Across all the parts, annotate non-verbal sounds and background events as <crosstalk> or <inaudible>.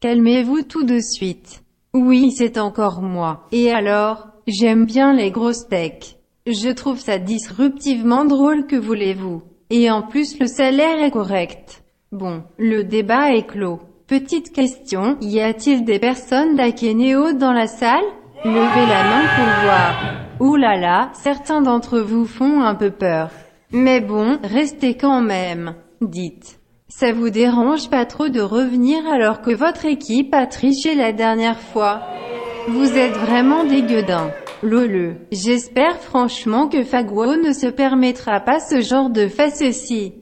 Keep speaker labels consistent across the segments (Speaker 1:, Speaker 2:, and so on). Speaker 1: Calmez-vous tout de suite. Oui, c'est encore moi. Et alors, j'aime bien les grosses tech. Je trouve ça disruptivement drôle que voulez-vous. Et en plus le salaire est correct. Bon, le débat est clos. Petite question, y a-t-il des personnes d'Akeneo dans la salle Levez la main pour voir. Ouh là là, certains d'entre vous font un peu peur. Mais bon, restez quand même. Dites. Ça vous dérange pas trop de revenir alors que votre équipe a triché la dernière fois Vous êtes vraiment des gueudins. Lole. J'espère franchement que Faguo ne se permettra pas ce genre de facétie.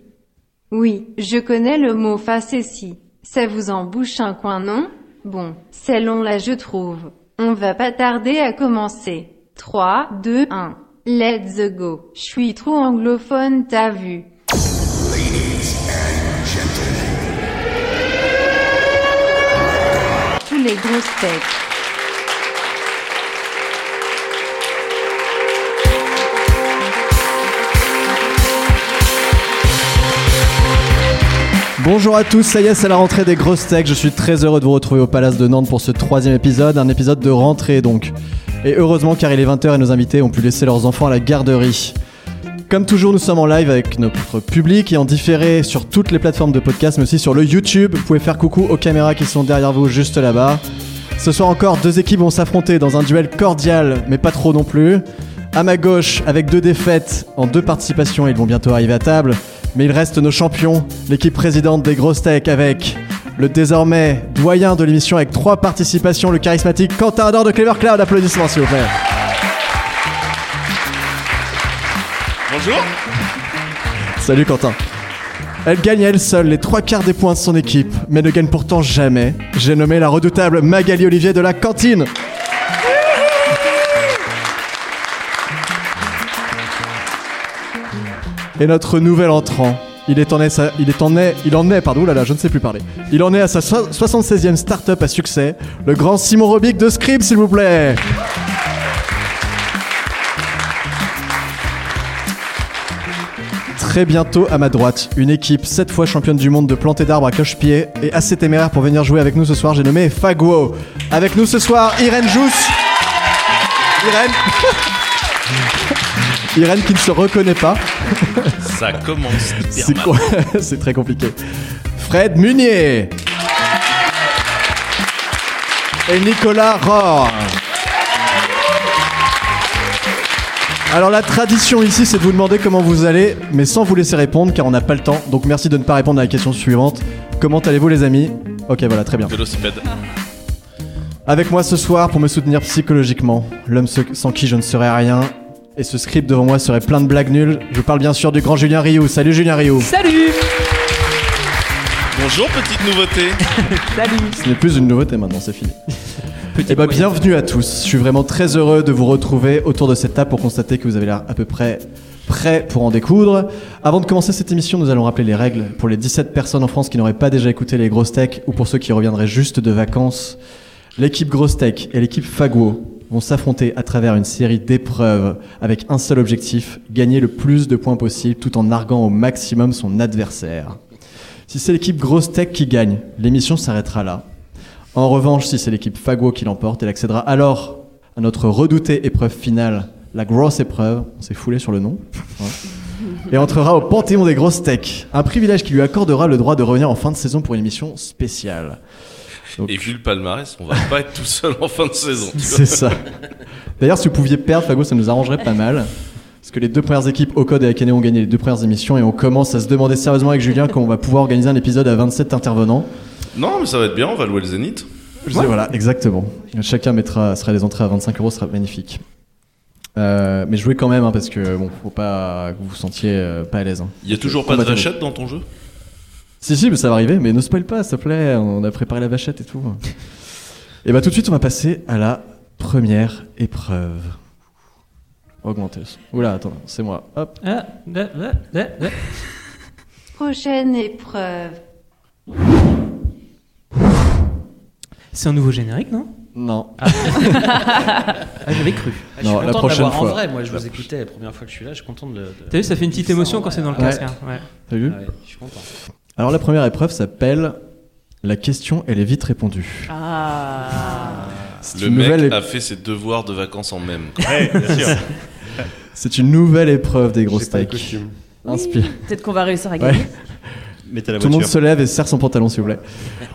Speaker 1: Oui, je connais le mot facétie. Ça vous embouche un coin, non Bon, celle-on là je trouve. On va pas tarder à commencer. 3, 2, 1. Let's go. Je suis trop anglophone, t'as vu. Tous les grosses têtes.
Speaker 2: Bonjour à tous, ça y est, c'est la rentrée des grosses techs. Je suis très heureux de vous retrouver au Palace de Nantes pour ce troisième épisode, un épisode de rentrée donc. Et heureusement car il est 20h et nos invités ont pu laisser leurs enfants à la garderie. Comme toujours, nous sommes en live avec notre public et en différé sur toutes les plateformes de podcast, mais aussi sur le YouTube. Vous pouvez faire coucou aux caméras qui sont derrière vous juste là-bas. Ce soir encore, deux équipes vont s'affronter dans un duel cordial, mais pas trop non plus. À ma gauche, avec deux défaites en deux participations, ils vont bientôt arriver à table. Mais il reste nos champions, l'équipe présidente des grosses tech avec le désormais doyen de l'émission avec trois participations, le charismatique Quentin Ador de Clever Cloud. Applaudissements s'il vous plaît.
Speaker 3: Bonjour.
Speaker 4: Oh,
Speaker 2: Salut Quentin. Elle gagne à elle seule les trois quarts des points de son équipe, mais ne gagne pourtant jamais. J'ai nommé la redoutable Magali Olivier de la cantine. Et notre nouvel entrant, il est en est, sa- il est en est, il en est, pardon, là là, je ne sais plus parler. Il en est à sa so- 76e start-up à succès, le grand Simon Robic de Scrib, s'il vous plaît. Très bientôt à ma droite, une équipe 7 fois championne du monde de planter d'arbres à cloche-pied et assez téméraire pour venir jouer avec nous ce soir, j'ai nommé Faguo. Avec nous ce soir, Irène Jousse. Irène. Irène qui ne se reconnaît pas.
Speaker 3: <laughs> Ça commence hyper
Speaker 2: C'est
Speaker 3: mal.
Speaker 2: quoi <laughs> C'est très compliqué. Fred Munier. Et Nicolas Rohr. Alors la tradition ici, c'est de vous demander comment vous allez, mais sans vous laisser répondre, car on n'a pas le temps. Donc merci de ne pas répondre à la question suivante. Comment allez-vous les amis Ok, voilà, très bien.
Speaker 3: Vélocipède.
Speaker 2: Avec moi ce soir pour me soutenir psychologiquement, l'homme se- sans qui je ne serais rien. Et ce script devant moi serait plein de blagues nulles. Je parle bien sûr du grand Julien Rioux. Salut Julien Rioux.
Speaker 4: Salut
Speaker 3: Bonjour, petite nouveauté.
Speaker 4: <laughs> Salut
Speaker 2: Ce n'est plus une nouveauté maintenant, c'est fini. Eh ben, bienvenue à tous. Je suis vraiment très heureux de vous retrouver autour de cette table pour constater que vous avez l'air à peu près prêts pour en découdre. Avant de commencer cette émission, nous allons rappeler les règles pour les 17 personnes en France qui n'auraient pas déjà écouté les grosses tech ou pour ceux qui reviendraient juste de vacances. L'équipe Grosse Tech et l'équipe Faguo vont s'affronter à travers une série d'épreuves avec un seul objectif, gagner le plus de points possible tout en arguant au maximum son adversaire. Si c'est l'équipe Grosse Tech qui gagne, l'émission s'arrêtera là. En revanche, si c'est l'équipe Fago qui l'emporte, elle accédera alors à notre redoutée épreuve finale, la grosse épreuve. On s'est foulé sur le nom. hein. Et entrera au Panthéon des grosses techs, un privilège qui lui accordera le droit de revenir en fin de saison pour une émission spéciale. Donc,
Speaker 3: Et vu le palmarès, on va pas être tout seul en fin de saison. tu vois.
Speaker 2: c'est ça. D'ailleurs, si vous pouviez perdre Fago, ça nous arrangerait pas mal. Parce que les deux premières équipes, Ocode et Akane, ont gagné les deux premières émissions et on commence à se demander sérieusement avec Julien qu'on va pouvoir organiser un épisode à 27 intervenants.
Speaker 3: Non, mais ça va être bien, on va louer le Zénith.
Speaker 2: Je sais, voilà, exactement. Chacun mettra, sera les entrées à 25 euros, ce sera magnifique. Euh, mais jouez quand même, hein, parce que bon, faut pas que vous vous sentiez euh, pas à l'aise. hein.
Speaker 3: Il y a toujours pas de
Speaker 2: Combattez-vous.
Speaker 3: vachette dans ton jeu
Speaker 2: Si, si, mais ça va arriver, mais ne spoil pas, s'il te plaît, on a préparé la vachette
Speaker 3: <laughs>
Speaker 2: et tout. et bah tout de suite, on va passer à la première épreuve. Augmenter le son. Oula, attends, c'est moi. Hop.
Speaker 4: Ah,
Speaker 1: Prochaine épreuve.
Speaker 4: C'est un nouveau générique, non
Speaker 2: Non.
Speaker 4: <laughs>
Speaker 5: Ah, j'avais cru.
Speaker 2: je suis Non, content la de prochaine l'avoir en
Speaker 5: en
Speaker 2: fois. vrai.
Speaker 5: vrai, moi je vous écoutais la première fois que je suis là, je suis content de le.
Speaker 4: T'as vu, ça fait une petite émotion quand c'est dans le hein,
Speaker 2: Ouais.
Speaker 4: casque. hein, ouais.
Speaker 2: T'as vu
Speaker 5: je suis content.
Speaker 2: Alors la première épreuve s'appelle La question, elle est vite répondue.
Speaker 6: Ah.
Speaker 2: C'est
Speaker 3: Le
Speaker 2: une,
Speaker 3: mec
Speaker 2: nouvelle,
Speaker 3: a fait ses devoirs de vacances en même. quoi.
Speaker 7: Ouais, bien sûr.
Speaker 2: c'est une nouvelle épreuve des
Speaker 7: J'ai
Speaker 2: grosses
Speaker 7: pas le
Speaker 2: steaks.
Speaker 7: costume.
Speaker 2: Inspire.
Speaker 6: Peut-être qu'on va réussir à
Speaker 2: Ouais.
Speaker 6: gagner.
Speaker 7: Mettez la
Speaker 2: Tout le monde
Speaker 7: voiture.
Speaker 2: se lève et serre son pantalon, s'il vous plaît.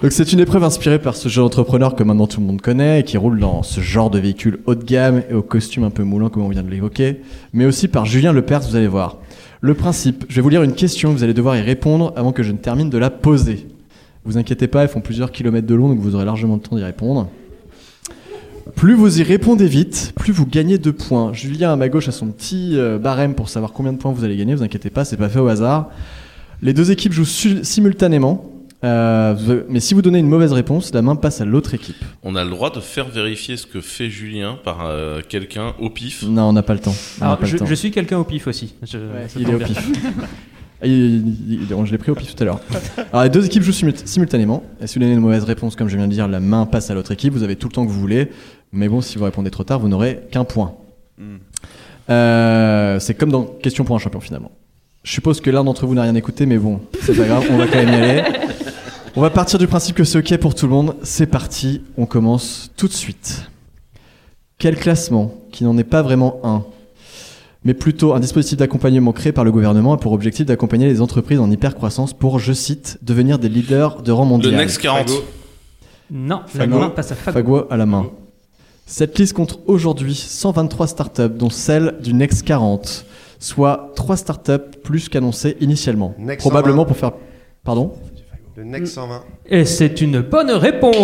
Speaker 2: Donc, c'est une épreuve inspirée par ce jeune entrepreneur que maintenant tout le monde connaît et qui roule dans ce genre de véhicule haut de gamme et au costume un peu moulant, comme on vient de l'évoquer, mais aussi par Julien Lepers, vous allez voir. Le principe, je vais vous lire une question, vous allez devoir y répondre avant que je ne termine de la poser. Vous inquiétez pas, elles font plusieurs kilomètres de long, donc vous aurez largement le temps d'y répondre. Plus vous y répondez vite, plus vous gagnez de points. Julien à ma gauche a son petit euh, barème pour savoir combien de points vous allez gagner, vous inquiétez pas, c'est pas fait au hasard. Les deux équipes jouent su- simultanément, euh, vous- mais si vous donnez une mauvaise réponse, la main passe à l'autre équipe.
Speaker 3: <laughs> On a le droit de faire vérifier ce que fait Julien par euh, quelqu'un au pif.
Speaker 2: Non, on n'a pas le temps. On n'a
Speaker 4: Alors,
Speaker 2: pas le
Speaker 4: je,
Speaker 2: temps.
Speaker 4: je suis quelqu'un au pif aussi. Je- ça
Speaker 2: Il est
Speaker 4: tombe
Speaker 2: au
Speaker 4: bien. <laughs>
Speaker 2: pif. Ah, il- il- il- je l'ai pris au pif tout à l'heure. Alors les deux équipes jouent simu- simultanément. Et si vous donnez une mauvaise réponse, comme je viens de dire, la main passe à l'autre équipe. Vous avez tout le temps que vous voulez. Mais bon, si vous répondez trop tard, vous n'aurez qu'un point.
Speaker 5: Hmm.
Speaker 2: Euh, c'est comme dans Question pour un champion finalement. Je suppose que l'un d'entre vous n'a rien écouté, mais bon, c'est pas grave, on va quand même y
Speaker 5: <laughs>
Speaker 2: aller. On va partir du principe que c'est ok pour tout le monde. C'est parti, on commence tout de suite. Quel classement, qui n'en est pas vraiment un, mais plutôt un dispositif d'accompagnement créé par le gouvernement a pour objectif d'accompagner les entreprises en hypercroissance pour, je cite, devenir des leaders de rang
Speaker 3: Le
Speaker 2: mondial.
Speaker 3: Next 40.
Speaker 7: Fago.
Speaker 4: Non, la
Speaker 2: Fago.
Speaker 4: main passe à Fago.
Speaker 2: Fagua à la main. Cette liste compte aujourd'hui 123 startups, dont celle du Next 40, soit 3 startups plus qu'annoncées initialement.
Speaker 7: Next
Speaker 2: Probablement
Speaker 7: 120.
Speaker 2: pour faire. Pardon
Speaker 7: Le Next 120.
Speaker 4: Et c'est une Hmm. bonne réponse.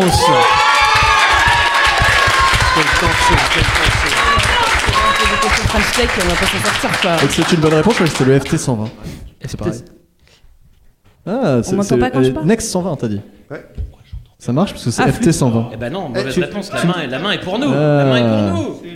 Speaker 6: On fait des questions French Tech, on va pas s'en sortir quoi.
Speaker 2: Donc c'est une bonne réponse, ouais, c'était le FT 120.
Speaker 4: C'est
Speaker 2: pareil. Ah, c'est-
Speaker 6: m'entend
Speaker 2: c'est-
Speaker 6: pas quand je
Speaker 2: euh,
Speaker 6: parle
Speaker 2: Next 120, t'as dit
Speaker 7: Ouais.
Speaker 2: Ça marche parce que c'est
Speaker 4: Ah,
Speaker 2: FT 120.
Speaker 5: Eh ben non,
Speaker 7: Eh,
Speaker 5: mauvaise
Speaker 7: tu-
Speaker 5: réponse. La main, est- la main est pour nous.
Speaker 2: Ah.
Speaker 5: La main est pour nous.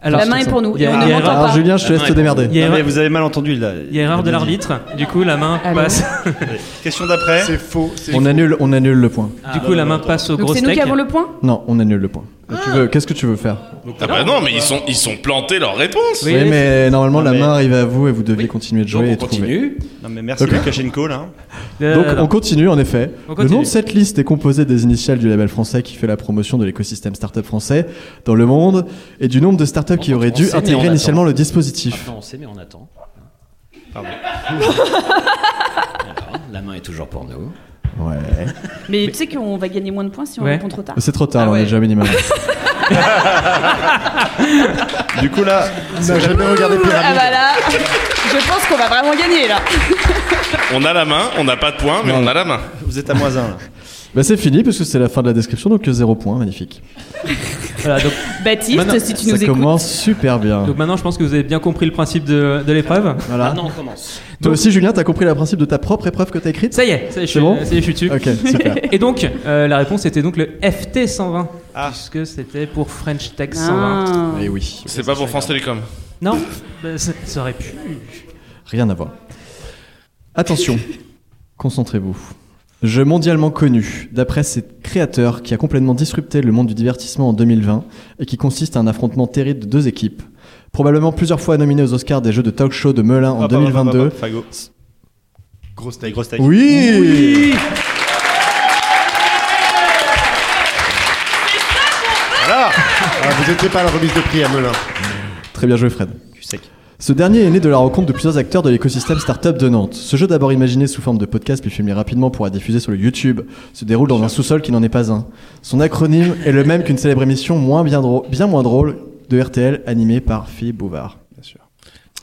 Speaker 4: Alors,
Speaker 6: la main est pour nous.
Speaker 4: Il y
Speaker 6: Et
Speaker 4: a-
Speaker 6: on
Speaker 4: il y a
Speaker 6: ne
Speaker 4: erreur-
Speaker 6: m'entend
Speaker 2: Alors
Speaker 6: pas.
Speaker 2: Julien, je te
Speaker 5: Ah,
Speaker 2: laisse te
Speaker 5: ouais.
Speaker 4: Il y
Speaker 2: démerder.
Speaker 4: a
Speaker 7: Non, mais
Speaker 4: erreur-
Speaker 7: vous avez mal entendu là.
Speaker 4: il y a erreur de l'arbitre. Du coup, la main
Speaker 6: Allô
Speaker 4: passe. <laughs>
Speaker 7: Question d'après. C'est faux.
Speaker 2: On annule, on annule le point.
Speaker 4: Du coup, la main passe au
Speaker 6: Donc
Speaker 4: gros
Speaker 6: c'est nous qui
Speaker 4: steak.
Speaker 6: avons le point
Speaker 2: Non, on annule le point.
Speaker 4: Ah.
Speaker 2: Tu veux, qu'est-ce que tu veux faire
Speaker 3: Ah bah non, mais ils sont, ils sont plantés leur réponse.
Speaker 2: Oui, mais normalement la
Speaker 7: mais-
Speaker 2: main arrive à vous et vous devez continuer de
Speaker 5: Donc
Speaker 2: jouer
Speaker 5: on
Speaker 2: et trouver.
Speaker 5: continue.
Speaker 7: Non, mais merci
Speaker 2: Ok.
Speaker 7: Lukashenko là.
Speaker 4: Euh,
Speaker 2: Donc
Speaker 4: alors,
Speaker 8: Ah,
Speaker 2: on continue en effet.
Speaker 4: On
Speaker 2: Le nom
Speaker 4: continue.
Speaker 2: de cette liste est composé des initiales du label français qui fait la promotion de l'écosystème startup français dans le monde et du nombre de startups qui
Speaker 5: On-
Speaker 2: auraient
Speaker 5: on
Speaker 2: dû
Speaker 5: sait, mais on
Speaker 2: intégrer
Speaker 5: attend.
Speaker 2: initialement le dispositif.
Speaker 5: Maintenant, on sait, mais on attend.
Speaker 2: <laughs>
Speaker 7: Pardon.
Speaker 5: Alors, la main est toujours pour nous.
Speaker 2: Ouais.
Speaker 6: Ah. Mais tu sais qu'on va gagner moins de points si on
Speaker 4: Ouais.
Speaker 6: répond trop tard.
Speaker 2: C'est trop tard,
Speaker 6: Ah
Speaker 2: on est
Speaker 6: ouais. <laughs>
Speaker 2: déjà minimum.
Speaker 7: Du coup là,
Speaker 2: n'a jamais regardé
Speaker 6: Ah bah là, <laughs> je pense qu'on va vraiment gagner là.
Speaker 3: On a la main, on n'a pas de points, mais
Speaker 2: Non.
Speaker 3: on a la main.
Speaker 7: vous êtes à moins 1 là.
Speaker 2: Bah c'est fini parce que c'est la fin de la description donc zéro point, magnifique.
Speaker 4: voilà, donc,
Speaker 6: Baptiste,
Speaker 4: Maintenant,
Speaker 6: si tu nous
Speaker 2: Ça
Speaker 6: écoutes.
Speaker 2: commence super bien.
Speaker 4: donc maintenant, je pense que vous avez bien compris le principe de, de l'épreuve.
Speaker 7: Ah
Speaker 2: Voilà.
Speaker 5: Maintenant, on commence.
Speaker 2: Toi aussi Julien, t'as compris le principe de ta propre épreuve que t'as écrite
Speaker 4: Ça y est, ça y est, je
Speaker 2: C'est
Speaker 4: suis, euh,
Speaker 2: bon
Speaker 4: ça y est, je suis dessus.
Speaker 2: Ok, super.
Speaker 4: <laughs> Et donc, euh, la réponse était donc le FT 120,
Speaker 7: Ah.
Speaker 4: puisque c'était pour French Tech 120.
Speaker 6: Ah.
Speaker 2: Et Eh oui,
Speaker 3: C'est pas pour France Télécom.
Speaker 4: Non, bah, ça, ça aurait pu.
Speaker 2: rien à voir. Attention, <laughs> concentrez-vous. Jeu mondialement connu, d'après ses créateurs, qui a complètement disrupté le monde du divertissement en 2020 et qui consiste à un affrontement terrible de deux équipes. Probablement plusieurs fois nominé aux Oscars des jeux de talk show de Melun en
Speaker 7: Hop, hop, hop, hop,
Speaker 2: 2022.
Speaker 7: hop, Fago. Grosse steak. Grosse steak.
Speaker 2: Oui,
Speaker 7: Voilà. Ah, vous n'étiez pas à la remise de prix à Melun.
Speaker 2: Très bien joué Fred.
Speaker 7: Cul sec.
Speaker 2: Ce dernier est né de la rencontre de plusieurs acteurs de l'écosystème startup de Nantes. Ce jeu d'abord imaginé sous forme de podcast puis filmé rapidement pour être diffusé sur le YouTube se déroule dans un sous-sol qui n'en est pas un. Son acronyme est le même qu'une célèbre émission moins bien, drôle, bien moins drôle de RTL animée par Philippe Bouvard.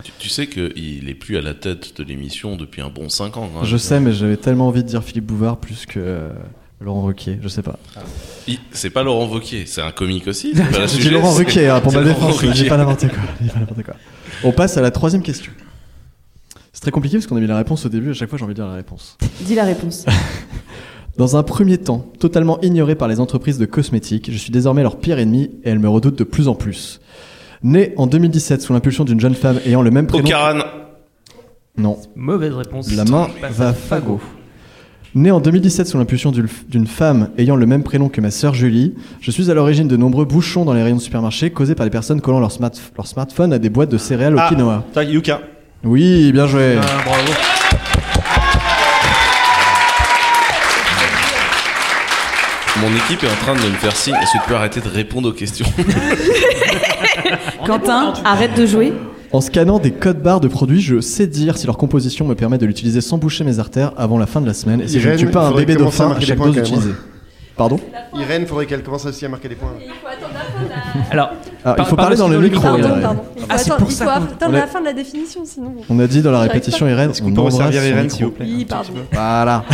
Speaker 3: Tu, tu sais qu'il est plus à la tête de l'émission depuis un bon 5 ans. hein.
Speaker 2: Je sais mais j'avais tellement envie de dire Philippe Bouvard plus que euh, Laurent Ruquier, je sais pas.
Speaker 3: Il- C'est pas Laurent Wauquiez, c'est un comique aussi.
Speaker 2: <laughs>
Speaker 3: c'est pas le
Speaker 2: J'ai
Speaker 3: Bah, sujet,
Speaker 2: Laurent
Speaker 3: c'est-
Speaker 2: Ruquier hein, pour
Speaker 3: c'est
Speaker 2: ma
Speaker 3: Laurent
Speaker 2: défense, j'ai
Speaker 3: Ruquier.
Speaker 2: pas
Speaker 3: <laughs>
Speaker 2: n'importe quoi, j'ai pas n'importe quoi. On passe à la troisième question. C'est très compliqué parce qu'on a mis la réponse au début, à chaque fois j'ai envie de dire la réponse.
Speaker 6: Dis la
Speaker 2: <laughs>
Speaker 6: réponse.
Speaker 2: Dans un premier temps, totalement ignorée par les entreprises de cosmétiques, je suis désormais leur pire ennemi et elles me redoutent de plus en plus. Née en 2017 sous l'impulsion d'une jeune femme ayant le même prénom.
Speaker 3: Ocaran.
Speaker 2: Non,
Speaker 4: Mauvaise réponse.
Speaker 2: la main
Speaker 4: Passe
Speaker 2: va
Speaker 4: à
Speaker 2: fagot. Née en 2017 sous l'impulsion d'une- d'une femme ayant le même prénom que ma sœur Julie, je suis à l'origine de nombreux bouchons dans les rayons de supermarché causés par des personnes collant leur, smart- leur smartphone à des boîtes de céréales au
Speaker 7: Ah.
Speaker 2: quinoa.
Speaker 7: Tac, Yuka.
Speaker 8: Ah,
Speaker 2: Oui, bien joué.
Speaker 4: Ah, bravo.
Speaker 3: Mon équipe est en train de me faire signe. Est-ce que tu peux arrêter de répondre
Speaker 2: <laughs>
Speaker 3: aux questions
Speaker 9: hein,
Speaker 6: Quentin, arrête de
Speaker 2: <laughs>
Speaker 6: jouer.
Speaker 2: En scannant des codes barres de produits, je sais dire si leur composition me permet de l'utiliser sans boucher mes artères avant la fin de la semaine et si je ne
Speaker 7: Irène,
Speaker 2: tue pas un
Speaker 7: faudrait
Speaker 2: bébé
Speaker 7: commencer à
Speaker 2: dauphin à
Speaker 7: marquer des
Speaker 2: chaque
Speaker 7: points
Speaker 2: dose
Speaker 7: quand même, hein.
Speaker 2: utilisée. Pardon
Speaker 7: Irène, faudrait qu'elle commence aussi à marquer des points.
Speaker 4: <laughs> Alors,
Speaker 2: Alors, Ah, Il
Speaker 4: par-
Speaker 2: faut parler dans
Speaker 4: pardon,
Speaker 2: le
Speaker 4: c'est
Speaker 2: micro.
Speaker 4: dans le micro,
Speaker 2: Irène.
Speaker 9: Pardon, pardon. Il faut
Speaker 4: Ah, c'est
Speaker 9: attendre,
Speaker 4: pour
Speaker 9: il
Speaker 4: ça
Speaker 9: faut
Speaker 4: qu'on-
Speaker 9: attendre
Speaker 2: on
Speaker 9: la
Speaker 2: est-
Speaker 9: fin de la définition, sinon.
Speaker 2: On a dit dans la
Speaker 9: J'arrive
Speaker 2: répétition, Irène,
Speaker 8: Est-ce qu'on
Speaker 2: on
Speaker 8: peut
Speaker 2: embrasse
Speaker 8: resservir
Speaker 2: son
Speaker 8: Irène,
Speaker 2: micro.
Speaker 8: s'il vous plaît
Speaker 9: Oui,
Speaker 8: un petit
Speaker 9: pardon.
Speaker 2: Voilà.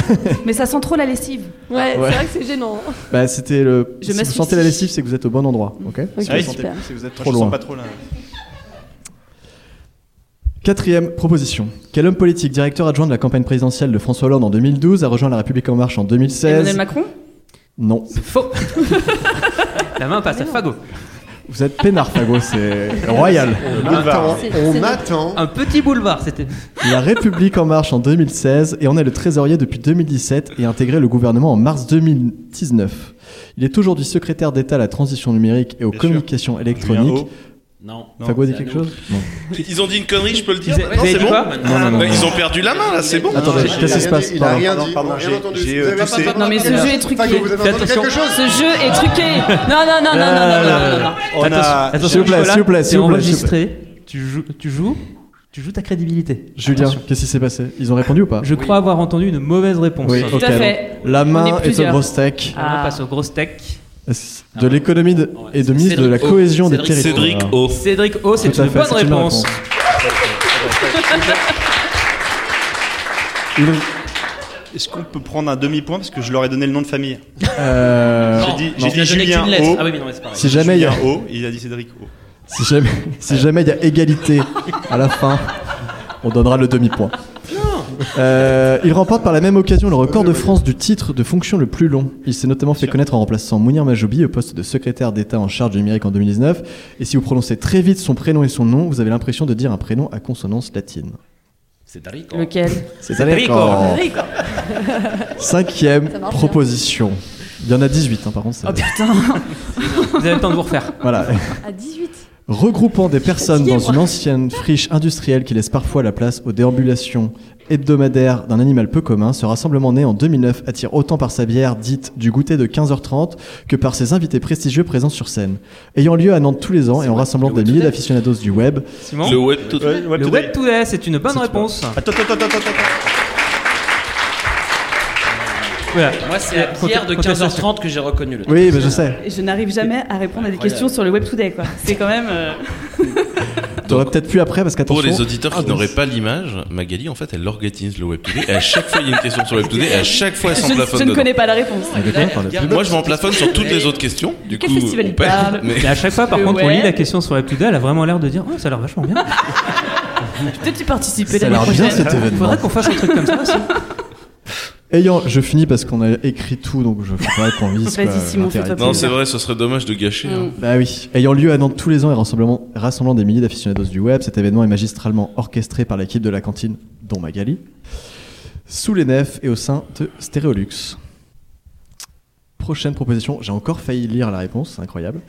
Speaker 6: Mais ça sent trop la lessive.
Speaker 9: Ouais,
Speaker 2: Ouais.
Speaker 9: c'est vrai que c'est gênant.
Speaker 2: Bah, c'était le.
Speaker 6: hein. Je
Speaker 2: si vous
Speaker 6: m'assoucie.
Speaker 2: sentez la lessive, c'est que vous êtes au bon endroit. Ok.
Speaker 9: Ok,
Speaker 8: Ah oui,
Speaker 9: super.
Speaker 8: Si vous êtes
Speaker 2: Trop
Speaker 8: je
Speaker 2: loin.
Speaker 8: sens pas trop là.
Speaker 2: Quatrième proposition. Quel homme politique, directeur adjoint de la campagne présidentielle de François Hollande en 2012, a rejoint La République en Marche en 2016
Speaker 6: Emmanuel Macron
Speaker 2: Non.
Speaker 4: C'est
Speaker 2: <laughs>
Speaker 4: faux. La main passe à Ah, Fago.
Speaker 2: Vous êtes peinard,
Speaker 4: <laughs>
Speaker 2: Fago, c'est Euh, royal.
Speaker 7: On attend,
Speaker 9: C'est- c'est
Speaker 7: on
Speaker 9: le-
Speaker 7: attend.
Speaker 4: Un petit boulevard, c'était.
Speaker 2: La République en marche en 2016 et en est le trésorier depuis 2017 et a intégré le gouvernement en mars 2019. Il est aujourd'hui secrétaire d'État à la transition numérique et aux
Speaker 8: Bien sûr.
Speaker 2: communications
Speaker 8: Julien
Speaker 2: électroniques.
Speaker 8: O.
Speaker 5: Non.
Speaker 2: Fago a dit
Speaker 5: c'est à
Speaker 2: quelque
Speaker 5: nous.
Speaker 2: chose Non.
Speaker 3: Ils ont dit une connerie, je peux le dire
Speaker 4: Vous avez-
Speaker 3: maintenant,
Speaker 4: vous avez
Speaker 3: c'est
Speaker 4: dit
Speaker 3: bon
Speaker 4: quoi
Speaker 2: Non, non, non,
Speaker 3: Bah,
Speaker 2: non.
Speaker 3: Ils ont perdu la main là, c'est bon
Speaker 2: Attendez,
Speaker 7: Il a
Speaker 2: qu'est-ce qui
Speaker 7: rien
Speaker 2: se passe
Speaker 7: dit, Il a
Speaker 2: Pardon.
Speaker 7: rien
Speaker 8: Pardon,
Speaker 7: dit.
Speaker 8: pardon,
Speaker 7: on a rien
Speaker 8: j'ai-
Speaker 7: entendu.
Speaker 8: j'ai,
Speaker 7: Vous
Speaker 8: euh,
Speaker 7: avez
Speaker 8: toussé.
Speaker 7: pas- pas-
Speaker 6: Non, mais
Speaker 7: pas-
Speaker 6: ce jeu est truqué.
Speaker 7: Fago, vous avez
Speaker 4: Fais
Speaker 7: entendu
Speaker 4: attention.
Speaker 7: quelque chose
Speaker 6: Ce jeu est
Speaker 4: <laughs>
Speaker 6: truqué. Non, non, non, non, non, non, non, non, non.
Speaker 8: On a.
Speaker 2: S'il vous plaît,
Speaker 4: Nicolas,
Speaker 2: s'il vous plaît,
Speaker 4: t'es
Speaker 2: s'il vous plaît,
Speaker 4: enregistré. Tu joues, tu joues, tu joues ta crédibilité.
Speaker 2: Julien,
Speaker 4: Attention.
Speaker 2: qu'est-ce qui s'est passé Ils ont répondu ou pas
Speaker 4: Je crois avoir entendu une mauvaise réponse.
Speaker 2: Oui,
Speaker 4: La
Speaker 2: ok.
Speaker 6: à fait.
Speaker 2: donc, La
Speaker 6: On
Speaker 2: main
Speaker 6: est
Speaker 2: est au
Speaker 6: plusieurs.
Speaker 2: gros steak
Speaker 4: main
Speaker 6: Ah.
Speaker 4: passe au gros steak.
Speaker 2: de l'économie de- et de
Speaker 5: c'est
Speaker 2: mise de la
Speaker 5: Cédric O.
Speaker 2: cohésion des
Speaker 5: Cédric-
Speaker 2: territoires.
Speaker 3: Cédric O.
Speaker 4: Cédric O, c'est
Speaker 2: Tout à
Speaker 4: une
Speaker 2: fait,
Speaker 4: bonne
Speaker 2: c'est une
Speaker 4: réponse.
Speaker 8: Est-ce qu'on peut prendre un demi-point parce que je leur ai donné le nom de famille
Speaker 2: Euh,
Speaker 5: Non,
Speaker 8: J'ai dit-
Speaker 5: non.
Speaker 8: j'ai dit
Speaker 5: Il a donné
Speaker 8: Julien
Speaker 5: qu'une lettre.
Speaker 8: O.
Speaker 5: Ah oui, mais non, mais c'est pareil.
Speaker 2: si jamais il y a,
Speaker 8: Julien O. Il a dit Cédric O.
Speaker 2: si jamais, si jamais il y a égalité à la fin, on donnera le demi-point. Euh, il remporte par la même occasion le record de France du titre de fonction le plus long. Il s'est notamment fait connaître en remplaçant Mounir Majoubi au poste de secrétaire d'État en charge du numérique en 2019. Et si vous prononcez très vite son prénom et son nom, vous avez l'impression de dire un prénom à consonance latine.
Speaker 5: C'est Tariq.
Speaker 6: Lequel
Speaker 2: C'est
Speaker 4: Rico.
Speaker 2: d'accord.
Speaker 9: Rico.
Speaker 2: Cinquième
Speaker 9: Ça marche bien.
Speaker 2: proposition. Il y en a 18, hein, par contre. c'est-
Speaker 6: Oh putain
Speaker 4: Vous avez le temps de vous refaire.
Speaker 2: Voilà.
Speaker 9: À 18.
Speaker 2: Regroupant des personnes dans
Speaker 9: fatiguée, moi.
Speaker 2: une ancienne friche industrielle qui laisse parfois la place aux déambulations hebdomadaires d'un animal peu commun, ce rassemblement né en 2009 attire autant par sa bière dite du goûter de 15h30 que par ses invités prestigieux présents sur scène. Ayant lieu à Nantes tous les ans et en rassemblant des milliers d'aficionados du web,
Speaker 4: Simon.
Speaker 3: Le web tout
Speaker 8: Ouais, ouais,
Speaker 4: Le Web
Speaker 8: tout d'ailleurs.
Speaker 4: Today, c'est une bonne
Speaker 2: C'est-
Speaker 4: réponse.
Speaker 8: Attends, attends, attends, attends, attends.
Speaker 4: Voilà.
Speaker 5: Moi, c'est à
Speaker 4: Contest-
Speaker 5: Pierre de
Speaker 4: contestation.
Speaker 5: 15h30 que j'ai reconnu le truc.
Speaker 2: oui, mais je sais,
Speaker 6: Et Je n'arrive jamais à répondre à des questions sur le Web Today, quoi. C'est quand même. euh,
Speaker 2: t'aurais peut-être pu après parce
Speaker 3: Pour
Speaker 2: qu'attention.
Speaker 3: les auditeurs
Speaker 2: Ah,
Speaker 3: qui
Speaker 2: donc,
Speaker 3: n'auraient pas l'image, Magali, en fait, elle organise le Web Today. Et à chaque fois, il y a une question sur le Web Today. Et à chaque fois, elle
Speaker 6: Je,
Speaker 3: s'en plafonne.
Speaker 6: je ne
Speaker 3: dedans.
Speaker 6: connais pas la réponse.
Speaker 2: mais de quoi on parle
Speaker 3: Moi, je m'en plafonne sur toutes les autres questions. Du
Speaker 6: Quel
Speaker 3: coup,
Speaker 6: festival
Speaker 3: on
Speaker 6: il
Speaker 3: perd.
Speaker 6: parle
Speaker 3: Mais
Speaker 4: Bah, Mais à chaque fois, par
Speaker 6: Le
Speaker 4: contre, on lit
Speaker 6: web.
Speaker 4: la question sur Web Today, elle a vraiment l'air de dire Oh, ça a l'air vachement bien.
Speaker 6: Peut-être tu participais
Speaker 2: Ça a
Speaker 6: l'année
Speaker 2: l'air bien
Speaker 6: prochaine.
Speaker 2: cet événement.
Speaker 4: Faudrait qu'on fasse un truc comme ça aussi.
Speaker 2: Ayant, je finis parce qu'on a écrit tout, donc je fais pas qu'on lise.
Speaker 6: Vas-y,
Speaker 2: quoi,
Speaker 6: Simon, fais-toi
Speaker 2: l'intérêt.
Speaker 3: non, c'est vrai, ce serait dommage de gâcher. hein.
Speaker 2: Bah oui. Ayant lieu à Nantes tous les ans et rassemblement- rassemblant des milliers d'aficionados du web, cet événement est magistralement orchestré par l'équipe de la cantine, dont Magali, sous les nefs et au sein de Stéréolux. Prochaine proposition, j'ai encore failli lire la réponse, c'est incroyable.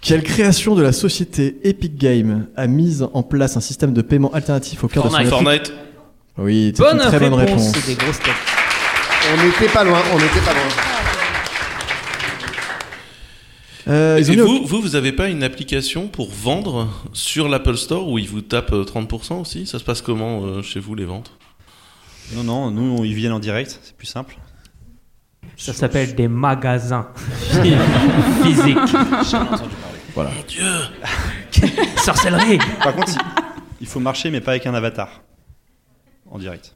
Speaker 2: Quelle création de la société Epic Games a mis en place un système de paiement alternatif au cœur de son
Speaker 5: Fortnite.
Speaker 2: application
Speaker 3: Fortnite,
Speaker 2: Oui, c'est une très bonne réponse.
Speaker 4: C'est des grosses têtes.
Speaker 7: On n'était pas loin, on n'était pas loin.
Speaker 2: Euh, ils ont
Speaker 3: Et
Speaker 2: mis au-
Speaker 3: vous, vous, vous avez pas une application pour vendre sur l'Apple Store où ils vous tapent euh, 30% aussi Ça se passe comment euh, chez vous les ventes
Speaker 8: Non, non, nous, ils viennent en direct, c'est plus simple.
Speaker 4: Ça s'appelle des magasins <laughs> physiques. Eh <laughs> Sorcellerie
Speaker 8: Par contre, il- il faut marcher, mais pas avec un avatar. En direct.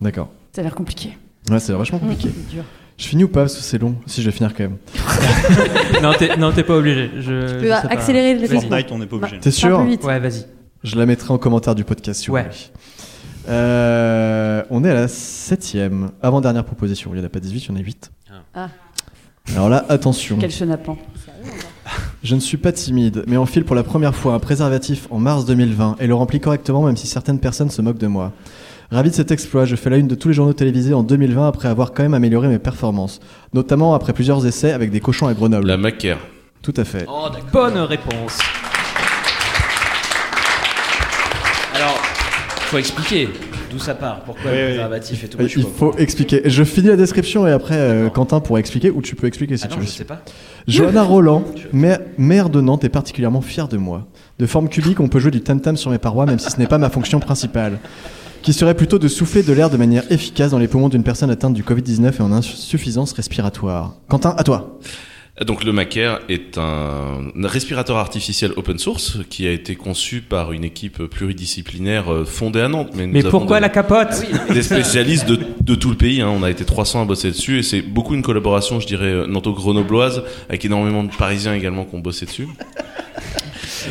Speaker 2: D'accord.
Speaker 6: Ça a l'air compliqué.
Speaker 2: Ouais, <laughs> c'est vachement compliqué. Je finis ou pas parce que c'est long. Si je vais finir quand même.
Speaker 4: Non, t'es, non, t'es pas obligé. Je, je
Speaker 9: peux
Speaker 4: sais pas.
Speaker 9: accélérer le
Speaker 4: Vas-y.
Speaker 9: rythme.
Speaker 8: Fortnite, on n'est pas obligé.
Speaker 2: T'es
Speaker 9: Un
Speaker 2: sûr
Speaker 9: peu vite.
Speaker 4: Ouais, vas-y.
Speaker 2: Je la mettrai en commentaire du podcast si vous
Speaker 4: Ouais.
Speaker 2: voulez. Euh, on est à la septième, avant-dernière proposition. Il n'y en a pas 18, il y en a 8.
Speaker 9: Ah.
Speaker 2: Alors là, attention.
Speaker 6: Quel chenapan.
Speaker 2: Je ne suis pas timide, mais enfile pour la première fois un préservatif en mars 2020 et le remplis correctement même si certaines personnes se moquent de moi. Ravi de cet exploit, je fais la une de tous les journaux télévisés en 2020 après avoir quand même amélioré mes performances, notamment après plusieurs essais avec des cochons à Grenoble.
Speaker 3: La Macaire.
Speaker 2: Tout à fait.
Speaker 5: Oh, d'accord.
Speaker 4: Bonne réponse.
Speaker 5: Alors, Faut expliquer d'où ça part, pourquoi
Speaker 8: Oui,
Speaker 5: le
Speaker 8: oui.
Speaker 5: préservatif et tout. moi, je suis
Speaker 2: Il
Speaker 5: pas au
Speaker 2: faut
Speaker 5: courant.
Speaker 2: expliquer. Je finis la description et après euh,
Speaker 5: D'accord.
Speaker 2: Quentin pourra expliquer ou tu peux expliquer si
Speaker 5: Ah
Speaker 2: tu
Speaker 5: non,
Speaker 2: veux.
Speaker 5: je sais pas. <laughs>
Speaker 2: Johanna Roland, maire, maire de Nantes, est particulièrement fière de moi. De forme cubique, on peut jouer du tam-tam sur mes parois, même si ce n'est pas ma fonction principale. Qui serait plutôt de souffler de l'air de manière efficace dans les poumons d'une personne atteinte du Covid-19 et en insuffisance respiratoire. Quentin, à toi.
Speaker 3: Donc le Macaire est un respirateur artificiel open source qui a été conçu par une équipe pluridisciplinaire euh, fondée à Nantes. Mais, nous
Speaker 4: Mais
Speaker 3: avons
Speaker 4: pourquoi
Speaker 3: des-
Speaker 4: la capote
Speaker 5: Ah oui,
Speaker 3: <laughs>
Speaker 5: non, mais-
Speaker 3: des spécialistes de, de tout le pays. hein. On a été 300 à bosser dessus et c'est beaucoup une collaboration, je dirais, euh, nanto-grenobloise avec énormément de Parisiens également qui ont bossé dessus.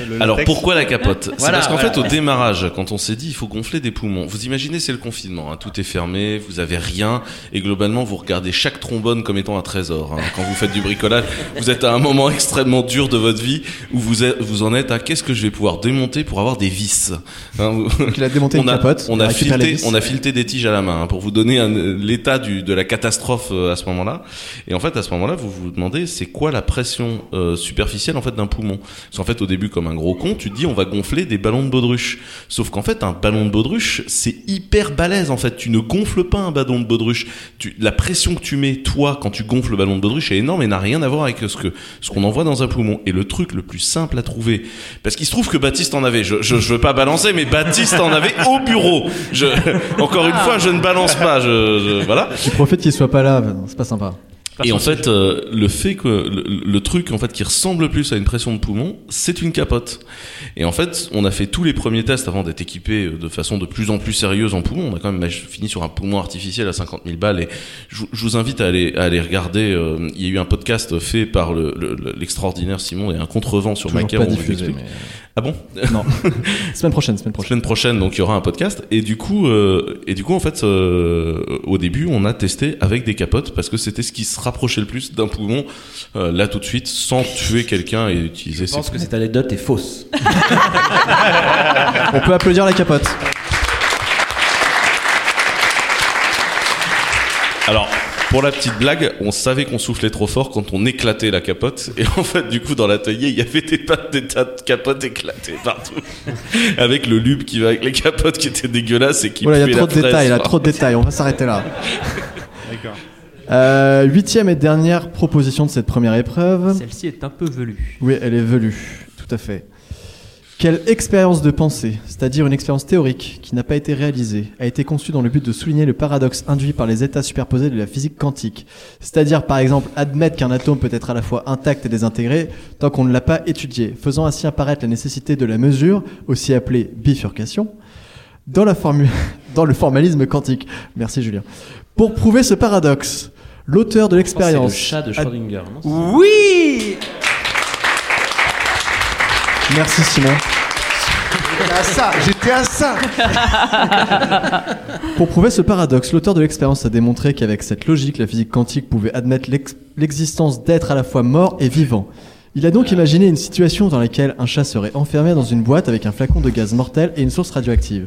Speaker 8: Le
Speaker 3: Alors
Speaker 8: latex.
Speaker 3: pourquoi la capote C'est
Speaker 5: Voilà,
Speaker 3: parce qu'en
Speaker 5: voilà.
Speaker 3: fait au démarrage, quand on s'est dit il faut gonfler des poumons, vous imaginez c'est le confinement, hein, tout est fermé, vous avez rien et globalement vous regardez chaque trombone comme étant un trésor. hein. Quand vous faites du bricolage, vous êtes à un moment extrêmement dur de votre vie où vous, êtes- vous en êtes à qu'est-ce que je vais pouvoir démonter pour avoir des vis. Hein, vous-
Speaker 2: Il a démonté
Speaker 3: on
Speaker 2: une
Speaker 3: a,
Speaker 2: capote.
Speaker 3: on
Speaker 2: il
Speaker 3: a
Speaker 2: récupéré les
Speaker 3: fileté,
Speaker 2: vis.
Speaker 3: on a fileté des tiges à la main hein, pour vous donner un- euh, l'état du- de la catastrophe euh, à ce moment-là. Et en fait, à ce moment-là, vous vous demandez c'est quoi la pression euh, superficielle en fait d'un poumon. Parce qu'en fait, au début, comme un gros con, tu te dis on va gonfler des ballons de baudruche. Sauf qu'en fait, un ballon de baudruche, c'est hyper balèze en fait. Tu ne gonfles pas un ballon de baudruche. Tu, la pression que tu mets toi quand tu gonfles le ballon de baudruche est énorme et n'a rien à voir avec ce que ce qu'on envoie dans un poumon. Et le truc le plus simple à trouver, parce qu'il se trouve que Baptiste en avait. Je, je, je veux pas balancer, mais Baptiste en avait au bureau. Oh, Je, encore une fois, je ne balance pas. Je, je- voilà.
Speaker 2: Tu profites qu'il soit pas là, c'est pas sympa.
Speaker 3: Et en fait, euh, le fait que le, le truc en fait qui ressemble le plus à une pression de poumon, c'est une capote. Et en fait, on a fait tous les premiers tests avant d'être équipé euh, de façon de plus en plus sérieuse en poumon. On a quand même fini sur un poumon artificiel à 50 000 balles. Et je, vous- je vous invite à aller, à aller regarder. euh, Il y a eu un podcast fait par le- le- le- l'extraordinaire Simon et un contrevent sur
Speaker 2: Toujours
Speaker 3: Macaire.
Speaker 2: pas
Speaker 3: où on lui
Speaker 2: diffusé.
Speaker 3: explique. Ah <laughs> bon
Speaker 2: mais- Non. <laughs> semaine prochaine, semaine prochaine.
Speaker 3: prochaine prochaine donc il y aura un podcast et du coup euh, et du coup en fait euh, au début on a testé avec des capotes parce que c'était ce qui se rapprochait le plus d'un poumon euh, là tout de suite sans tuer quelqu'un et utiliser
Speaker 5: Je
Speaker 3: ses
Speaker 5: pense que cette anecdote est fausse.
Speaker 2: On peut applaudir la capote.
Speaker 3: alors pour la petite blague on savait qu'on soufflait trop fort quand on éclatait la capote et en fait du coup dans l'atelier il y avait des, pattes, des tas de capotes éclatées partout avec le lube qui va avec les capotes qui étaient dégueulasses et qui
Speaker 2: Voilà, il
Speaker 3: puaient
Speaker 2: y a
Speaker 3: la
Speaker 2: trop de
Speaker 3: fraise,
Speaker 2: détails, Oh là,
Speaker 3: quoi.
Speaker 2: trop de détails. On va s'arrêter
Speaker 3: <laughs>
Speaker 2: là.
Speaker 8: D'accord.
Speaker 2: Euh, huitième et dernière proposition de cette première épreuve.
Speaker 4: Celle-ci est un peu velue.
Speaker 2: Oui, elle est velue, tout à fait. Quelle expérience de pensée, c'est-à-dire une expérience théorique qui n'a pas été réalisée, a été conçue dans le but de souligner le paradoxe induit par les états superposés de la physique quantique C'est-à-dire, par exemple, admettre qu'un atome peut être à la fois intact et désintégré tant qu'on ne l'a pas étudié, faisant ainsi apparaître la nécessité de la mesure, aussi appelée bifurcation, dans, la formu- <laughs> dans le formalisme quantique. Merci Julien. Pour prouver ce paradoxe, l'auteur de
Speaker 5: Je pense que C'est le
Speaker 2: l'expérience...
Speaker 5: chat de
Speaker 2: a-
Speaker 5: Schrödinger. non
Speaker 4: Oui
Speaker 2: Merci Simon.
Speaker 7: J'étais à ça, j'étais à ça.
Speaker 2: Pour prouver ce paradoxe, l'auteur de l'expérience a démontré qu'avec cette logique, la physique quantique pouvait admettre l'ex- l'existence d'êtres à la fois morts et vivants. Il a donc imaginé une situation dans laquelle un chat serait enfermé dans une boîte avec un flacon de gaz mortel et une source radioactive.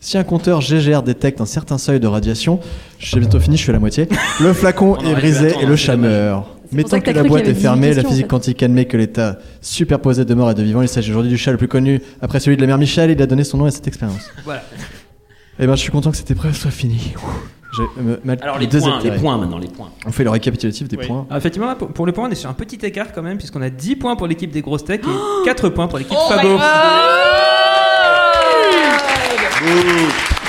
Speaker 2: Si un compteur GGR détecte un certain seuil de radiation, j'ai bientôt fini, je suis à la moitié, le flacon
Speaker 5: <laughs> On
Speaker 2: est
Speaker 5: aurait dû
Speaker 2: brisé
Speaker 5: attendre,
Speaker 2: et le
Speaker 5: hein,
Speaker 2: chat
Speaker 5: c'est dommage.
Speaker 2: meurt.
Speaker 9: pour ça
Speaker 2: Mettant
Speaker 9: que
Speaker 2: que
Speaker 9: t'as
Speaker 2: la
Speaker 9: cru
Speaker 2: boîte
Speaker 9: qu'il y
Speaker 2: est
Speaker 9: avait
Speaker 2: fermée,
Speaker 9: dix
Speaker 2: la
Speaker 9: questions,
Speaker 2: physique
Speaker 9: en fait.
Speaker 2: quantique admet que l'état superposé de mort et de vivant, il s'agit aujourd'hui du chat le plus connu. Après celui de la mère Michel, il a donné son nom à cette expérience.
Speaker 5: <laughs>
Speaker 4: Voilà.
Speaker 2: Eh ben, je suis content que cette épreuve soit finie. Ouh. J'ai, euh, mal-
Speaker 5: Alors les
Speaker 2: deux
Speaker 5: points, les
Speaker 2: éclairés.
Speaker 5: points maintenant, les points.
Speaker 2: On fait le récapitulatif des
Speaker 8: Oui.
Speaker 2: points.
Speaker 4: Ah, effectivement, là, pour pour le point, on est sur un petit écart quand même, puisqu'on a 10 points pour l'équipe des grosses têtes
Speaker 8: Oh
Speaker 4: et 4 points pour l'équipe Fabo.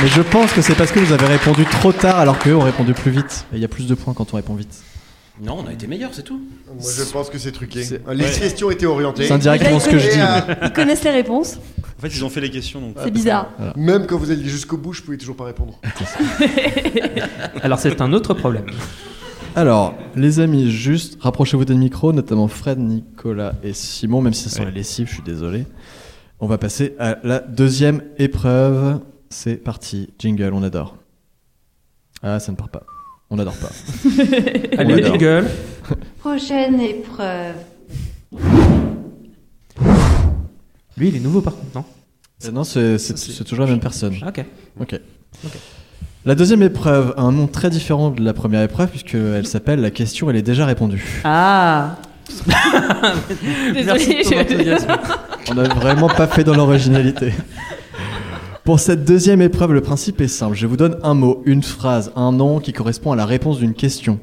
Speaker 2: Mais je pense que c'est parce que vous avez répondu trop tard alors qu'eux ont répondu plus vite. Et il y a plus de points quand on répond vite.
Speaker 5: Non, on a été meilleurs, c'est tout.
Speaker 7: Moi, je pense que c'est truqué.
Speaker 2: C'est-
Speaker 7: Les questions étaient orientées.
Speaker 2: C'est indirectement ce que je
Speaker 7: Et,
Speaker 2: dis.
Speaker 7: euh,
Speaker 9: Ils connaissent les réponses,
Speaker 8: En fait, ils ont fait les questions, donc
Speaker 9: <laughs> c'est bizarre.
Speaker 7: même quand vous alliez jusqu'au bout, je pouvais toujours pas répondre.
Speaker 4: Alors c'est un autre problème.
Speaker 2: Alors, les amis, juste rapprochez-vous des micros, notamment Fred, Nicolas et Simon, même si ça sent la lessive, je suis désolé. On va passer à la deuxième épreuve. C'est parti. Jingle, on adore. Ah, ça ne part pas. On n'adore pas.
Speaker 4: <laughs> Allez,
Speaker 2: adore.
Speaker 4: jingle.
Speaker 1: Prochaine épreuve.
Speaker 4: Lui, il est nouveau par contre, non
Speaker 2: Euh, Non, c'est c'est- c'est toujours la même personne.
Speaker 4: Ah, Ok.
Speaker 2: Ok. La deuxième épreuve a un nom très différent de la première épreuve puisqu'elle s'appelle la question elle est déjà répondue.
Speaker 9: <laughs>
Speaker 6: Ah
Speaker 4: Merci
Speaker 6: Désolé,
Speaker 4: de ton
Speaker 6: je-
Speaker 4: enthousiasme.
Speaker 2: On n'a vraiment pas fait dans l'originalité. Pour cette deuxième épreuve, le principe est simple. Je vous donne un mot, une phrase, un nom qui correspond à la réponse d'une question.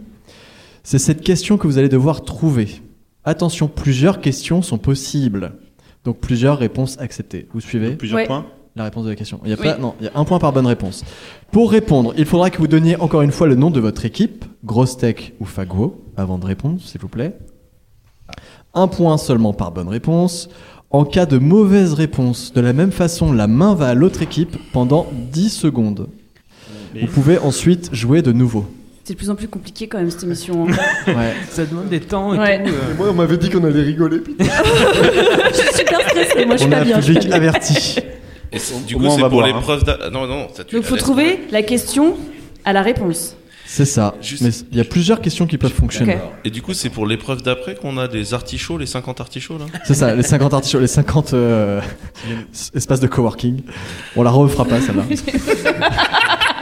Speaker 2: C'est cette question que vous allez devoir trouver. Attention, plusieurs questions sont possibles. Donc plusieurs réponses acceptées. Vous suivez
Speaker 8: Plusieurs
Speaker 6: Ouais.
Speaker 8: points.
Speaker 2: la réponse de la question. Il y a
Speaker 6: Oui.
Speaker 2: pas, non, il y a un point par bonne réponse. Pour répondre, il faudra que vous donniez encore une fois le nom de votre équipe, Grosse Tech ou Faguo, avant de répondre, s'il vous plaît. Un point seulement par bonne réponse. En cas de mauvaise réponse, de la même façon, la main va à l'autre équipe pendant 10 secondes.
Speaker 8: Mais-
Speaker 2: Vous pouvez ensuite jouer de nouveau.
Speaker 6: C'est de plus en plus compliqué quand même cette émission. hein.
Speaker 2: <laughs> Ouais.
Speaker 4: Ça demande des temps et
Speaker 6: Ouais.
Speaker 4: tout.
Speaker 7: Et
Speaker 4: euh.
Speaker 7: moi, on m'avait dit qu'on allait rigoler.
Speaker 6: <laughs>
Speaker 7: putain.
Speaker 6: je suis super stressée, moi je suis
Speaker 2: On a
Speaker 6: pas
Speaker 2: un
Speaker 6: bien. je suis pas
Speaker 2: public
Speaker 6: bien.
Speaker 2: averti.
Speaker 3: Et c'est- du
Speaker 8: au
Speaker 3: coup,
Speaker 8: moins, on
Speaker 3: c'est
Speaker 8: va hein.
Speaker 3: pour
Speaker 8: boire,
Speaker 3: l'épreuve. d'a- Non, non, ça tu
Speaker 6: Donc
Speaker 3: la
Speaker 6: faut
Speaker 3: laisses.
Speaker 6: trouver la question à la réponse.
Speaker 2: C'est ça.
Speaker 3: Juste-
Speaker 2: Mais il y a plusieurs questions qui peuvent fonctionner.
Speaker 6: Ok.
Speaker 3: Et du coup, c'est pour l'épreuve d'après qu'on a des artichauts, les 50 artichauts là
Speaker 2: C'est ça, les 50 artichauts, les 50 euh, espaces de coworking. On la refera pas, celle-là.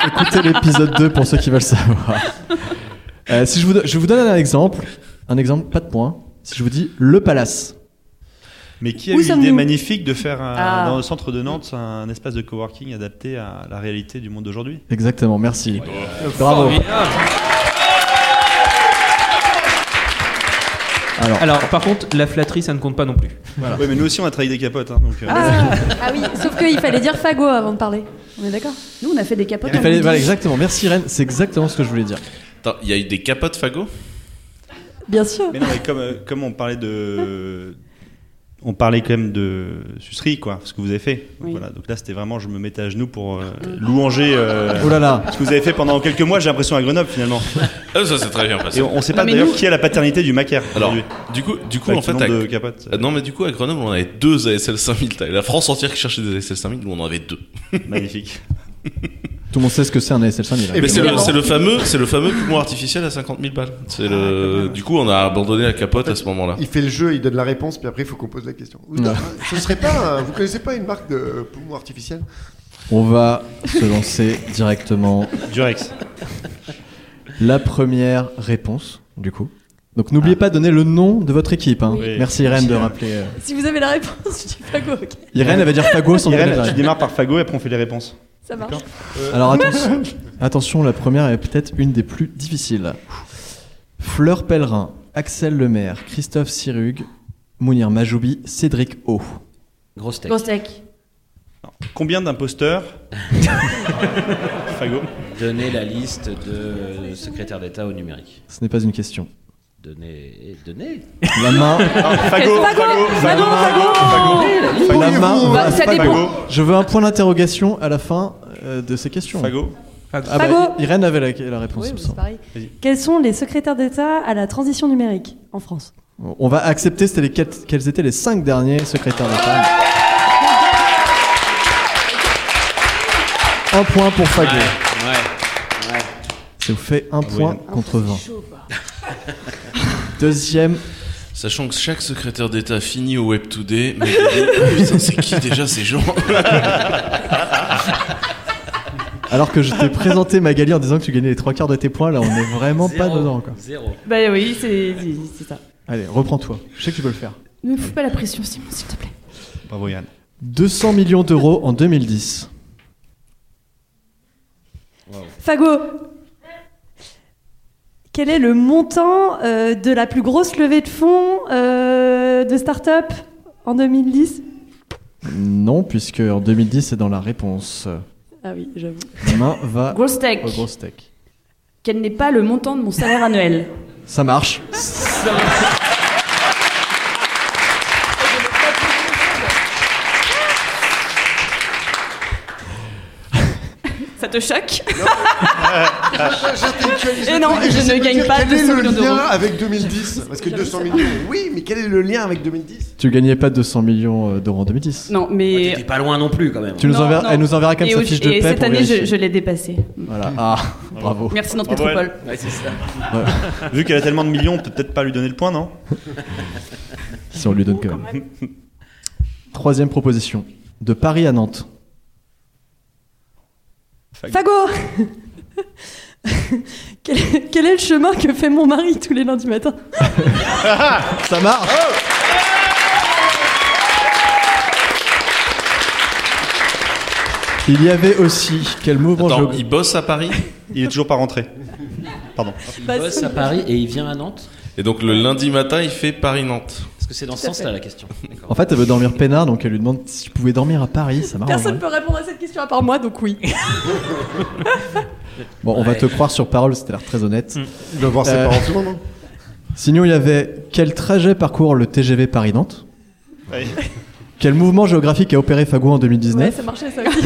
Speaker 2: Écoutez l'épisode 2 pour ceux qui veulent savoir. Euh, si je vous, do- je vous donne un exemple, un exemple, pas de points. Si je vous dis le palace,
Speaker 8: Mais qui a
Speaker 6: Où
Speaker 8: eu l'idée
Speaker 6: sommes-nous
Speaker 8: magnifique de faire un-
Speaker 6: Ah.
Speaker 8: dans le centre de Nantes un espace de coworking adapté à la réalité du monde d'aujourd'hui Oh.
Speaker 2: exactement, merci. Bravo.
Speaker 4: Formidable.
Speaker 2: Alors,
Speaker 4: Alors, par contre, la flatterie, ça ne compte pas non plus.
Speaker 8: Oui, mais nous aussi on a travaillé des capotes. hein, donc, euh,
Speaker 9: Ah oui, sauf qu'il fallait dire fagot avant de parler. On est d'accord
Speaker 6: Nous on a fait des capotes.
Speaker 2: il
Speaker 6: on
Speaker 2: fallait-
Speaker 6: dit-
Speaker 2: voilà, exactement, merci Irène, c'est exactement ce que je voulais dire.
Speaker 3: Attends, il y a eu des capotes fagots
Speaker 9: Bien sûr.
Speaker 8: Mais non, mais comme, euh, comme on parlait de. On parlait quand même de sucerie, quoi, ce que vous avez fait. Donc,
Speaker 6: Oui. Ah,
Speaker 8: voilà. Donc là, c'était vraiment, je me mettais à genoux pour euh, louanger euh,
Speaker 2: Oh là là,
Speaker 8: ce que vous avez fait pendant quelques mois, j'ai l'impression, à Grenoble, finalement.
Speaker 3: Ah, Ça, c'est très bien passé.
Speaker 8: Et on ne sait pas
Speaker 6: Non, mais
Speaker 8: d'ailleurs
Speaker 6: nous-
Speaker 8: qui a la paternité du macaire.
Speaker 3: Alors,
Speaker 8: aujourd'hui.
Speaker 3: du coup, du coup
Speaker 8: Avec
Speaker 3: en fait,
Speaker 8: le nombre
Speaker 3: à-
Speaker 8: de capotes. euh.
Speaker 3: Ah, non, mais du coup, à Grenoble, on avait deux ASL 5000. T'avais la France entière qui cherchait des ASL 5000, nous on en avait deux.
Speaker 8: Magnifique.
Speaker 2: tout le monde sait ce que c'est un ASL 5000.
Speaker 3: Mais Eh ben, c'est le,
Speaker 6: évidemment.
Speaker 3: c'est le fameux, c'est le fameux poumon artificiel à 50 000 balles.
Speaker 6: Ah,
Speaker 3: C'est le, du coup, on a abandonné la capote à ce moment-là.
Speaker 7: Il fait le jeu, il donne la réponse, puis après, il faut qu'on pose la question. Ou-
Speaker 2: Non.
Speaker 7: Ce serait pas. un- Vous connaissez pas une marque de poumon artificiel
Speaker 2: On va se lancer directement
Speaker 8: Durex.
Speaker 2: La première réponse, du coup. Donc n'oubliez pas de donner le nom de votre équipe. hein.
Speaker 8: Ah. Oui.
Speaker 2: Merci Irène
Speaker 8: Merci,
Speaker 2: de
Speaker 8: Irène.
Speaker 2: rappeler. euh.
Speaker 9: <laughs> Si vous avez la réponse, je dis fagot, ok.
Speaker 2: Irène, elle va dire Fago sans donner
Speaker 8: Irène,
Speaker 2: la
Speaker 8: tu démarres par Fago et après on fait les réponses.
Speaker 9: Ça marche.
Speaker 2: Euh, Alors attention,
Speaker 8: <laughs>
Speaker 2: attention, la première est peut-être une des plus difficiles. Fleur Pellerin, Axel Lemaire, Christophe Sirug, Mounir Majoubi, Cédric O.
Speaker 5: Grosse tête.
Speaker 6: Grosse tech.
Speaker 8: Combien
Speaker 5: <laughs>
Speaker 8: d'imposteurs Fago.
Speaker 5: Donner la liste de secrétaire d'État au numérique. eh,
Speaker 2: Ce n'est pas une question.
Speaker 5: Donner. Donner.
Speaker 2: La
Speaker 5: <laughs>
Speaker 2: main,
Speaker 8: Ah, Fago, Fago, Fago, Fago, euh,
Speaker 2: la main.
Speaker 6: Bah, ça dépend.
Speaker 8: Fago,
Speaker 2: Je veux un point d'interrogation à la fin euh, de ces questions.
Speaker 8: Fago.
Speaker 2: Ah bah,
Speaker 9: Fago.
Speaker 2: Irène avait la, la réponse.
Speaker 9: Oui,
Speaker 2: il me
Speaker 9: mais c'est
Speaker 2: semble.
Speaker 9: pareil.
Speaker 8: Vas-y.
Speaker 9: Quels sont les secrétaires d'État à la transition numérique en France
Speaker 2: On va accepter c'était les quatre- quels étaient les cinq derniers secrétaires d'État. Un point pour Fago.
Speaker 5: Ouais. Ouais.
Speaker 2: Ça vous fait
Speaker 8: Ah
Speaker 2: un point
Speaker 8: Yann.
Speaker 2: contre 20. Deuxième.
Speaker 3: Sachant que chaque secrétaire d'État finit au Web Today, mais <laughs> putain, c'est qui déjà ces gens
Speaker 2: Alors que je t'ai présenté Magali en disant que tu gagnais les trois quarts de tes points, là on est vraiment pas
Speaker 5: Zéro.
Speaker 2: dedans. Quoi.
Speaker 5: Zéro.
Speaker 6: Bah oui, c'est c'est- c'est ça.
Speaker 2: Allez, reprends-toi. Je sais que tu peux le faire.
Speaker 6: Ne me fous pas la pression, Simon, s'il te plaît.
Speaker 8: Bravo Yann.
Speaker 2: 200 millions d'euros en 2010.
Speaker 9: Fagot Quel est le montant euh, de la plus grosse levée de fonds euh, de start-up en 2010
Speaker 2: Non, puisque en 2010 c'est dans la réponse.
Speaker 9: Ah oui, j'avoue.
Speaker 2: La main va
Speaker 6: Grosse tech.
Speaker 2: au gros steak.
Speaker 6: Quel n'est pas le montant de mon salaire annuel.
Speaker 2: Ça marche.
Speaker 6: Ça te choque
Speaker 7: Et
Speaker 6: non, je ne gagne pas
Speaker 7: Quel est
Speaker 6: 200
Speaker 7: le
Speaker 6: millions
Speaker 7: lien
Speaker 6: d'euros.
Speaker 7: avec 2010 Parce que 200 millions, oui, mais quel est le lien avec 2010
Speaker 2: Tu gagnais pas 200 millions euh, d'euros en 2010.
Speaker 6: Non,
Speaker 5: Ouais,
Speaker 6: mais.
Speaker 5: T'étais pas loin non plus quand même.
Speaker 2: Tu nous
Speaker 6: Non,
Speaker 2: enverras-
Speaker 6: non.
Speaker 2: Elle nous enverra quand même
Speaker 6: Et,
Speaker 2: sa
Speaker 6: au-
Speaker 2: fiche de
Speaker 6: et
Speaker 2: paie
Speaker 6: cette
Speaker 2: pour
Speaker 6: année, je,
Speaker 2: vérifier.
Speaker 6: je l'ai dépassé.
Speaker 2: Voilà. Ah, bravo.
Speaker 6: Merci notre
Speaker 8: Bravo,
Speaker 6: métropole.
Speaker 5: Ouais, c'est ça.
Speaker 2: Ouais.
Speaker 8: Vu qu'elle a tellement de millions, on peut peut-être pas lui donner le point, non
Speaker 2: Si on lui donne quand même. Troisième proposition. De Paris à Nantes.
Speaker 9: Fagot <laughs> quel, quel est le chemin que fait mon mari tous les lundis matin
Speaker 2: <laughs> Ça marche
Speaker 9: Oh
Speaker 2: Il y avait aussi, quel mouvement
Speaker 3: Attends,
Speaker 2: géographique
Speaker 3: il bosse à Paris
Speaker 8: Il est toujours pas rentré. Pardon.
Speaker 5: Il
Speaker 6: Bah,
Speaker 5: bosse
Speaker 6: c'est-
Speaker 5: à Paris et il vient à Nantes
Speaker 3: Et donc le lundi matin, il fait Paris-Nantes.
Speaker 5: Est-ce que c'est dans ce sens-là la question D'accord.
Speaker 2: En fait, elle veut dormir peinard, donc elle lui demande si tu pouvais dormir à Paris, ça hein. marche.
Speaker 6: Personne ne peut répondre à cette question à part moi, donc oui.
Speaker 2: <laughs> Bon, on va te croire sur parole, c'était l'air très honnête.
Speaker 7: Il doit voir ses
Speaker 2: Euh.
Speaker 7: parents souvent, non
Speaker 2: Sinon, il y avait quel trajet parcourt le TGV Paris-Nantes
Speaker 8: Ouais.
Speaker 2: Quel mouvement géographique a opéré Fagot en
Speaker 6: Ouais,
Speaker 2: 2019
Speaker 6: ça marchait ça aussi.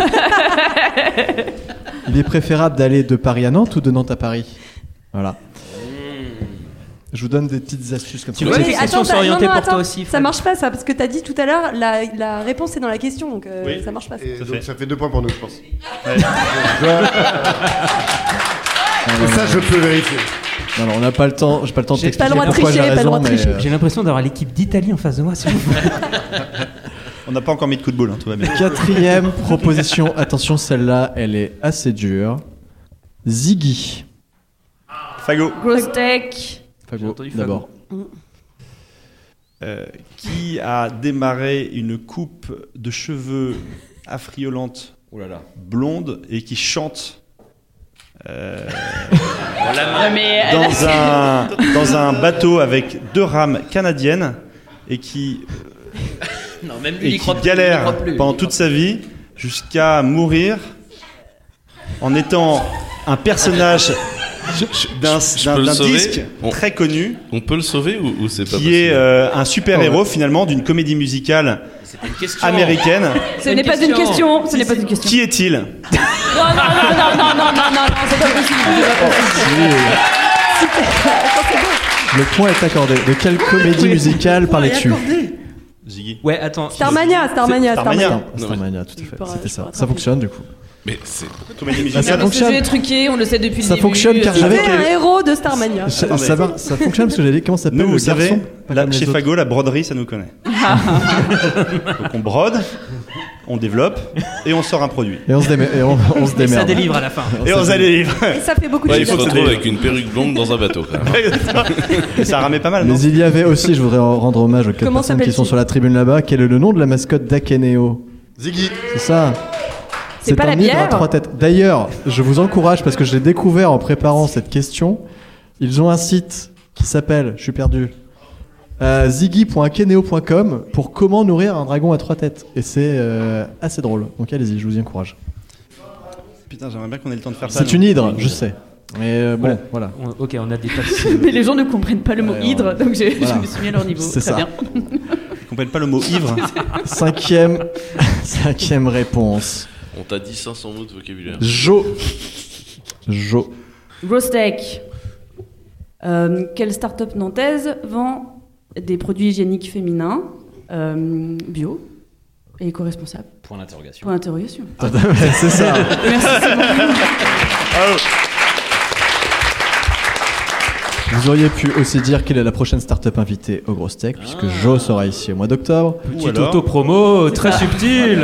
Speaker 2: Il est préférable d'aller de Paris à Nantes ou de Nantes à Paris Voilà. Je vous donne des petites astuces comme ça.
Speaker 4: Mmh. Tu vois,
Speaker 9: Oui,
Speaker 4: les
Speaker 9: mais
Speaker 4: questions
Speaker 9: attends,
Speaker 4: sont
Speaker 9: t'as-
Speaker 4: orientées
Speaker 9: non, non,
Speaker 4: pour toi
Speaker 9: attends,
Speaker 4: aussi.
Speaker 9: Ça
Speaker 4: Fred.
Speaker 9: marche pas ça, parce que t'as dit tout à l'heure, la, la réponse est dans la question, donc euh,
Speaker 8: Oui.
Speaker 9: ça marche pas. ça.
Speaker 8: Ça
Speaker 7: Et
Speaker 8: fait.
Speaker 7: donc ça fait deux points pour nous, je pense. Et ça, je peux vérifier.
Speaker 2: Non, non, on n'a pas le temps, j'ai pas le temps de
Speaker 4: J'ai
Speaker 2: t'expliquer
Speaker 9: pas le droit de
Speaker 2: pourquoi j'ai
Speaker 9: tricher, pas le
Speaker 2: raison,
Speaker 9: droit de
Speaker 2: mais,
Speaker 9: tricher.
Speaker 2: euh,
Speaker 4: J'ai l'impression d'avoir l'équipe d'Italie en face de moi. s'il vous plaît.
Speaker 8: On n'a pas encore mis de coup de boule, hein, tout va bien.
Speaker 9: <laughs>
Speaker 2: euh, Quatrième proposition, attention celle-là, elle est assez dure. Ziggy.
Speaker 8: Fago,
Speaker 6: Grosse tech.
Speaker 4: J'ai
Speaker 2: Fagot,
Speaker 4: entendu Fagot.
Speaker 2: d'abord.
Speaker 8: euh, qui a démarré une coupe de cheveux affriolante
Speaker 5: Oh là là.
Speaker 8: blonde et qui chante euh,
Speaker 6: Ouais, mais elle- <laughs>
Speaker 8: dans, un, dans un bateau avec deux rames canadiennes et qui,
Speaker 5: Non, même lui,
Speaker 8: et
Speaker 5: il y
Speaker 8: qui
Speaker 5: croit plus, il y
Speaker 8: galère
Speaker 5: croit plus,
Speaker 8: pendant
Speaker 5: il y
Speaker 8: toute
Speaker 5: croit
Speaker 8: sa vie jusqu'à mourir en étant un personnage d'un
Speaker 3: <laughs> je
Speaker 8: d'un-
Speaker 3: peux le
Speaker 8: d'un
Speaker 3: sauver
Speaker 8: disque
Speaker 3: Bon.
Speaker 8: très connu
Speaker 3: On peut le sauver ou, ou c'est pas
Speaker 8: qui est
Speaker 3: possible
Speaker 8: euh, un super héros finalement d'une comédie musicale
Speaker 5: plus. C'était une question.
Speaker 8: américaine.
Speaker 6: ce n'est pas une question. Ce n'est pas une question.
Speaker 8: Qui est-il
Speaker 6: Non, non, non, non, non, non, non, non, c'est pas possible. c'est pas possible.
Speaker 2: <laughs> Le point est accordé. De quelle comédie musicale parlais-tu
Speaker 8: Ziggy.
Speaker 4: Ouais, attends.
Speaker 9: Starmania, Starmania,
Speaker 8: C'est-
Speaker 9: Starmania.
Speaker 8: Starmania.
Speaker 2: Starmania, tout
Speaker 6: pourrais-
Speaker 2: à fait.
Speaker 9: euh,
Speaker 2: C'était
Speaker 6: je
Speaker 2: ça.
Speaker 6: pourrais
Speaker 2: Ça fonctionne du coup.
Speaker 3: Mais c'est
Speaker 8: Comédie
Speaker 2: Ça
Speaker 8: musicale.
Speaker 6: Parce que
Speaker 2: fonctionne.
Speaker 6: je vais truquer, on le sait depuis le
Speaker 2: Ça
Speaker 6: début.
Speaker 2: fonctionne, car
Speaker 6: euh,
Speaker 2: j'avais-
Speaker 9: C'est un héros de Starmania.
Speaker 2: Ça,
Speaker 8: Attendez.
Speaker 2: ça va, ça fonctionne parce que j'avais dit comment ça s'appelle
Speaker 8: Nous,
Speaker 2: le
Speaker 8: vous savez,
Speaker 2: garçon Pas
Speaker 8: là,
Speaker 2: comme les
Speaker 8: chez
Speaker 2: autres.
Speaker 8: Fago, la broderie, ça nous connaît.
Speaker 2: Ah,
Speaker 8: Donc on brode, on développe et on sort un produit.
Speaker 2: Et on se démerde. Et on, on se
Speaker 4: Et ça
Speaker 2: démerde.
Speaker 4: délivre à la fin.
Speaker 8: Et on
Speaker 2: se
Speaker 8: a les
Speaker 2: ah.
Speaker 9: Et ça fait beaucoup de
Speaker 3: Ouais, il
Speaker 9: choses.
Speaker 3: faut se
Speaker 8: c'est
Speaker 3: retrouver
Speaker 8: des-
Speaker 3: avec une perruque blonde dans un bateau quand
Speaker 2: <laughs>
Speaker 3: même.
Speaker 8: Ça ramait pas mal, non
Speaker 2: Mais il y avait aussi, je voudrais en rendre hommage aux quatre
Speaker 9: Comment
Speaker 2: personnes qui
Speaker 9: s'appelle-t-il
Speaker 2: sont sur la tribune là-bas, quel est le nom de la mascotte d'Akeneo
Speaker 7: Ziggy.
Speaker 2: C'est ça
Speaker 6: C'est pas la
Speaker 2: un hydre à
Speaker 6: bière
Speaker 2: trois têtes. D'ailleurs, je vous encourage parce que je l'ai découvert en préparant cette question. Ils ont un site qui s'appelle, je suis perdu, euh, ziggy.akeneo.com pour comment nourrir un dragon à trois têtes. Et c'est euh, assez drôle. Donc allez-y, je vous y encourage.
Speaker 8: Putain, j'aimerais bien qu'on ait le temps de faire ça.
Speaker 2: C'est
Speaker 8: non
Speaker 2: une hydre, je sais. Mais euh, bon, voilà.
Speaker 4: On- Ok, on a des tasses.
Speaker 6: <laughs> Mais les gens ne comprennent pas le mot
Speaker 8: Euh,
Speaker 2: Ouais, ouais.
Speaker 6: hydre, donc je, je
Speaker 2: Voilà.
Speaker 6: me suis mis à leur niveau.
Speaker 2: C'est
Speaker 6: Très
Speaker 2: ça.
Speaker 6: bien.
Speaker 8: Ils comprennent pas le mot
Speaker 6: <laughs>
Speaker 8: ivre.
Speaker 2: Cinquième, <laughs> cinquième réponse.
Speaker 3: On t'a dit 500 mots de vocabulaire.
Speaker 2: Jo. Jo.
Speaker 6: Grosse tech. Euh, quelle start-up nantaise vend des produits hygiéniques féminins euh, bio et éco-responsables
Speaker 5: Point d'interrogation.
Speaker 6: Point d'interrogation.
Speaker 2: <laughs> c'est ça. Vous auriez pu aussi dire quelle est la prochaine start-up invitée au Grosse Tech, puisque
Speaker 6: Ah.
Speaker 2: Jo sera ici au mois d'octobre.
Speaker 8: Ou
Speaker 4: Petit
Speaker 8: alors-
Speaker 4: auto-promo, très
Speaker 6: <laughs>
Speaker 4: subtil.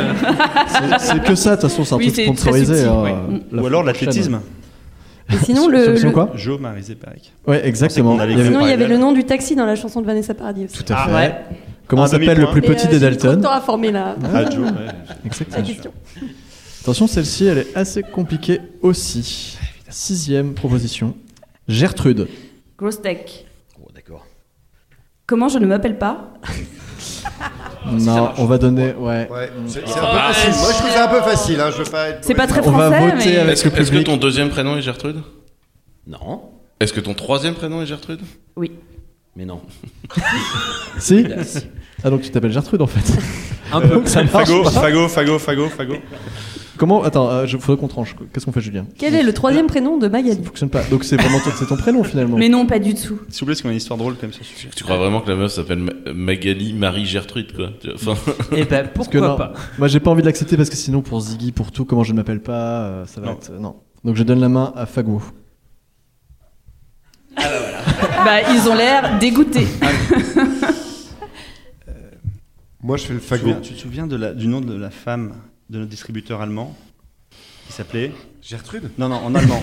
Speaker 2: C'est- C'est que ça, de toute façon, c'est un
Speaker 6: Oui,
Speaker 2: truc
Speaker 6: c'est
Speaker 2: sponsorisé.
Speaker 6: très subtil,
Speaker 2: hein,
Speaker 6: oui.
Speaker 2: la
Speaker 8: Ou
Speaker 2: fois
Speaker 8: alors
Speaker 2: prochaine.
Speaker 8: l'athlétisme.
Speaker 9: Et sinon,
Speaker 2: Sur-
Speaker 9: le,
Speaker 2: sur
Speaker 9: le-
Speaker 2: quoi
Speaker 8: Jo Marie Zeparic.
Speaker 2: Ouais, exactement.
Speaker 8: On sait qu'on a
Speaker 2: Il y avait-
Speaker 8: les-
Speaker 9: sinon, il y avait
Speaker 8: Ouais.
Speaker 9: le nom du taxi dans la chanson de Vanessa Paradis aussi.
Speaker 2: Tout à fait.
Speaker 6: Ouais.
Speaker 2: Comment
Speaker 8: Un
Speaker 2: s'appelle
Speaker 8: demi-point.
Speaker 2: le plus
Speaker 9: Et, euh,
Speaker 2: petit
Speaker 9: j'ai
Speaker 2: des
Speaker 9: mis trop de
Speaker 2: Dalton
Speaker 9: temps à former la,
Speaker 8: Ah, Jo, ouais.
Speaker 9: <laughs>
Speaker 8: Ah,
Speaker 9: la
Speaker 2: Exactement.
Speaker 9: question.
Speaker 2: Attention, celle-ci, elle est assez compliquée aussi. Sixième proposition. Gertrude.
Speaker 6: Grosse tech.
Speaker 5: Oh, d'accord.
Speaker 6: Comment je ne m'appelle
Speaker 2: <laughs>
Speaker 6: pas
Speaker 3: Ah,
Speaker 2: Non, on va donner. Ouais. Mm.
Speaker 7: Ouais, c'est c'est un peu facile. Moi, je trouve ça un peu facile. Hein. Je veux pas être.
Speaker 6: C'est pas très
Speaker 2: On va
Speaker 6: français,
Speaker 2: voter
Speaker 6: mais...
Speaker 2: avec-
Speaker 3: Est-ce
Speaker 2: le
Speaker 3: est-ce que
Speaker 2: public.
Speaker 3: ton deuxième prénom est Gertrude
Speaker 5: Non,
Speaker 3: Est-ce que ton troisième prénom est Gertrude
Speaker 6: Oui.
Speaker 5: mais non.
Speaker 2: Si Ah, donc tu t'appelles Gertrude en
Speaker 3: <laughs>
Speaker 2: fait. Euh,
Speaker 4: Un peu.
Speaker 2: Ça marche
Speaker 8: Fago,
Speaker 2: pas.
Speaker 8: Fago, Fago, Fago, Fago.
Speaker 2: Comment Attends, euh, je- faudrait qu'on tranche. Qu'est-ce qu'on fait, Julien
Speaker 9: Quel est le troisième prénom de
Speaker 2: Ça
Speaker 9: Magali
Speaker 2: fonctionne pas. Donc c'est vraiment ton, c'est ton prénom finalement.
Speaker 6: Mais non, pas du tout.
Speaker 8: S'il vous plaît, parce qu'on a une histoire drôle comme ça.
Speaker 3: Tu, tu crois vraiment que la meuf s'appelle Ma- Magali Marie Gertrude quoi tu vois, enfin,
Speaker 4: Et ben
Speaker 2: Parce que
Speaker 4: pourquoi
Speaker 2: non,
Speaker 4: pas
Speaker 2: Moi j'ai pas envie de l'accepter parce que sinon pour Ziggy, pour tout, comment je ne m'appelle pas, euh, ça va
Speaker 8: Non.
Speaker 2: être. Non. Donc je donne la main à Fago.
Speaker 6: Bah, ils ont l'air dégoûtés.
Speaker 2: Ah
Speaker 6: <laughs>
Speaker 7: Moi, je fais le
Speaker 8: Tu te
Speaker 7: fagot.
Speaker 8: souviens- tu te souviens de la- du nom de la femme de notre distributeur allemand qui s'appelait
Speaker 7: Gertrude
Speaker 3: <laughs>
Speaker 8: Non, non, en allemand.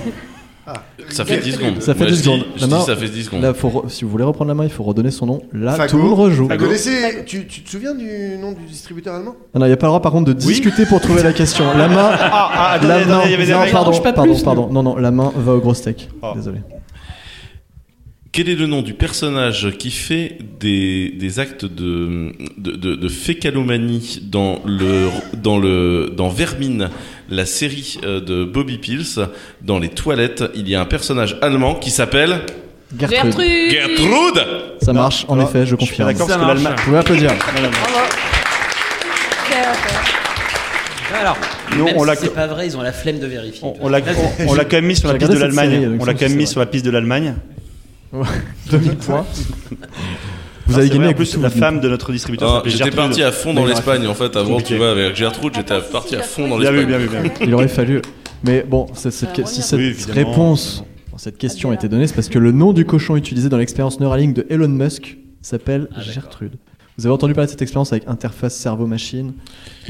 Speaker 3: Ça fait 10 secondes.
Speaker 2: Ça fait
Speaker 3: Ouais,
Speaker 2: 10
Speaker 3: je
Speaker 2: secondes.
Speaker 3: dis-
Speaker 2: La
Speaker 3: Je dis
Speaker 2: main-
Speaker 3: ça fait 10 secondes.
Speaker 2: Là, faut re- si vous voulez reprendre la main, il faut redonner son nom. Là,
Speaker 7: Fago.
Speaker 2: tout le monde rejoue.
Speaker 7: Vous
Speaker 2: Ah
Speaker 7: connaissez, tu, tu te souviens du nom du distributeur allemand
Speaker 2: non, il n'y a pas le droit, par contre, de discuter pour trouver la question. La main.
Speaker 8: Ah, ah, attendez,
Speaker 2: la
Speaker 8: attendez, il y avait des
Speaker 2: non,
Speaker 8: règles.
Speaker 2: pardon,
Speaker 8: Non,
Speaker 2: pardon, pardon, Non, non, la main va au gros steak.
Speaker 8: Oh.
Speaker 2: Désolé.
Speaker 3: Quel est le nom du personnage qui fait des, des actes de, de, de, de fécalomanie dans le dans le dans Vermine, la série euh, de Bobby Pills dans les toilettes Il y a un personnage allemand qui s'appelle
Speaker 2: Gertrude.
Speaker 6: Gertrude
Speaker 3: Gertrude.
Speaker 2: Ça marche, en
Speaker 8: Non,
Speaker 2: effet, je
Speaker 8: je suis
Speaker 2: confirme.
Speaker 8: d'accord,
Speaker 2: Vous
Speaker 8: parce que
Speaker 4: marche.
Speaker 8: l'Allemagne.
Speaker 2: pouvez applaudir.
Speaker 5: Alors,
Speaker 8: Nous,
Speaker 5: même
Speaker 8: on
Speaker 5: si
Speaker 8: l'a-
Speaker 5: c'est pas vrai, ils ont la flemme de vérifier.
Speaker 8: On, on l'a on- on l'a quand même mis sur la
Speaker 2: J'ai
Speaker 8: piste de
Speaker 2: regardé cette série,
Speaker 8: l'Allemagne.
Speaker 2: Alexandre,
Speaker 8: On l'a quand
Speaker 2: c'est
Speaker 8: même mis
Speaker 2: vrai.
Speaker 8: sur la piste de l'Allemagne.
Speaker 2: 2000 points. Vous
Speaker 8: Non,
Speaker 2: avez
Speaker 8: Ah, c'est vrai,
Speaker 2: gagné
Speaker 8: en plus la femme de notre distributeur.
Speaker 3: Ah,
Speaker 8: s'appelait
Speaker 3: J'étais
Speaker 8: Gertrude.
Speaker 3: parti à fond dans
Speaker 8: Mais
Speaker 3: l'Espagne en fait avant
Speaker 8: Compliqué.
Speaker 3: tu vas avec Gertrude j'étais
Speaker 6: Attends,
Speaker 3: parti
Speaker 6: si,
Speaker 3: à
Speaker 6: si,
Speaker 3: fond dans
Speaker 8: Bien vu,
Speaker 3: l'Espagne.
Speaker 8: bien vu, bien vu.
Speaker 2: Il
Speaker 3: <laughs>
Speaker 2: aurait fallu. Mais bon, c'est- c'est-
Speaker 6: Ah,
Speaker 5: Bah,
Speaker 2: que-
Speaker 6: regarde.
Speaker 2: si cette
Speaker 8: Oui, évidemment,
Speaker 2: réponse, cette question a été donnée, c'est parce que le nom du cochon utilisé dans l'expérience Neuralink de Elon Musk s'appelle
Speaker 5: Ah, d'accord.
Speaker 2: Gertrude. Vous avez entendu parler de cette expérience avec interface cerveau-machine où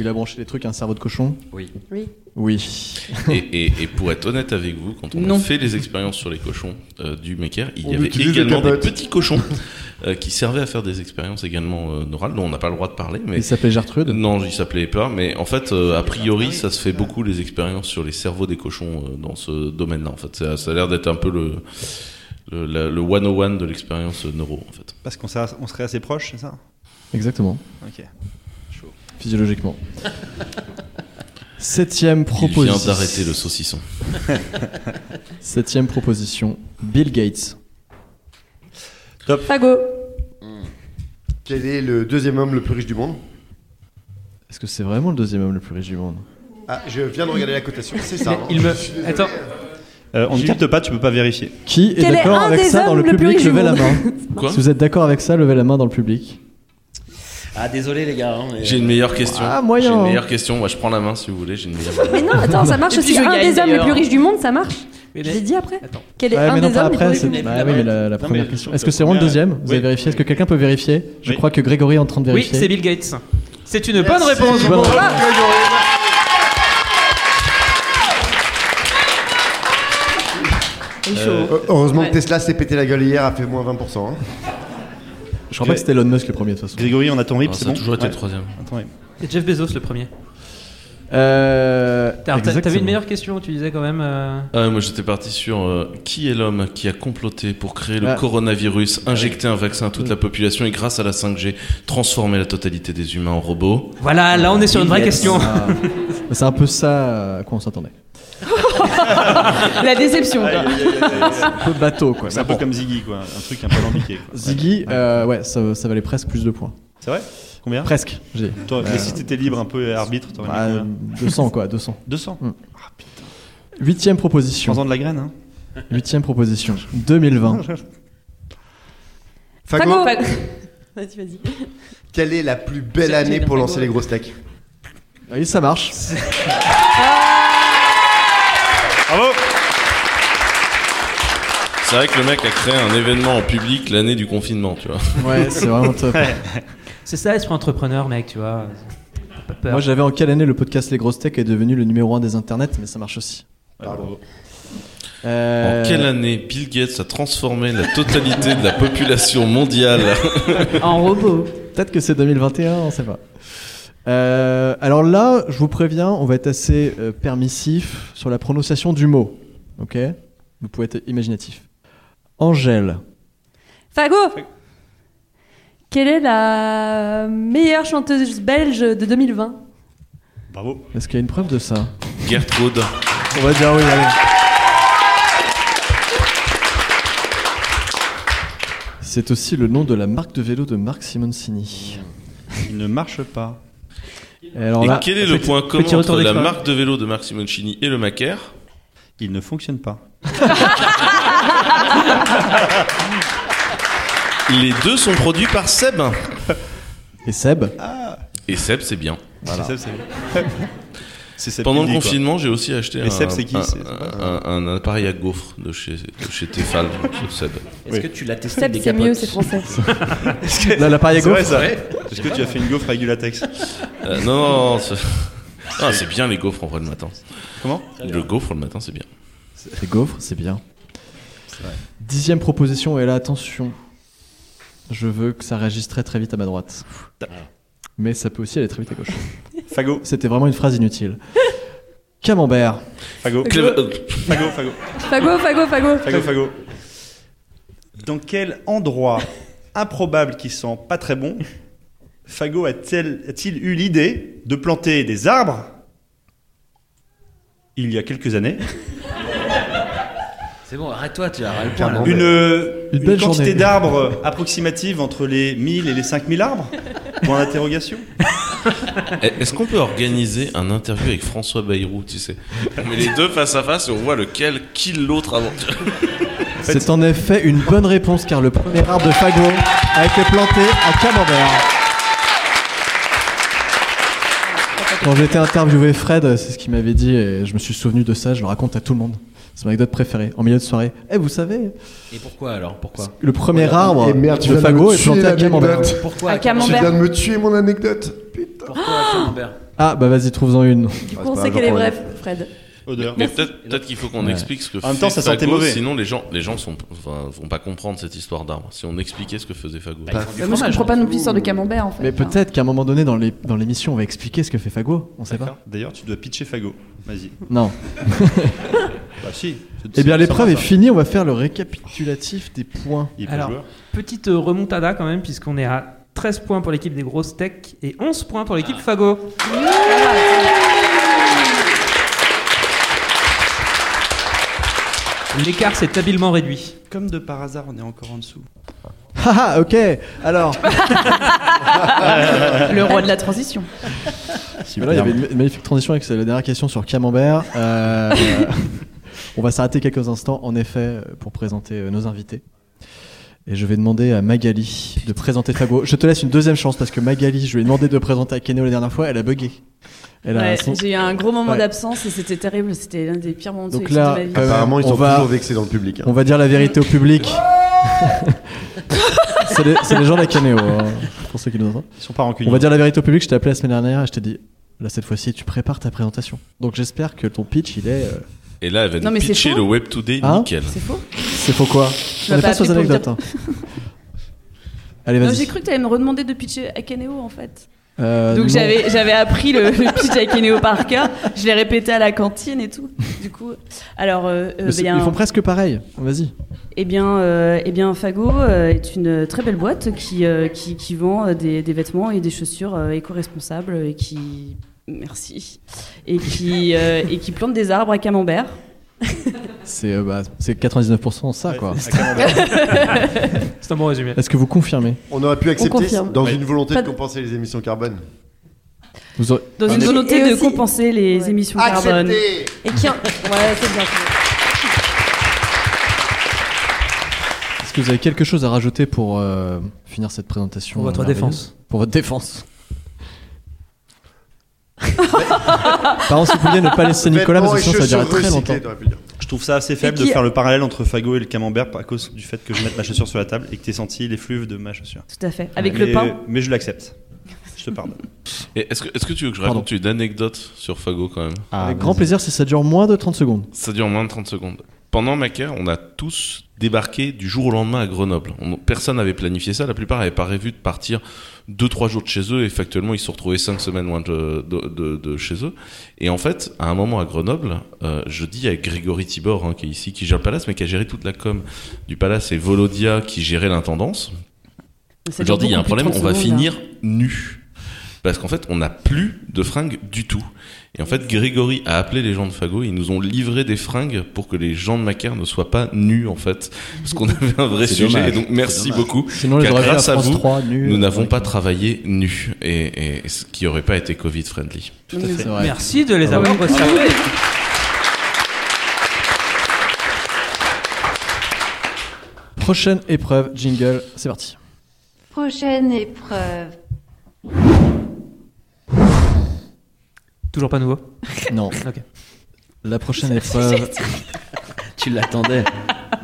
Speaker 2: Il a branché des trucs à un cerveau de cochon
Speaker 5: Oui.
Speaker 6: Oui.
Speaker 2: Oui.
Speaker 3: Et, et- et pour être honnête avec vous, quand on a
Speaker 5: Non.
Speaker 3: fait les expériences sur les cochons euh, du Maker, il y
Speaker 7: On
Speaker 3: avait
Speaker 7: utilise des
Speaker 3: également des,
Speaker 7: capotes.
Speaker 3: petits cochons <laughs> euh, qui servaient à faire des expériences également euh, neurales dont on n'a pas le droit de parler. Mais
Speaker 2: Il s'appelait Gertrude.
Speaker 3: non, il s'appelait pas. Mais en fait, euh, a priori, ça se fait beaucoup les expériences sur les cerveaux des cochons euh, dans ce domaine-là. En fait, ça, ça a l'air d'être un peu le le, la- le 101 de l'expérience euh, neuro. En fait,
Speaker 8: Parce qu'on s'a- on serait assez proche, c'est ça
Speaker 2: Exactement.
Speaker 8: Ok.
Speaker 2: Physiologiquement. <laughs> Septième
Speaker 3: il vient
Speaker 2: proposition.
Speaker 3: d'arrêter le saucisson.
Speaker 2: <laughs> Septième proposition. Bill Gates.
Speaker 9: Fago.
Speaker 7: Hmm. Quel est le deuxième homme le plus riche du monde
Speaker 2: Est-ce que c'est vraiment le deuxième homme le plus riche du monde
Speaker 7: Ah, je viens de regarder la cotation, c'est ça. hein.
Speaker 4: Il me.
Speaker 7: Je suis désolé.
Speaker 4: Attends,
Speaker 8: Euh, on ne capte pas, tu peux pas vérifier.
Speaker 2: Qui est
Speaker 9: Quel est
Speaker 2: d'accord
Speaker 9: un
Speaker 2: avec
Speaker 9: des
Speaker 2: ça dans
Speaker 9: hommes
Speaker 2: le
Speaker 9: le plus
Speaker 2: public
Speaker 9: riche du
Speaker 2: Levez la
Speaker 9: monde
Speaker 2: main.
Speaker 3: Quoi
Speaker 2: si vous êtes d'accord avec ça, levez la main dans le public.
Speaker 5: Ah, désolé les gars. hein, mais-
Speaker 3: J'ai une meilleure question.
Speaker 2: Ah, moyen.
Speaker 3: J'ai une meilleure question. Moi, je prends la main si vous voulez. J'ai
Speaker 2: <laughs>
Speaker 3: une meilleure.
Speaker 9: Mais non, attends, ça marche
Speaker 6: Et puis
Speaker 9: aussi.
Speaker 6: je
Speaker 9: Un
Speaker 6: gagne,
Speaker 9: des hommes les
Speaker 6: d'ailleurs.
Speaker 9: plus riches du monde, ça marche.
Speaker 4: mais
Speaker 9: Je
Speaker 4: les-
Speaker 9: l'ai dit après.
Speaker 4: Attends.
Speaker 9: Quel est
Speaker 2: Ouais,
Speaker 9: un
Speaker 2: mais non,
Speaker 9: des
Speaker 2: pas
Speaker 9: hommes les plus
Speaker 2: après.
Speaker 9: riches
Speaker 2: C'est...
Speaker 9: du monde
Speaker 5: monde.
Speaker 2: bah oui, mais la, la
Speaker 8: mais
Speaker 2: première
Speaker 8: je
Speaker 2: question.
Speaker 8: trouve
Speaker 2: Est-ce
Speaker 8: que
Speaker 2: que c'est vraiment
Speaker 8: la
Speaker 2: le
Speaker 8: première-
Speaker 2: deuxième Vous avez
Speaker 8: Oui.
Speaker 2: vérifié Est-ce que quelqu'un peut vérifier Je
Speaker 8: Oui.
Speaker 2: crois que Grégory est en train de
Speaker 4: Oui,
Speaker 2: vérifier.
Speaker 4: c'est Bill Gates. C'est une bonne réponse.
Speaker 2: Bonne réponse.
Speaker 6: Il est chaud.
Speaker 7: Euh, Heureusement
Speaker 6: Ouais.
Speaker 7: que Tesla s'est pété la gueule hier, a fait moins 20%. hein.
Speaker 2: Je crois pas que c'était Elon Musk le premier de toute façon.
Speaker 8: Grégory, on a ton rip,
Speaker 3: Ah,
Speaker 8: c'est
Speaker 3: ça
Speaker 8: bon
Speaker 3: a toujours été
Speaker 8: Ouais.
Speaker 3: le troisième.
Speaker 8: Attends, rip.
Speaker 4: Et Jeff Bezos le premier.
Speaker 2: Euh,
Speaker 4: T'as- t'as- T'avais
Speaker 2: exactement.
Speaker 4: une meilleure question, tu disais quand même. euh,
Speaker 3: Ah, moi j'étais parti sur euh, qui est l'homme qui a comploté pour créer le
Speaker 2: Ah.
Speaker 3: coronavirus, injecter un vaccin à toute la population et grâce à la 5G transformer la totalité des humains en robots.
Speaker 4: Voilà, là on est sur une vraie
Speaker 5: Bill Gates.
Speaker 4: question.
Speaker 2: Ah. Bah, <laughs> c'est un peu ça à quoi on s'attendait.
Speaker 6: La déception. quoi.
Speaker 2: Un peu bateau quoi.
Speaker 8: C'est un peu comme Ziggy, quoi. Un truc un peu alambiqué. quoi.
Speaker 2: <laughs> Ziggy, euh, ouais, ça, ça valait presque plus de points.
Speaker 8: C'est vrai Combien
Speaker 2: Presque. J'ai.
Speaker 8: Toi, mais si t'étais libre un peu et arbitre, t'aurais mis
Speaker 2: Bah,
Speaker 8: combien
Speaker 2: 200 quoi, 200.
Speaker 8: 200
Speaker 2: hum.
Speaker 8: Ah putain.
Speaker 2: Huitième proposition.
Speaker 8: Prends-en de la graine, hein.
Speaker 2: Huitième proposition.
Speaker 8: <laughs>
Speaker 2: 2020.
Speaker 7: Fago,
Speaker 6: Pas- Vas-y, vas-y.
Speaker 7: quelle est la plus belle année pour lancer les grosses tech
Speaker 2: Ah Oui, ça marche.
Speaker 8: Bravo
Speaker 3: C'est vrai que le mec a créé un événement en public l'année du confinement, tu vois.
Speaker 2: Ouais, c'est vraiment top.
Speaker 4: C'est ça, être entrepreneur, mec, tu vois. Pas peur.
Speaker 2: Moi, j'avais en quelle année le podcast Les Grosses Tech est devenu le numéro 1 des internets, mais ça marche aussi.
Speaker 8: Bravo. Oh,
Speaker 2: Euh,
Speaker 3: En quelle année Bill Gates a transformé la totalité de la population mondiale
Speaker 6: <laughs> En robot.
Speaker 2: Peut-être que c'est 2021, on sait pas. Euh, alors là, je vous préviens, on va être assez euh, permissif sur la prononciation du mot. Ok Vous pouvez être imaginatif. Angèle.
Speaker 9: Fago. Quelle est la meilleure chanteuse belge de 2020
Speaker 8: Bravo.
Speaker 2: Est-ce qu'il y a une preuve de ça
Speaker 3: Gertrude
Speaker 2: On va dire oui, allez. C'est aussi le nom de la marque de vélo de Marc Simoncini.
Speaker 8: Il ne marche pas.
Speaker 2: Et alors
Speaker 3: Et
Speaker 2: là,
Speaker 3: quel est le
Speaker 4: petit-
Speaker 3: point commun
Speaker 4: petit retour
Speaker 3: entre la
Speaker 4: d'expérience.
Speaker 3: marque de vélo de Marc Simoncini et le Macaire
Speaker 8: Il ne fonctionne pas.
Speaker 3: <laughs> Les deux sont produits par Seb.
Speaker 2: et Seb
Speaker 8: Ah.
Speaker 3: Et Seb, c'est bien.
Speaker 8: C'est Seb, c'est Seb qui
Speaker 3: Pendant le
Speaker 8: dit, quoi.
Speaker 3: confinement, j'ai aussi acheté
Speaker 8: Mais
Speaker 3: un,
Speaker 8: Seb, c'est qui,
Speaker 3: un,
Speaker 8: c'est-
Speaker 3: un- un- un appareil à gaufres de chez, de chez Tefal. ce Seb.
Speaker 5: Est-ce
Speaker 8: Oui.
Speaker 5: que tu l'as testé
Speaker 6: Seb,
Speaker 5: avec des
Speaker 6: c'est
Speaker 5: capotes
Speaker 6: mieux,
Speaker 5: <laughs>
Speaker 6: c'est
Speaker 8: <laughs>
Speaker 6: français.
Speaker 2: Là, l'appareil à
Speaker 8: C'est vrai
Speaker 2: gauche.
Speaker 8: ça Est-ce que tu as fait une gaufre avec du latex
Speaker 3: Euh, non, non, non, c'est... <laughs> Ah, c'est bien les gaufres en vrai le matin.
Speaker 8: Comment
Speaker 3: Le gaufre le matin, c'est bien.
Speaker 2: Les gaufres, <laughs> c'est bien. Dixième proposition, et là, attention, je veux que ça réagisse très très vite à ma droite. Mais ça peut aussi aller très vite à gauche.
Speaker 8: Fago.
Speaker 2: C'était vraiment une phrase inutile. Camembert.
Speaker 8: Fago.
Speaker 3: Cléve- euh,
Speaker 8: Fago, Fago.
Speaker 9: Fago, Fago, Fago.
Speaker 8: Fago, Fago. Dans quel endroit improbable qui sent pas très bon, Fago a-t-elle- a-t-il eu l'idée de planter des arbres il y a quelques années
Speaker 5: C'est bon, arrête-toi, tu as ras le point, là.
Speaker 7: Clairement.
Speaker 8: Une, euh,
Speaker 2: Une
Speaker 8: une
Speaker 2: belle journée.
Speaker 8: quantité d'arbres approximative entre les 1000 et les 5000 arbres Point d'interrogation
Speaker 3: Eh, Est-ce qu'on peut organiser un interview avec François Bayrou, tu sais On met les deux face à face et on voit lequel kill l'autre avant.
Speaker 2: C'est en effet une bonne réponse car le premier arbre de Fago a été planté à Camembert. Quand j'étais interviewé Fred, c'est ce qu'il m'avait dit et je me suis souvenu de ça, je le raconte à tout le monde. C'est mon anecdote préférée, en milieu de soirée. Eh, vous savez,
Speaker 5: Et pourquoi alors Pourquoi
Speaker 2: le premier
Speaker 7: Voilà.
Speaker 2: arbre
Speaker 7: Et merde, tu
Speaker 2: de
Speaker 7: viens de
Speaker 2: Fago
Speaker 7: me
Speaker 2: est planté
Speaker 7: tuer
Speaker 2: à Camembert.
Speaker 7: l'anecdote.
Speaker 5: Pourquoi
Speaker 6: À
Speaker 7: Tu
Speaker 6: Camembert.
Speaker 7: viens de me tuer mon anecdote. Putain.
Speaker 5: Pourquoi à Camembert
Speaker 2: Ah, bah vas-y, trouve-en une.
Speaker 6: Du
Speaker 7: Ah,
Speaker 6: coup,
Speaker 7: c'est
Speaker 6: on
Speaker 7: pas
Speaker 6: sait
Speaker 7: grave,
Speaker 6: qu'elle est
Speaker 7: on
Speaker 6: vraie,
Speaker 7: enlève.
Speaker 6: Fred.
Speaker 8: Odeur.
Speaker 3: Mais peut-être peut-être qu'il faut qu'on
Speaker 2: Ouais.
Speaker 3: explique ce que
Speaker 8: En même temps,
Speaker 3: fait
Speaker 8: ça sentait
Speaker 3: Fago,
Speaker 8: mauvais.
Speaker 3: Sinon, les gens, les gens sont, enfin, vont pas comprendre cette histoire d'arbre. Si on expliquait ce que faisait Fago.
Speaker 5: Bah, ils font du
Speaker 6: Bah, moi, je
Speaker 5: fromage,
Speaker 6: comprends
Speaker 5: hein.
Speaker 6: pas non plus l'histoire de camembert, en fait.
Speaker 2: Mais
Speaker 6: Enfin,
Speaker 2: peut-être qu'à un moment donné dans les- dans l'émission, on va expliquer ce que fait Fago. On sait pas.
Speaker 8: D'ailleurs, tu dois pitcher Fago. Vas-y.
Speaker 2: Non.
Speaker 8: Bah si.
Speaker 2: Eh bien, l'épreuve est
Speaker 8: finie.
Speaker 2: finie. On va faire le récapitulatif des points.
Speaker 8: Il est
Speaker 4: Alors,
Speaker 8: joueur.
Speaker 4: Petite euh, remontada quand même, puisqu'on est à 13 points pour l'équipe des grosses tech et 11 points pour
Speaker 6: Ah.
Speaker 4: l'équipe Fago. L'écart s'est habilement
Speaker 2: <laughs>
Speaker 4: réduit.
Speaker 8: Comme de par hasard, on est encore en dessous.
Speaker 2: Haha, Ah, ok.
Speaker 8: <laughs>
Speaker 2: Alors,
Speaker 6: Le roi de la transition.
Speaker 2: Voilà, il y avait une ma- magnifique transition avec la dernière question sur Camembert. Euh, on va s'arrêter quelques instants, en effet, pour présenter euh, nos invités. Et je vais demander à Magali de présenter Fago. Je te laisse une deuxième chance parce que Magali, je lui ai demandé de présenter à Keno la dernière fois, elle a bugué. Elle a
Speaker 6: Ouais,
Speaker 2: son-
Speaker 6: J'ai eu un gros moment
Speaker 2: Ouais.
Speaker 6: d'absence et c'était terrible. C'était l'un des pires moments de
Speaker 2: Donc
Speaker 6: sélection
Speaker 2: là,
Speaker 6: de
Speaker 2: euh,
Speaker 6: ma vie.
Speaker 2: quand même,
Speaker 7: Apparemment, ils
Speaker 2: on
Speaker 7: sont
Speaker 2: va-
Speaker 7: toujours vexés dans le public. hein.
Speaker 2: On va dire la vérité au public.
Speaker 6: Oh
Speaker 2: <laughs> c'est les, c'est les gens de la Canéo, hein, pour ceux qui nous entendent.
Speaker 8: Ils sont pas
Speaker 2: On
Speaker 8: rancuniers.
Speaker 2: va dire la vérité au public, je t'ai appelé la semaine dernière et je t'ai dit, là cette fois-ci, tu prépares ta présentation. Donc j'espère que ton pitch, il est... euh,
Speaker 3: Et là, elle va
Speaker 6: Non,
Speaker 3: nous
Speaker 6: mais c'est
Speaker 3: pitcher
Speaker 6: faux.
Speaker 3: le Web Today
Speaker 2: Hein
Speaker 3: nickel.
Speaker 6: C'est faux.
Speaker 2: C'est faux quoi
Speaker 6: Tu
Speaker 2: On n'est
Speaker 6: m'as
Speaker 2: pas
Speaker 6: pas
Speaker 2: sur
Speaker 6: appelé
Speaker 2: des
Speaker 6: pour le
Speaker 2: anecdotes. hein. Allez,
Speaker 6: Non, j'ai
Speaker 2: vas-y.
Speaker 6: cru que tu allais me redemander de pitcher à Caneo en fait.
Speaker 2: Euh,
Speaker 6: Donc
Speaker 2: non.
Speaker 6: j'avais j'avais appris le, <laughs> le pitch à Caneo par cœur. Je l'ai répété à la cantine et tout. Du coup, alors euh, euh,
Speaker 2: Mais
Speaker 6: bah,
Speaker 2: c'est-
Speaker 6: y a
Speaker 2: Ils
Speaker 6: un-
Speaker 2: font presque pareil. Vas-y.
Speaker 6: Eh bien, euh, eh bien, Fago euh, est une très belle boîte qui, euh, qui, qui vend euh, des, des vêtements et des chaussures euh, éco-responsables et qui. Merci. Et qui, euh, et qui plante des arbres à camembert.
Speaker 2: C'est euh, bah, c'est 99% ça quoi.
Speaker 8: Ouais, à Camembert.
Speaker 4: C'est un bon résumé.
Speaker 2: Est-ce que vous confirmez
Speaker 7: On aurait pu accepter
Speaker 6: confirme.
Speaker 7: dans
Speaker 8: Ouais.
Speaker 7: une volonté de
Speaker 6: Pas de-
Speaker 7: compenser les émissions carbone.
Speaker 2: Vous aurez-
Speaker 6: Dans une
Speaker 9: Et-
Speaker 6: volonté
Speaker 9: et
Speaker 6: de
Speaker 9: aussi-
Speaker 6: compenser les
Speaker 9: Ouais.
Speaker 6: émissions carbone.
Speaker 9: Et qui en- Ouais, c'est bien. c'est
Speaker 2: Est-ce que vous avez quelque chose à rajouter pour euh, finir cette présentation euh,
Speaker 4: Pour votre
Speaker 2: merveilleuse
Speaker 4: défense.
Speaker 2: Pour votre défense. <laughs> Par contre, si vous pouviez ne pas laisser Nicolas, parce que sinon ça durerait très longtemps.
Speaker 8: Je trouve ça assez faible
Speaker 9: Et qui-
Speaker 8: de faire le parallèle entre Fago et le camembert à cause du fait que je mette ma chaussure sur la table et que t'aies senti les fluves de ma chaussure.
Speaker 6: Tout à fait. Avec
Speaker 8: mais,
Speaker 6: le pain.
Speaker 8: Mais je l'accepte. Je te pardonne.
Speaker 3: Et Est-ce que, est-ce que tu veux que je
Speaker 2: hein. Pardon. Ah,
Speaker 3: raconte une anecdote sur Fago quand même
Speaker 2: Avec grand plaisir si ça dure moins de 30 secondes.
Speaker 3: Ça dure moins de 30 secondes. Pendant Macaire, on a tous débarqué du jour au lendemain à Grenoble. On- personne n'avait planifié ça. La plupart n'avaient pas prévu de partir 2-3 jours de chez eux. Et factuellement, ils se sont retrouvés 5 semaines loin de, de- de- de chez eux. Et en fait, à un moment à Grenoble, euh, je dis avec Grégory Tibor, hein, qui est ici, qui gère le palace, mais qui a géré toute la com du palace, et Volodia, qui gérait l'intendance.
Speaker 6: Ça dure
Speaker 3: Aujourd'hui, il y a un
Speaker 6: beaucoup plus de
Speaker 3: problème, on
Speaker 6: 30
Speaker 3: va
Speaker 6: secondes, hein. là.
Speaker 3: finir nu. Parce qu'en fait, on n'a plus de fringues du tout. Et en fait, Grégory a appelé les gens de Fago, ils nous ont livré des fringues pour que les gens de Macaire ne soient pas nus, en fait. Parce qu'on avait un vrai
Speaker 5: C'est
Speaker 3: sujet,
Speaker 5: dommage.
Speaker 3: et donc merci
Speaker 5: dommage.
Speaker 3: beaucoup.
Speaker 2: Sinon, les
Speaker 3: Car
Speaker 2: aurait vus à
Speaker 3: grâce à
Speaker 2: France
Speaker 3: vous,
Speaker 2: 3, nus,
Speaker 3: Nous
Speaker 2: euh,
Speaker 3: n'avons
Speaker 2: ouais.
Speaker 3: pas travaillé nus, et, et ce qui n'aurait pas été Covid-friendly.
Speaker 2: C'est vrai.
Speaker 4: Merci de les
Speaker 2: Ah
Speaker 4: avoir resservis.
Speaker 2: Prochaine épreuve, jingle, c'est parti.
Speaker 1: Prochaine épreuve.
Speaker 4: Toujours
Speaker 2: <laughs>
Speaker 4: pas nouveau.
Speaker 6: <laughs>
Speaker 2: <laughs> Non. La prochaine épreuve,
Speaker 5: Tu l'attendais.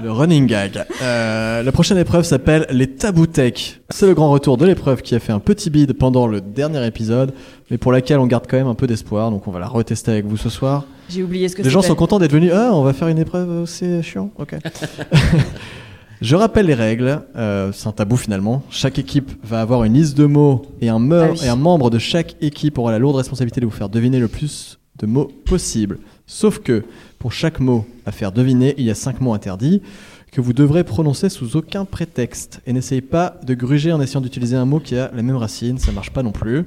Speaker 2: Le running gag. Euh, la prochaine épreuve s'appelle les taboutèques. C'est le grand retour de l'épreuve qui a fait un petit bide pendant le dernier épisode, mais pour laquelle on garde quand même un peu d'espoir, donc on va la retester avec vous ce soir.
Speaker 6: J'ai oublié ce que
Speaker 2: Les gens sont
Speaker 6: c'était.
Speaker 2: contents d'être venus. Ah, on va faire une épreuve aussi euh, chiant.
Speaker 6: <laughs>
Speaker 2: Ok. <laughs> Je rappelle les règles. euh, c'est un tabou finalement. Chaque équipe va avoir une liste de mots et un, meur-
Speaker 6: Ah oui.
Speaker 2: et un membre de chaque équipe aura la lourde responsabilité de vous faire deviner le plus de mots possible. Sauf que pour chaque mot à faire deviner, il y a cinq mots interdits que vous devrez prononcer sous aucun prétexte. Et n'essayez pas de gruger en essayant d'utiliser un mot qui a la même racine. Ça marche pas non plus.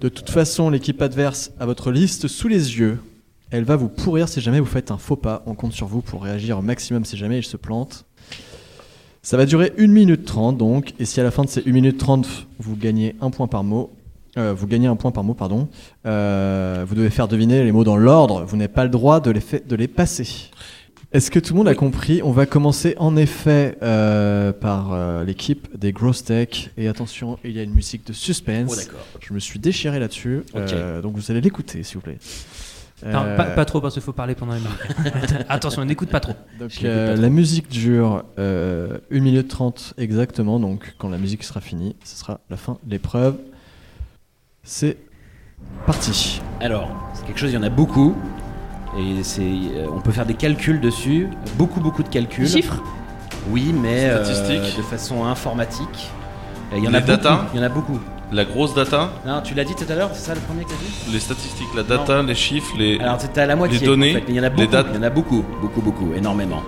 Speaker 2: De toute façon, l'équipe adverse a votre liste sous les yeux. Elle va vous pourrir si jamais vous faites un faux pas. On compte sur vous pour réagir au maximum si jamais il se plante. Ça va durer 1 minute 30 donc, et si à la fin de ces 1 minute 30 vous gagnez un point par mot, euh, vous gagnez un point par mot, pardon, euh, vous devez faire deviner les mots dans l'ordre, vous n'avez pas le droit de les, fa- de les passer. Est-ce que tout le monde a compris On va commencer en effet euh, par euh, l'équipe des Gross Tech, et attention, il y a une musique de suspense.
Speaker 5: Oh, d'accord.
Speaker 2: Je me suis déchiré là-dessus,
Speaker 5: Ok.
Speaker 2: euh, donc vous allez l'écouter s'il vous plaît.
Speaker 4: Non,
Speaker 2: Euh,
Speaker 4: pas, pas trop parce qu'il faut parler pendant les
Speaker 2: <laughs>
Speaker 4: marques. Attention, n'écoute pas trop.
Speaker 2: donc,
Speaker 5: Je l'écoute
Speaker 2: euh,
Speaker 5: pas trop.
Speaker 2: la musique dure euh, 1 minute 30 exactement, donc quand la musique sera finie, ce sera la fin de l'épreuve. C'est parti.
Speaker 5: Alors, c'est quelque chose, il y en a beaucoup. Et c'est, euh, on peut faire des calculs dessus. Beaucoup, beaucoup de calculs.
Speaker 6: Des chiffres
Speaker 5: Oui, mais euh,
Speaker 3: Statistiques.
Speaker 5: de façon informatique. Et Il y en
Speaker 3: Les
Speaker 5: a beaucoup.
Speaker 3: data
Speaker 5: Il y en a beaucoup.
Speaker 3: La grosse data,
Speaker 5: Non, tu l'as dit tout à l'heure, c'est ça le premier que t'as dit
Speaker 3: les statistiques, la data, les chiffres, les
Speaker 5: Alors, c'était à la moitié.
Speaker 3: Les données,
Speaker 5: en fait, mais il y en a
Speaker 3: les
Speaker 5: beaucoup.
Speaker 3: dates.
Speaker 5: Il y en a beaucoup, beaucoup, beaucoup, énormément.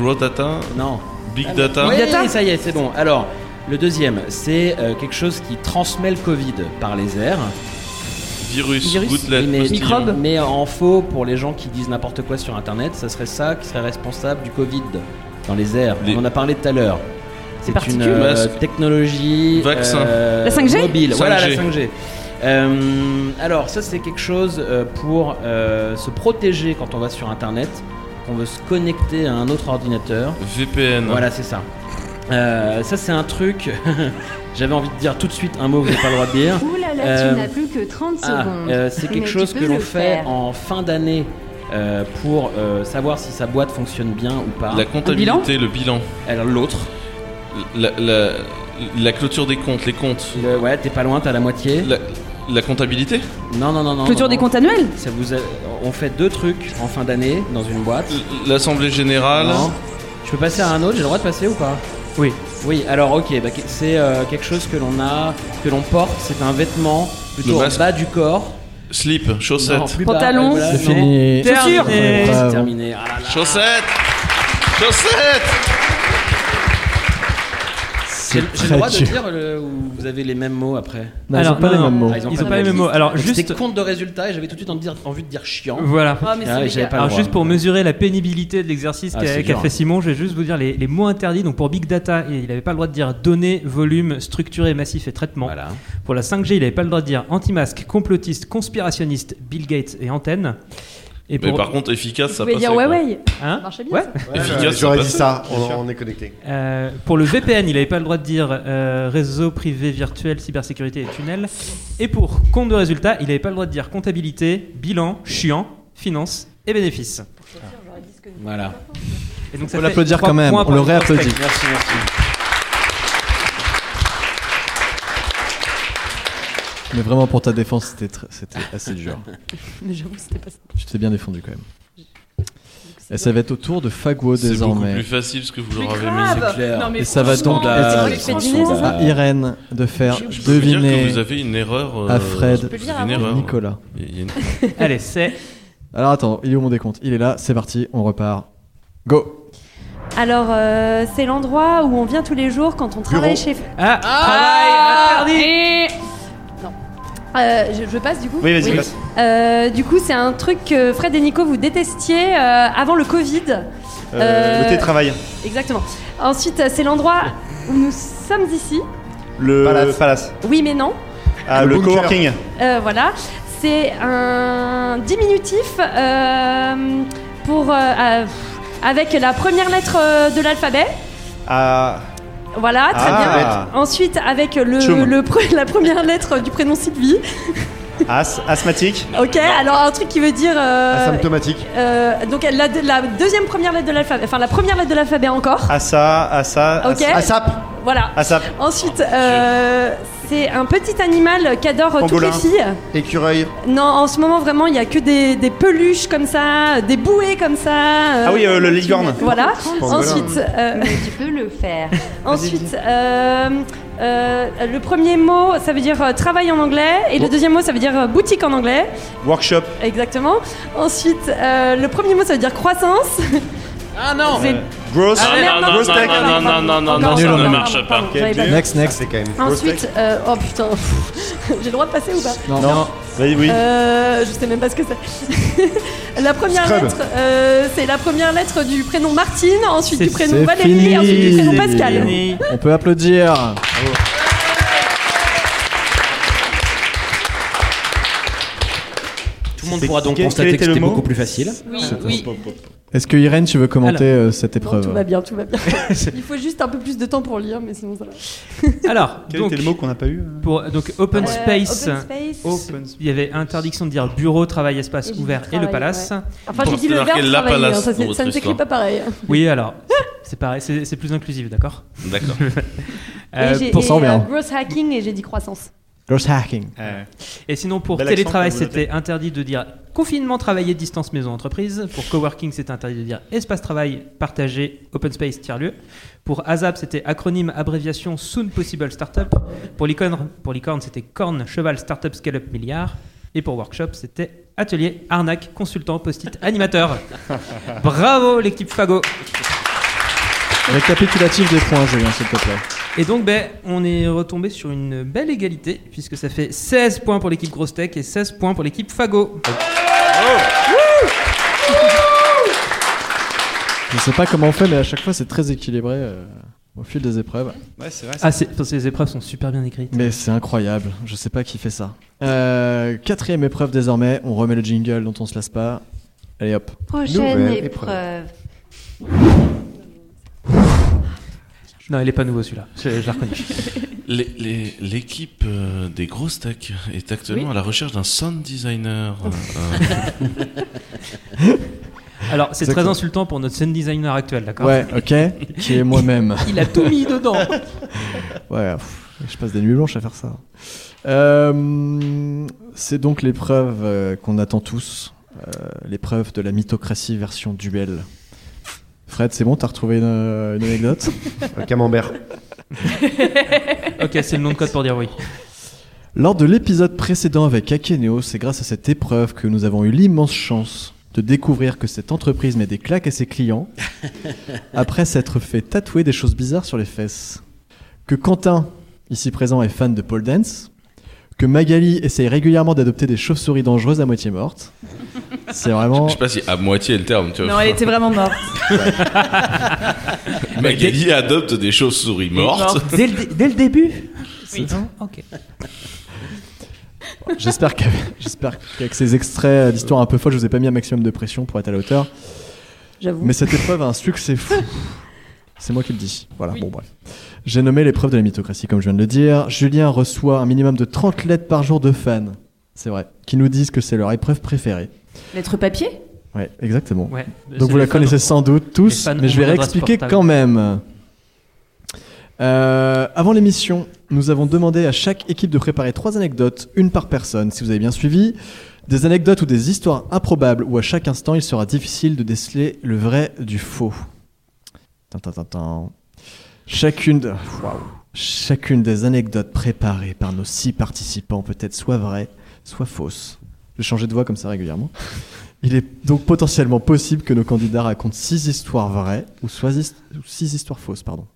Speaker 3: gros data,
Speaker 5: Non.
Speaker 3: big data.
Speaker 5: Oui, ça y est, c'est bon. Alors, le deuxième, c'est euh, quelque chose qui transmet le Covid par les airs.
Speaker 3: Virus,
Speaker 6: Virus,
Speaker 3: gouttelettes,
Speaker 5: mais,
Speaker 3: postillons.
Speaker 6: microbes.
Speaker 5: mais en faux, pour les gens qui disent n'importe quoi sur Internet, ça serait ça qui serait responsable du Covid dans les airs.
Speaker 3: Les-
Speaker 5: On en a parlé tout à l'heure. C'est
Speaker 6: particules.
Speaker 5: une euh,
Speaker 3: Masque.
Speaker 5: technologie
Speaker 3: Vaccin.
Speaker 5: euh,
Speaker 6: La 5G?
Speaker 5: mobile. Voilà la
Speaker 3: 5G.
Speaker 5: 5G. Euh, alors ça c'est quelque chose euh, pour euh, se protéger quand on va sur Internet, qu'on veut se connecter à un autre ordinateur.
Speaker 3: VPN.
Speaker 5: Voilà, c'est ça. Euh, ça, c'est un truc. <laughs> J'avais envie de dire tout de suite un mot que j'ai pas le droit de dire.
Speaker 1: Ouh là là,
Speaker 5: Euh,
Speaker 1: tu n'as plus que 30
Speaker 5: Ah,
Speaker 1: secondes.
Speaker 5: euh, c'est
Speaker 1: Mais
Speaker 5: quelque
Speaker 1: tu
Speaker 5: chose
Speaker 1: peux
Speaker 5: que l'on
Speaker 1: le
Speaker 5: fait
Speaker 1: faire.
Speaker 5: en fin d'année euh, pour euh, savoir si sa boîte fonctionne bien ou pas.
Speaker 3: La comptabilité, le bilan.
Speaker 5: Alors, l'autre.
Speaker 3: La, la- la clôture des comptes, les comptes.
Speaker 5: le- Ouais, t'es pas loin, t'as la moitié.
Speaker 3: La, la comptabilité
Speaker 5: Non, non, non, non.
Speaker 6: Clôture
Speaker 5: non,
Speaker 6: des
Speaker 5: non.
Speaker 6: comptes annuels
Speaker 5: Ça vous a- On fait deux trucs en fin d'année dans une boîte.
Speaker 3: L'assemblée générale
Speaker 5: Non. Je peux passer à un autre, j'ai le droit de passer ou pas
Speaker 4: Oui.
Speaker 5: Oui, alors ok, bah, que- c'est euh, quelque chose que l'on a, que l'on porte, c'est un vêtement
Speaker 3: Le
Speaker 5: plutôt en
Speaker 3: masque.
Speaker 5: bas du corps.
Speaker 3: Slip,
Speaker 5: Non,
Speaker 3: chaussettes.
Speaker 5: plus
Speaker 6: Pantalon.
Speaker 5: bas, voilà,
Speaker 2: C'est
Speaker 5: non.
Speaker 2: fini.
Speaker 4: Chaussures.
Speaker 2: Ouais,
Speaker 5: C'est
Speaker 2: bravo.
Speaker 5: terminé. Ah là là.
Speaker 3: Chaussettes Chaussettes
Speaker 5: J'ai j'ai
Speaker 2: très
Speaker 5: le droit de
Speaker 2: dur.
Speaker 5: dire le- ou vous avez les mêmes mots après
Speaker 2: Non, ils
Speaker 4: Alors,
Speaker 2: ont pas
Speaker 4: non,
Speaker 2: les
Speaker 4: non,
Speaker 2: mêmes mots.
Speaker 5: Ah, ils ont
Speaker 4: Ils
Speaker 5: pas
Speaker 4: ont
Speaker 5: la
Speaker 4: pas les
Speaker 5: même
Speaker 4: mêmes mots. Alors, juste.
Speaker 5: C'était compte de résultat et j'avais tout de suite envie de dire, envie de dire chiant.
Speaker 4: Voilà.
Speaker 6: Ah, mais c'est
Speaker 5: Ah,
Speaker 6: méga.
Speaker 5: j'avais pas le
Speaker 4: Alors,
Speaker 5: droit.
Speaker 4: juste pour mesurer la pénibilité de l'exercice
Speaker 5: Ah,
Speaker 4: qu'a
Speaker 5: c'est
Speaker 4: qu'a
Speaker 5: dur,
Speaker 4: fait
Speaker 5: hein.
Speaker 4: Simon, je vais juste vous dire les, les mots interdits. Donc, pour Big Data, il n'avait pas le droit de dire données, volume, structuré, massif et traitement.
Speaker 5: Voilà.
Speaker 4: Pour la 5G, il n'avait pas le droit de dire anti-masque, complotiste, conspirationniste, Bill Gates et antenne. Et
Speaker 3: Mais
Speaker 4: pour.
Speaker 3: par contre, efficace,
Speaker 9: Vous
Speaker 3: ça
Speaker 9: pouvez
Speaker 3: passait.
Speaker 9: dire ouais,
Speaker 3: quoi.
Speaker 9: ouais. Ça
Speaker 4: Hein
Speaker 9: marchait bien.
Speaker 4: Ouais.
Speaker 9: ça.
Speaker 7: Ouais,
Speaker 3: Efficace,
Speaker 7: j'aurais-
Speaker 3: ça
Speaker 7: J'aurais dit
Speaker 3: passe.
Speaker 7: ça, on, on est connecté.
Speaker 4: Euh, pour le VPN, il n'avait pas le droit de dire euh, réseau privé virtuel, cybersécurité et tunnel. Et pour compte de résultat, il n'avait pas le droit de dire comptabilité, bilan, chiant, finance et bénéfices.
Speaker 5: Voilà.
Speaker 4: Et donc, ça
Speaker 2: Faut
Speaker 4: fait
Speaker 2: l'applaudir
Speaker 4: trois
Speaker 2: quand même,
Speaker 4: points
Speaker 2: on
Speaker 4: par
Speaker 2: le
Speaker 4: rapport au
Speaker 2: réapplaudit.
Speaker 4: spectre.
Speaker 5: Merci, merci.
Speaker 2: Mais vraiment pour ta défense, c'était tr- c'était assez
Speaker 3: <laughs>
Speaker 2: dur.
Speaker 6: Mais j'avoue, c'était
Speaker 4: <laughs>
Speaker 6: pas ça.
Speaker 2: Tu t'es bien défendu quand même. Et ça va être au tour de Fago
Speaker 3: C'est beaucoup plus
Speaker 2: désormais.
Speaker 3: facile ce que vous leur
Speaker 6: Mais
Speaker 3: avez
Speaker 6: grave <laughs>
Speaker 3: mis.
Speaker 5: clair.
Speaker 6: Non, mais
Speaker 2: Et ça va donc euh,
Speaker 5: Sondage,
Speaker 6: franchement, c'est vrai que
Speaker 5: sondage.
Speaker 6: franchement,
Speaker 5: Sondage.
Speaker 6: ça-
Speaker 2: à Irène de faire
Speaker 3: Je peux vous dire que
Speaker 2: deviner
Speaker 3: vous avez une erreur. euh,
Speaker 2: à Fred
Speaker 3: vous avez
Speaker 9: dire
Speaker 3: une
Speaker 9: avant.
Speaker 3: erreur.
Speaker 2: Nicolas.
Speaker 3: Il y a une-
Speaker 4: Allez, c'est
Speaker 2: Alors attends, il est où mon décompte Il est là, c'est parti, on repart. Go
Speaker 9: Alors, euh, c'est l'endroit où on vient tous les jours quand on travaille
Speaker 7: Bureau.
Speaker 9: chez.
Speaker 4: Ah,
Speaker 6: Ah,
Speaker 4: travail interdit.
Speaker 9: Euh, je, je passe du coup
Speaker 8: Oui, vas-y, passe.
Speaker 9: Euh, du coup, c'est un truc que Fred et Nico vous détestiez euh, avant le Covid.
Speaker 8: Euh,
Speaker 9: Euh,
Speaker 8: Le télétravail.
Speaker 9: Exactement. Ensuite, euh, c'est l'endroit où nous sommes ici.
Speaker 8: Le
Speaker 7: Palace.
Speaker 8: palace.
Speaker 9: Oui, mais non.
Speaker 8: Ah,
Speaker 7: Le
Speaker 8: le
Speaker 7: bunker.
Speaker 8: coworking.
Speaker 9: Euh, voilà. C'est un diminutif euh, pour euh, euh, avec la première lettre euh, de l'alphabet.
Speaker 8: Ah,
Speaker 9: Voilà, très
Speaker 8: Ah.
Speaker 9: bien. Ensuite, avec le, <laughs>
Speaker 8: Chum.
Speaker 9: le pre- la première lettre du prénom Sylvie.
Speaker 8: As, asthmatique
Speaker 9: Ok, alors un truc qui veut dire. euh,
Speaker 8: Ah,
Speaker 7: Asymptomatique.
Speaker 9: euh, donc la, de- la deuxième première lettre de l'alphabet, enfin la première lettre de l'alphabet encore.
Speaker 8: Asa, Asa,
Speaker 7: Ah,
Speaker 9: Ok.
Speaker 7: ASAP.
Speaker 9: Voilà.
Speaker 8: Asap.
Speaker 9: Ensuite, euh, c'est un petit animal qu'adorent Oh, toutes les
Speaker 8: Pangolin.
Speaker 9: filles.
Speaker 7: Écureuil.
Speaker 9: Non, en ce moment vraiment, il n'y a que des, des peluches comme ça, des bouées comme ça. euh,
Speaker 8: Ah oui, euh, le licorne.
Speaker 9: Voilà.
Speaker 7: Pangolin.
Speaker 9: Ensuite, euh,
Speaker 1: Mais tu peux le
Speaker 9: <laughs>
Speaker 1: faire.
Speaker 9: ensuite euh, euh, le premier mot, ça veut dire euh, travail en anglais. Et le deuxième mot, ça veut dire euh, boutique en anglais.
Speaker 8: Workshop.
Speaker 9: Exactement. Ensuite, euh, le premier mot, ça veut dire croissance.
Speaker 5: Ah non
Speaker 9: C'est-
Speaker 8: Euh, Gross.
Speaker 3: Ah,
Speaker 9: merde,
Speaker 3: non, non,
Speaker 8: grosse
Speaker 3: non,
Speaker 8: tech.
Speaker 3: non, non, non, non, non,
Speaker 9: Encore,
Speaker 3: ça
Speaker 2: nul,
Speaker 3: ne
Speaker 2: non,
Speaker 3: marche pas.
Speaker 9: pardon, j'avais pas-
Speaker 8: Quel
Speaker 2: Next, next.
Speaker 7: Ah, C'est quand même.
Speaker 9: Ensuite, euh, oh putain, <laughs> pff, j'ai le droit de passer ou pas
Speaker 2: Non,
Speaker 8: Oui, oui.
Speaker 9: Euh, je sais même pas ce que c'est. <laughs> la première
Speaker 7: Scrub.
Speaker 9: lettre, euh, c'est la première lettre du prénom Martine, ensuite
Speaker 4: C'est-
Speaker 9: du prénom
Speaker 2: c'est
Speaker 9: Valérie,
Speaker 2: fini.
Speaker 9: et ensuite du prénom
Speaker 2: C'est
Speaker 9: Pascal.
Speaker 2: fini. on peut applaudir.
Speaker 5: Tout le monde pourra donc
Speaker 8: Quel-
Speaker 5: constater
Speaker 8: quel
Speaker 5: que
Speaker 8: était le
Speaker 5: c'était
Speaker 8: mot
Speaker 5: beaucoup plus facile.
Speaker 9: Oui,
Speaker 2: Est-ce que Irène, tu veux commenter euh, cette
Speaker 9: Non,
Speaker 2: épreuve
Speaker 9: tout va bien,
Speaker 4: <laughs>
Speaker 9: tout va bien. Il faut juste un peu plus de temps pour lire, mais sinon ça va.
Speaker 4: Alors,
Speaker 8: Quel
Speaker 4: donc,
Speaker 8: était le mot qu'on n'a pas eu
Speaker 4: pour, donc open,
Speaker 9: Euh,
Speaker 4: space,
Speaker 9: open space.
Speaker 8: Open
Speaker 4: Il y avait interdiction de dire bureau, travail, espace
Speaker 9: Et j'ai
Speaker 4: ouvert
Speaker 9: dit
Speaker 4: et le
Speaker 9: travail,
Speaker 4: palace.
Speaker 9: Enfin, j'ai
Speaker 3: Pour
Speaker 9: dit le
Speaker 3: marquer
Speaker 9: verbe
Speaker 3: la
Speaker 9: travailler,
Speaker 3: palace
Speaker 9: hein, ça,
Speaker 3: dans
Speaker 9: c'est- ça
Speaker 3: votre
Speaker 9: ne s'écrit
Speaker 3: histoire.
Speaker 9: pas pareil.
Speaker 4: Oui, alors, c'est pareil, c'est c'est plus inclusif, d'accord
Speaker 3: D'accord.
Speaker 4: <laughs> Euh,
Speaker 9: et j'ai
Speaker 2: pour
Speaker 9: et,
Speaker 2: ça, on verra.
Speaker 9: gross hacking et j'ai dit croissance.
Speaker 2: Gross hacking.
Speaker 5: Ah.
Speaker 4: Et sinon, pour
Speaker 8: Bel accent
Speaker 4: télétravail,
Speaker 8: que vous notez.
Speaker 4: c'était interdit de dire confinement, travailler, distance, maison, entreprise. Pour coworking, c'était interdit de dire espace travail, partagé, open space, tiers-lieu. Pour ASAP, c'était acronyme, abréviation, soon possible startup. Pour licorne, pour licorne c'était corne, cheval, startup, scale-up, milliard. Et pour workshop, c'était atelier, arnaque, consultant, post-it,
Speaker 8: <laughs>
Speaker 4: animateur. Bravo l'équipe Fago.
Speaker 2: Récapitulatif des points, Julien, s'il te plaît.
Speaker 4: Et donc, ben, on est retombé sur une belle égalité, puisque ça fait 16 points pour l'équipe Grosse Tech et 16 points pour l'équipe Fago. Oh.
Speaker 2: Je sais pas comment on fait, mais à chaque fois, c'est très équilibré euh, au fil des épreuves.
Speaker 8: Ouais, c'est vrai.
Speaker 4: Ah, c'est- parce que les épreuves sont super bien écrites.
Speaker 2: Mais c'est incroyable, je sais pas qui fait ça. Euh, quatrième épreuve désormais, on remet le jingle dont on se lasse pas. Allez hop.
Speaker 1: Prochaine
Speaker 7: Nouvelle
Speaker 1: épreuve.
Speaker 4: Non, il est pas nouveau celui-là. Je, je la
Speaker 2: <laughs>
Speaker 4: reconnais.
Speaker 3: Les- les- L'équipe euh, des grosses tech est actuellement à la recherche d'un sound designer. euh, euh,
Speaker 4: Alors, c'est
Speaker 2: Exactement.
Speaker 4: très insultant pour notre scène designer actuel, d'accord
Speaker 2: Ouais, ok, qui est moi-même.
Speaker 4: <laughs> Il a tout
Speaker 2: <laughs>
Speaker 4: mis dedans.
Speaker 2: Ouais, pff, je passe des nuits blanches à faire ça. Euh, c'est donc l'épreuve euh, qu'on attend tous, euh, l'épreuve de la mythocratie version duel. Fred, c'est bon, t'as retrouvé une, une anecdote
Speaker 7: <laughs> Un camembert.
Speaker 4: ok, c'est le nom de code pour dire oui.
Speaker 2: Lors de l'épisode précédent avec Akeneo, c'est grâce à cette épreuve que nous avons eu l'immense chance de découvrir que cette entreprise met des claques à ses clients après s'être fait tatouer des choses bizarres sur les fesses. Que Quentin, ici présent, est fan de pole dance. Que Magali essaye régulièrement d'adopter des chauves-souris dangereuses à moitié mortes. C'est vraiment.
Speaker 3: je sais pas si à moitié le terme, tu vois.
Speaker 6: Non, elle était vraiment morte.
Speaker 3: Magali adopte des
Speaker 2: <laughs>
Speaker 3: chauves-souris mortes.
Speaker 4: Dès le, dès le début Oui. Ok.
Speaker 2: J'espère qu'avec, <laughs> j'espère qu'avec ces extraits d'histoire un peu folle, je vous ai pas mis un maximum de pression pour être à la hauteur.
Speaker 6: J'avoue.
Speaker 2: Mais cette épreuve a un succès fou. C'est moi qui le dis. Voilà, bon bref. J'ai nommé l'épreuve de la mythocratie, comme je viens de le dire. Julien reçoit un minimum de 30 lettres par jour de fans, c'est vrai, qui nous disent que c'est leur épreuve préférée.
Speaker 6: Lettre papier
Speaker 2: Ouais, exactement.
Speaker 4: Ouais.
Speaker 2: Donc vous la connaissez sans doute tous,
Speaker 4: les fans
Speaker 2: mais je vais
Speaker 4: ont l'adresse
Speaker 2: réexpliquer
Speaker 4: portable.
Speaker 2: quand même. Euh, avant l'émission, nous avons demandé à chaque équipe de préparer trois anecdotes, une par personne, si vous avez bien suivi. Des anecdotes ou des histoires improbables où à chaque instant il sera difficile de déceler le vrai du faux. Tin, tin, tin, tin. Chacune, de- Waouh. Chacune des anecdotes préparées par nos six participants peut être soit vraie, soit fausse. Je changeais de voix comme ça régulièrement. Il est donc potentiellement possible que nos candidats racontent six histoires vraies ou soit his- ou six histoires fausses. Pardon.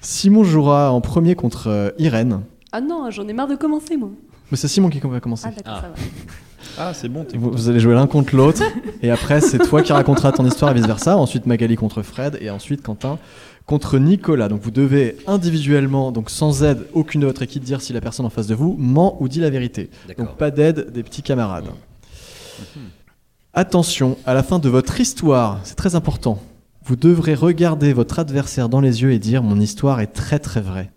Speaker 2: Simon jouera en premier contre euh, Irène.
Speaker 9: Ah non, j'en ai marre de commencer moi.
Speaker 2: Mais c'est Simon qui com- va commencer.
Speaker 9: Ah d'accord,
Speaker 5: Ah.
Speaker 9: ça va.
Speaker 8: Ah, c'est bon. t'es-
Speaker 2: Vous, vous allez jouer l'un contre l'autre. et après, c'est toi qui raconteras ton histoire et vice-versa. Ensuite, Magali contre Fred. Et ensuite, Quentin contre Nicolas. Donc, vous devez individuellement, donc sans aide aucune de votre équipe, dire si la personne en face de vous ment ou dit la vérité. Donc
Speaker 5: D'accord.
Speaker 2: pas d'aide des petits camarades. Attention, à la fin de votre histoire, c'est très important, vous devrez regarder votre adversaire dans les yeux et dire mon histoire est très très vraie.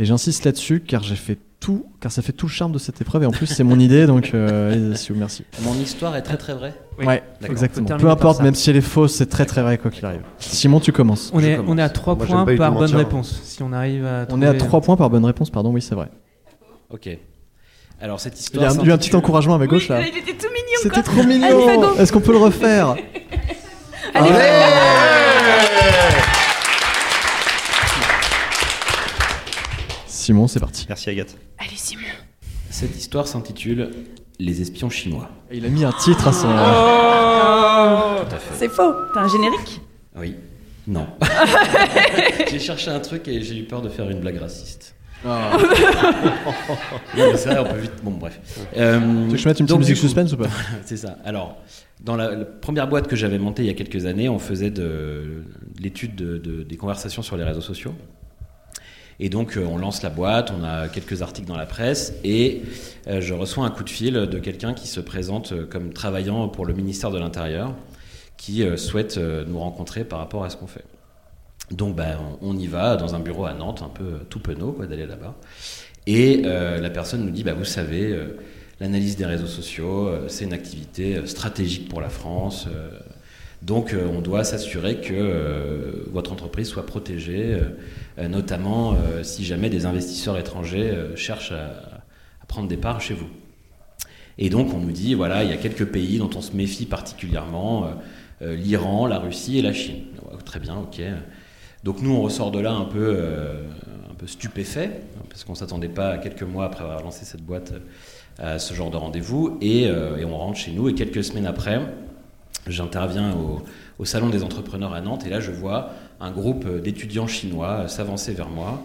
Speaker 2: Et j'insiste là-dessus car j'ai fait tout tout, car ça fait tout le charme de cette épreuve. Et en plus, c'est mon idée, donc euh, allez-y, s'il vous merci.
Speaker 5: Mon histoire est très très vraie.
Speaker 2: ouais,
Speaker 5: D'accord.
Speaker 2: exactement.
Speaker 4: Faut
Speaker 2: Peu
Speaker 4: terminer par
Speaker 2: importe,
Speaker 4: ça.
Speaker 2: même si elle est fausse, c'est très très vrai quoi qu'il arrive. Simon, tu commences.
Speaker 4: On
Speaker 7: Je
Speaker 4: est,
Speaker 7: commence.
Speaker 4: on est à 3
Speaker 7: Moi, j'aime
Speaker 4: points
Speaker 7: pas du tout
Speaker 4: par bonne
Speaker 7: mentir. hein.
Speaker 4: réponse. Si on arrive à.
Speaker 2: On est à 3 points par bonne réponse, pardon, oui, c'est vrai.
Speaker 5: Ok. Alors cette
Speaker 2: Il y
Speaker 5: histoire.
Speaker 2: a eu un petit
Speaker 5: s'intitule-
Speaker 2: encouragement avec gauche là.
Speaker 9: il était tout mignon.
Speaker 2: C'était trop mignon. Est-ce qu'on peut
Speaker 9: <laughs>
Speaker 2: le refaire
Speaker 9: Allez,
Speaker 2: Ouais. Simon, c'est parti.
Speaker 8: Merci Agathe.
Speaker 9: Allez Simon.
Speaker 5: Cette histoire s'intitule Les espions chinois.
Speaker 2: Et Il a mis un titre à son.
Speaker 6: Oh C'est faux. T'as un générique
Speaker 5: Oui. Non.
Speaker 4: <laughs>
Speaker 5: j'ai cherché un truc et j'ai eu peur de faire une blague raciste.
Speaker 2: Ah.
Speaker 5: <laughs> non, mais ça, on peut vite. Bon, bref. Euh,
Speaker 2: Tu veux que je mette une petite
Speaker 5: donc, du
Speaker 2: musique
Speaker 5: coup-
Speaker 2: suspense
Speaker 5: <laughs>
Speaker 2: ou pas
Speaker 5: C'est ça. Alors, dans la, la première boîte que j'avais montée il y a quelques années, on faisait de l'étude de- de- des conversations sur les réseaux sociaux. Et donc, euh, on lance la boîte, on a quelques articles dans la presse, et euh, je reçois un coup de fil de quelqu'un qui se présente euh, comme travaillant pour le ministère de l'Intérieur, qui euh, souhaite euh, nous rencontrer par rapport à ce qu'on fait. Donc, ben, on on y va dans un bureau à Nantes, un peu euh, tout penaud quoi, d'aller là-bas. Et euh, la personne nous dit, bah, vous savez, euh, l'analyse des réseaux sociaux, euh, c'est une activité euh, stratégique pour la France. euh, donc euh, on doit s'assurer que euh, votre entreprise soit protégée, euh, euh, notamment euh, si jamais des investisseurs étrangers euh, cherchent à, à prendre des parts chez vous. Et donc on nous dit, voilà, il y a quelques pays dont on se méfie particulièrement, euh, euh, l'Iran, la Russie et la Chine. Ouais, très bien, ok. Donc nous, on ressort de là un peu, euh, un peu stupéfait, parce qu'on ne s'attendait pas, quelques mois après avoir lancé cette boîte, euh, à ce genre de rendez-vous, et, euh, et on rentre chez nous, et quelques semaines après, j'interviens au, au Salon des entrepreneurs à Nantes, et là je vois un groupe d'étudiants chinois euh, s'avancer vers moi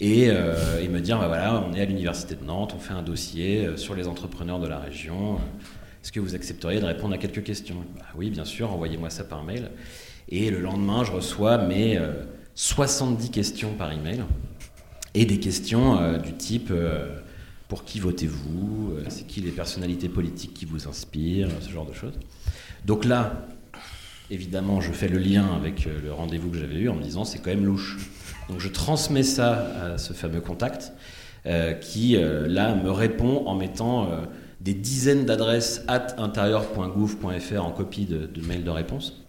Speaker 5: et, euh, et me dire, bah voilà, on est à l'université de Nantes, on fait un dossier euh, sur les entrepreneurs de la région, est-ce que vous accepteriez de répondre à quelques questions Bah Oui, bien sûr, envoyez-moi ça par mail. Et le lendemain, je reçois mes euh, 70 questions par email et des questions euh, du type euh, pour qui votez-vous Euh, C'est qui les personnalités politiques qui vous inspirent Ce genre de choses. Donc là, évidemment, je fais le lien avec euh, le rendez-vous que j'avais eu en me disant c'est quand même louche. Donc je transmets ça à ce fameux contact euh, qui, euh, là, me répond en mettant euh, des dizaines d'adresses at intérieur.gouv.fr en copie de, de mail de réponse,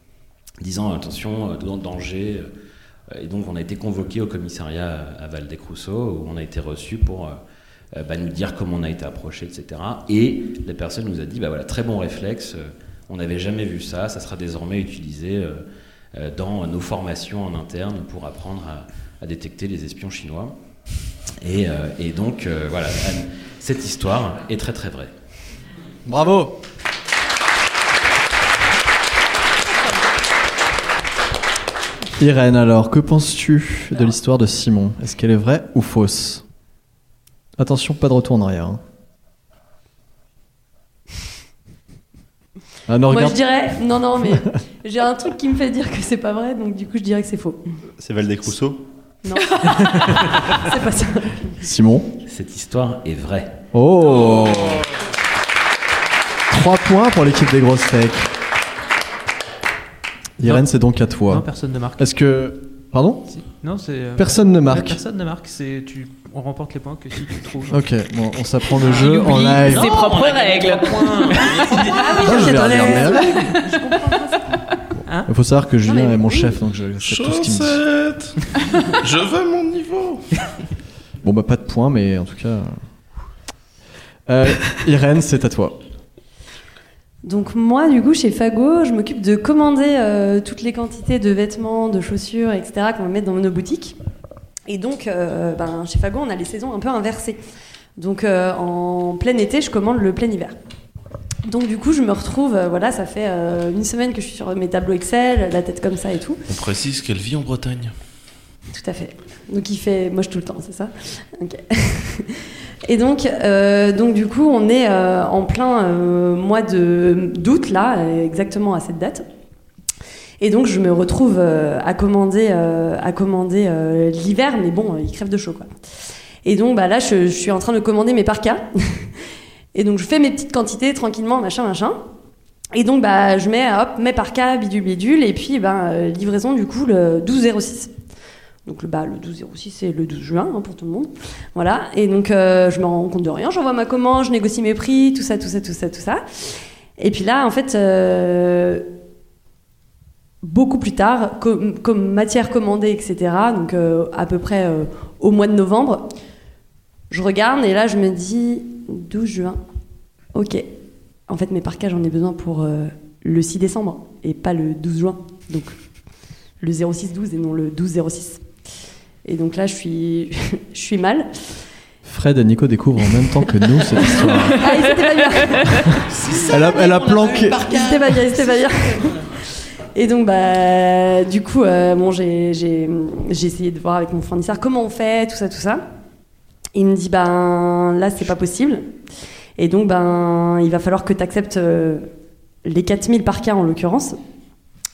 Speaker 5: disant attention, euh, dans- danger. euh, et donc, on a été convoqué au commissariat à Val-des-Crousseaux, où on a été reçu pour euh, euh, bah, nous dire comment on a été approché, etc. Et la personne nous a dit bah voilà, très bon réflexe, euh, on n'avait jamais vu ça, ça sera désormais utilisé euh, euh, dans nos formations en interne pour apprendre à, à détecter les espions chinois. Et, euh, et donc, euh, voilà, Anne, cette histoire est très très vraie.
Speaker 2: Bravo Irène, alors, que penses-tu de l'histoire de Simon Est-ce qu'elle est vraie ou fausse Attention, pas de retour en arrière. hein. Ah non,
Speaker 9: Moi
Speaker 2: regarde.
Speaker 9: je dirais non non mais <laughs> j'ai un truc qui me fait dire que c'est pas vrai donc du coup je dirais que c'est faux.
Speaker 8: C'est Valdez Crousseau.
Speaker 9: <laughs> C'est pas ça.
Speaker 2: Simon
Speaker 5: Cette histoire est vraie.
Speaker 2: Oh 3 points pour l'équipe des grosses techs. Irène,
Speaker 4: Non.
Speaker 2: c'est donc à
Speaker 4: Non,
Speaker 2: toi.
Speaker 4: personne ne marque.
Speaker 2: Est-ce que. Pardon
Speaker 4: Si. Non, c'est. euh,
Speaker 2: Personne ne
Speaker 4: ouais,
Speaker 2: marque.
Speaker 4: Personne ne marque. C'est tu. On remporte les points que si tu trouves. Ah,
Speaker 2: Ok, bon, on s'apprend le jeu en live.
Speaker 6: Ses propres règles. <laughs>
Speaker 2: Ah, je vais regarder avec.
Speaker 4: Hein
Speaker 2: Il faut savoir que Julien
Speaker 9: Non, mais
Speaker 2: est mon
Speaker 9: oui.
Speaker 2: chef, donc je sais tout ce qu'il me dit.
Speaker 3: Chaussette
Speaker 6: <laughs>
Speaker 3: Je veux mon niveau
Speaker 2: Bon, bah, pas de points, mais en tout cas. Euh, Irène, c'est à toi.
Speaker 9: Donc moi, du coup, chez Fago, je m'occupe de commander euh, toutes les quantités de vêtements, de chaussures, etc. qu'on va mettre dans nos boutiques. Et donc, euh, ben, chez Fago, on a les saisons un peu inversées. Donc euh, en plein été, je commande le plein hiver. Donc du coup, je me retrouve, euh, voilà, ça fait euh, une semaine que je suis sur mes tableaux Excel, la tête comme ça et tout.
Speaker 3: On précise qu'elle vit en Bretagne.
Speaker 9: Tout à fait. Donc il fait moche tout le temps, c'est ça Ok. <laughs> Et donc, euh, donc du coup, on est euh, en plein euh, mois de d'août là, euh, exactement à cette date. Et donc je me retrouve euh, à commander, euh, à commander euh, l'hiver, mais bon, euh, il crève de chaud quoi. Et donc bah là, je, je suis en train de commander mes parkas. <laughs> Et donc je fais mes petites quantités tranquillement, machin, machin. Et donc bah je mets hop mes parkas bidule bidule et puis ben euh, livraison du coup le 12 06. Donc le, bah, le 12-06, c'est le 12 juin hein, pour tout le monde. Voilà. Et donc euh, je me rends compte de rien, j'envoie ma commande, je négocie mes prix, tout ça, tout ça, tout ça, tout ça. Et puis là, en fait, euh, beaucoup plus tard, comme, comme matière commandée, etc., donc euh, à peu près euh, au mois de novembre, je regarde et là je me dis 12 juin, ok. En fait, mes parquets, j'en ai besoin pour euh, le 6 décembre et pas le 12 juin. Donc le 06-12 et non le 12-06. Et donc là, je suis, <laughs> je suis mal.
Speaker 2: Fred et Nico découvrent en même temps que nous cette histoire. <laughs>
Speaker 9: Ah, ils étaient pas bien.
Speaker 2: elle a, elle a planqué.
Speaker 9: Ils étaient pas bien, ils étaient pas bien. Et donc, bah, du coup, euh, bon, j'ai, j'ai, j'ai essayé de voir avec mon fournisseur comment on fait, tout ça, tout ça. Il me dit, ben là, c'est pas possible. Et donc, ben, il va falloir que euh, tu acceptes les 4000 par cas en l'occurrence.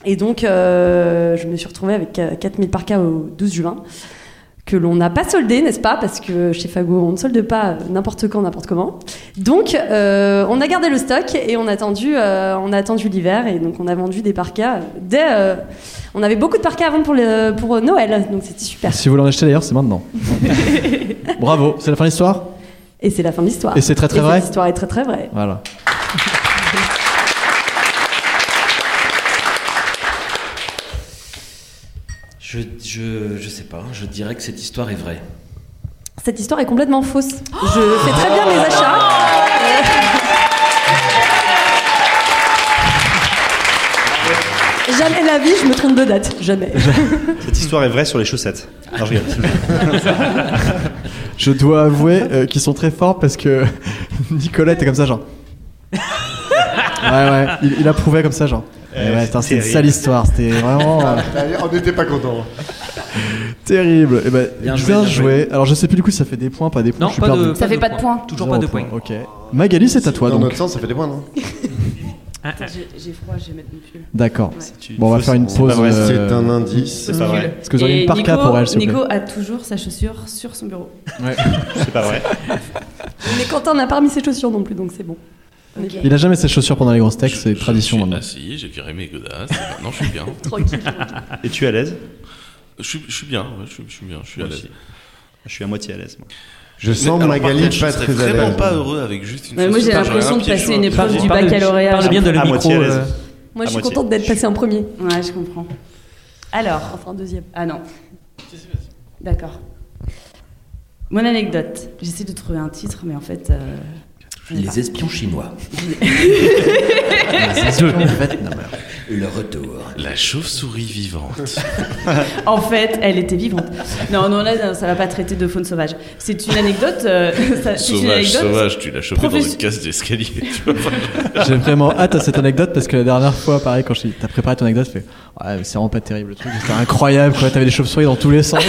Speaker 9: Et donc, euh, je me suis retrouvée avec euh, 4000 par cas au 12 juin, que l'on n'a pas soldé, n'est-ce pas Parce que chez Fago, on ne solde pas n'importe quand, n'importe comment. Donc, euh, on a gardé le stock et on a attendu, euh, on a attendu l'hiver et donc on a vendu des parkas. Dès, euh, on avait beaucoup de parkas à vendre pour, le- pour Noël, donc c'était super.
Speaker 2: Si vous voulez en acheter d'ailleurs, c'est <laughs> maintenant. Bravo, c'est la fin de l'histoire
Speaker 9: Et c'est la fin de l'histoire.
Speaker 2: Et c'est très, très vrai
Speaker 9: Cette histoire est très très vraie.
Speaker 2: Voilà.
Speaker 5: Je, je, je sais pas, je dirais que cette histoire est
Speaker 8: <laughs>
Speaker 5: vraie.
Speaker 9: Cette histoire est complètement fausse. Je fais très bien
Speaker 4: Ah.
Speaker 2: Oh
Speaker 9: mes achats. Euh, Jamais la vie, je me trompe de date. Jamais.
Speaker 8: Cette histoire est vraie sur les chaussettes. Non, je rigole.
Speaker 2: <laughs> Je dois avouer euh, qu'ils sont très forts parce que <laughs> Nicolas était comme ça, genre. Ouais, ouais, il, il approuvait comme ça, genre.
Speaker 7: Euh,
Speaker 2: Et ouais, putain,
Speaker 7: c'est
Speaker 2: c'est une
Speaker 7: terrible.
Speaker 2: sale histoire, c'était vraiment
Speaker 7: <laughs>
Speaker 2: euh,
Speaker 7: On n'était pas contents.
Speaker 2: terrible. Et ben,
Speaker 5: Bien
Speaker 2: bien,
Speaker 5: joué,
Speaker 2: joué,
Speaker 5: bien joué.
Speaker 2: Alors, je sais plus du coup, ça fait des points, pas des points.
Speaker 4: Non,
Speaker 2: je suis
Speaker 4: pas
Speaker 2: perdu.
Speaker 4: de,
Speaker 6: Ça fait pas de points.
Speaker 4: Toujours
Speaker 2: Zéro
Speaker 4: pas de
Speaker 2: point,
Speaker 4: points.
Speaker 2: Ok. Magali, c'est à toi
Speaker 7: Dans
Speaker 2: donc.
Speaker 7: notre sens, ça fait des points, non
Speaker 6: J'ai j'ai froid, je vais mettre mon pull.
Speaker 2: D'accord.
Speaker 6: Ouais.
Speaker 2: Bon, on va faire une
Speaker 8: C'est pas
Speaker 2: pause.
Speaker 8: vrai,
Speaker 2: euh,
Speaker 7: C'est un indice.
Speaker 8: C'est pas vrai.
Speaker 2: Est-ce que vous auriez
Speaker 6: Et
Speaker 2: une parka
Speaker 6: Nico-
Speaker 2: pour elle, s'il vous
Speaker 6: Nico
Speaker 2: plaît
Speaker 6: a toujours sa chaussure sur son bureau.
Speaker 8: C'est pas vrai.
Speaker 9: Mais Quentin n'a pas remis ses chaussures non plus, donc c'est bon. On est bien.
Speaker 2: Il a jamais ses chaussures pendant les grosses tech, c'est
Speaker 3: Je-
Speaker 2: tradition
Speaker 3: je suis
Speaker 2: maintenant.
Speaker 3: assis, j'ai viré mes godasses, et maintenant je
Speaker 6: <laughs>
Speaker 3: suis bien.
Speaker 9: Tranquille.
Speaker 8: Et tu es à l'aise
Speaker 3: Je suis, je suis bien, ouais, je, suis, je suis bien, je suis à
Speaker 8: Moi
Speaker 3: l'aise.
Speaker 8: aussi. Je suis à moitié à l'aise. Moi.
Speaker 7: Je
Speaker 3: Mais
Speaker 7: sens
Speaker 3: alors,
Speaker 7: Magali
Speaker 3: par contre,
Speaker 7: pas
Speaker 3: je serais
Speaker 7: très à
Speaker 3: vraiment
Speaker 7: l'aise.
Speaker 3: pas heureux avec juste une
Speaker 6: Ouais, moi,
Speaker 3: sauce
Speaker 6: j'ai
Speaker 3: tomate, j'aurais
Speaker 6: l'impression
Speaker 3: un
Speaker 6: de
Speaker 3: pied
Speaker 6: passer
Speaker 3: chaud,
Speaker 6: une
Speaker 3: un
Speaker 6: épreuve
Speaker 3: pied
Speaker 6: du
Speaker 3: chaud.
Speaker 4: Parle-
Speaker 6: baccalauréat.
Speaker 4: Parle bien de le
Speaker 8: À
Speaker 4: micro.
Speaker 8: moitié à l'aise.
Speaker 4: euh,
Speaker 9: Moi, je suis
Speaker 8: À moitié.
Speaker 9: contente d'être passée en premier.
Speaker 6: Ouais, je comprends. Alors,
Speaker 9: Enfin, deuxième.
Speaker 6: ah non. D'accord. Mon anecdote. J'essaie de trouver un titre, mais en fait. euh, je n'ai pas.
Speaker 5: Les espions
Speaker 6: <laughs>
Speaker 5: chinois. Le retour.
Speaker 3: La chauve-souris
Speaker 5: <laughs>
Speaker 3: vivante.
Speaker 6: En fait, elle était vivante. Non, non, là, non, ça va pas traiter de faune sauvage. C'est une anecdote. euh, <laughs> ça- c'est une
Speaker 3: sauvage,
Speaker 6: anecdote.
Speaker 3: sauvage, tu l'as chopé dans
Speaker 6: Professe-
Speaker 3: une case d'escalier. tu vois.
Speaker 6: <laughs>
Speaker 2: J'ai vraiment hâte à cette anecdote parce que la dernière fois, pareil, quand je t'ai- t'as préparé ton anecdote, je fais Ouais, mais c'est vraiment pas terrible le truc, c'était incroyable quoi, t'avais des chauves-souris dans tous
Speaker 6: <laughs>
Speaker 2: les sens.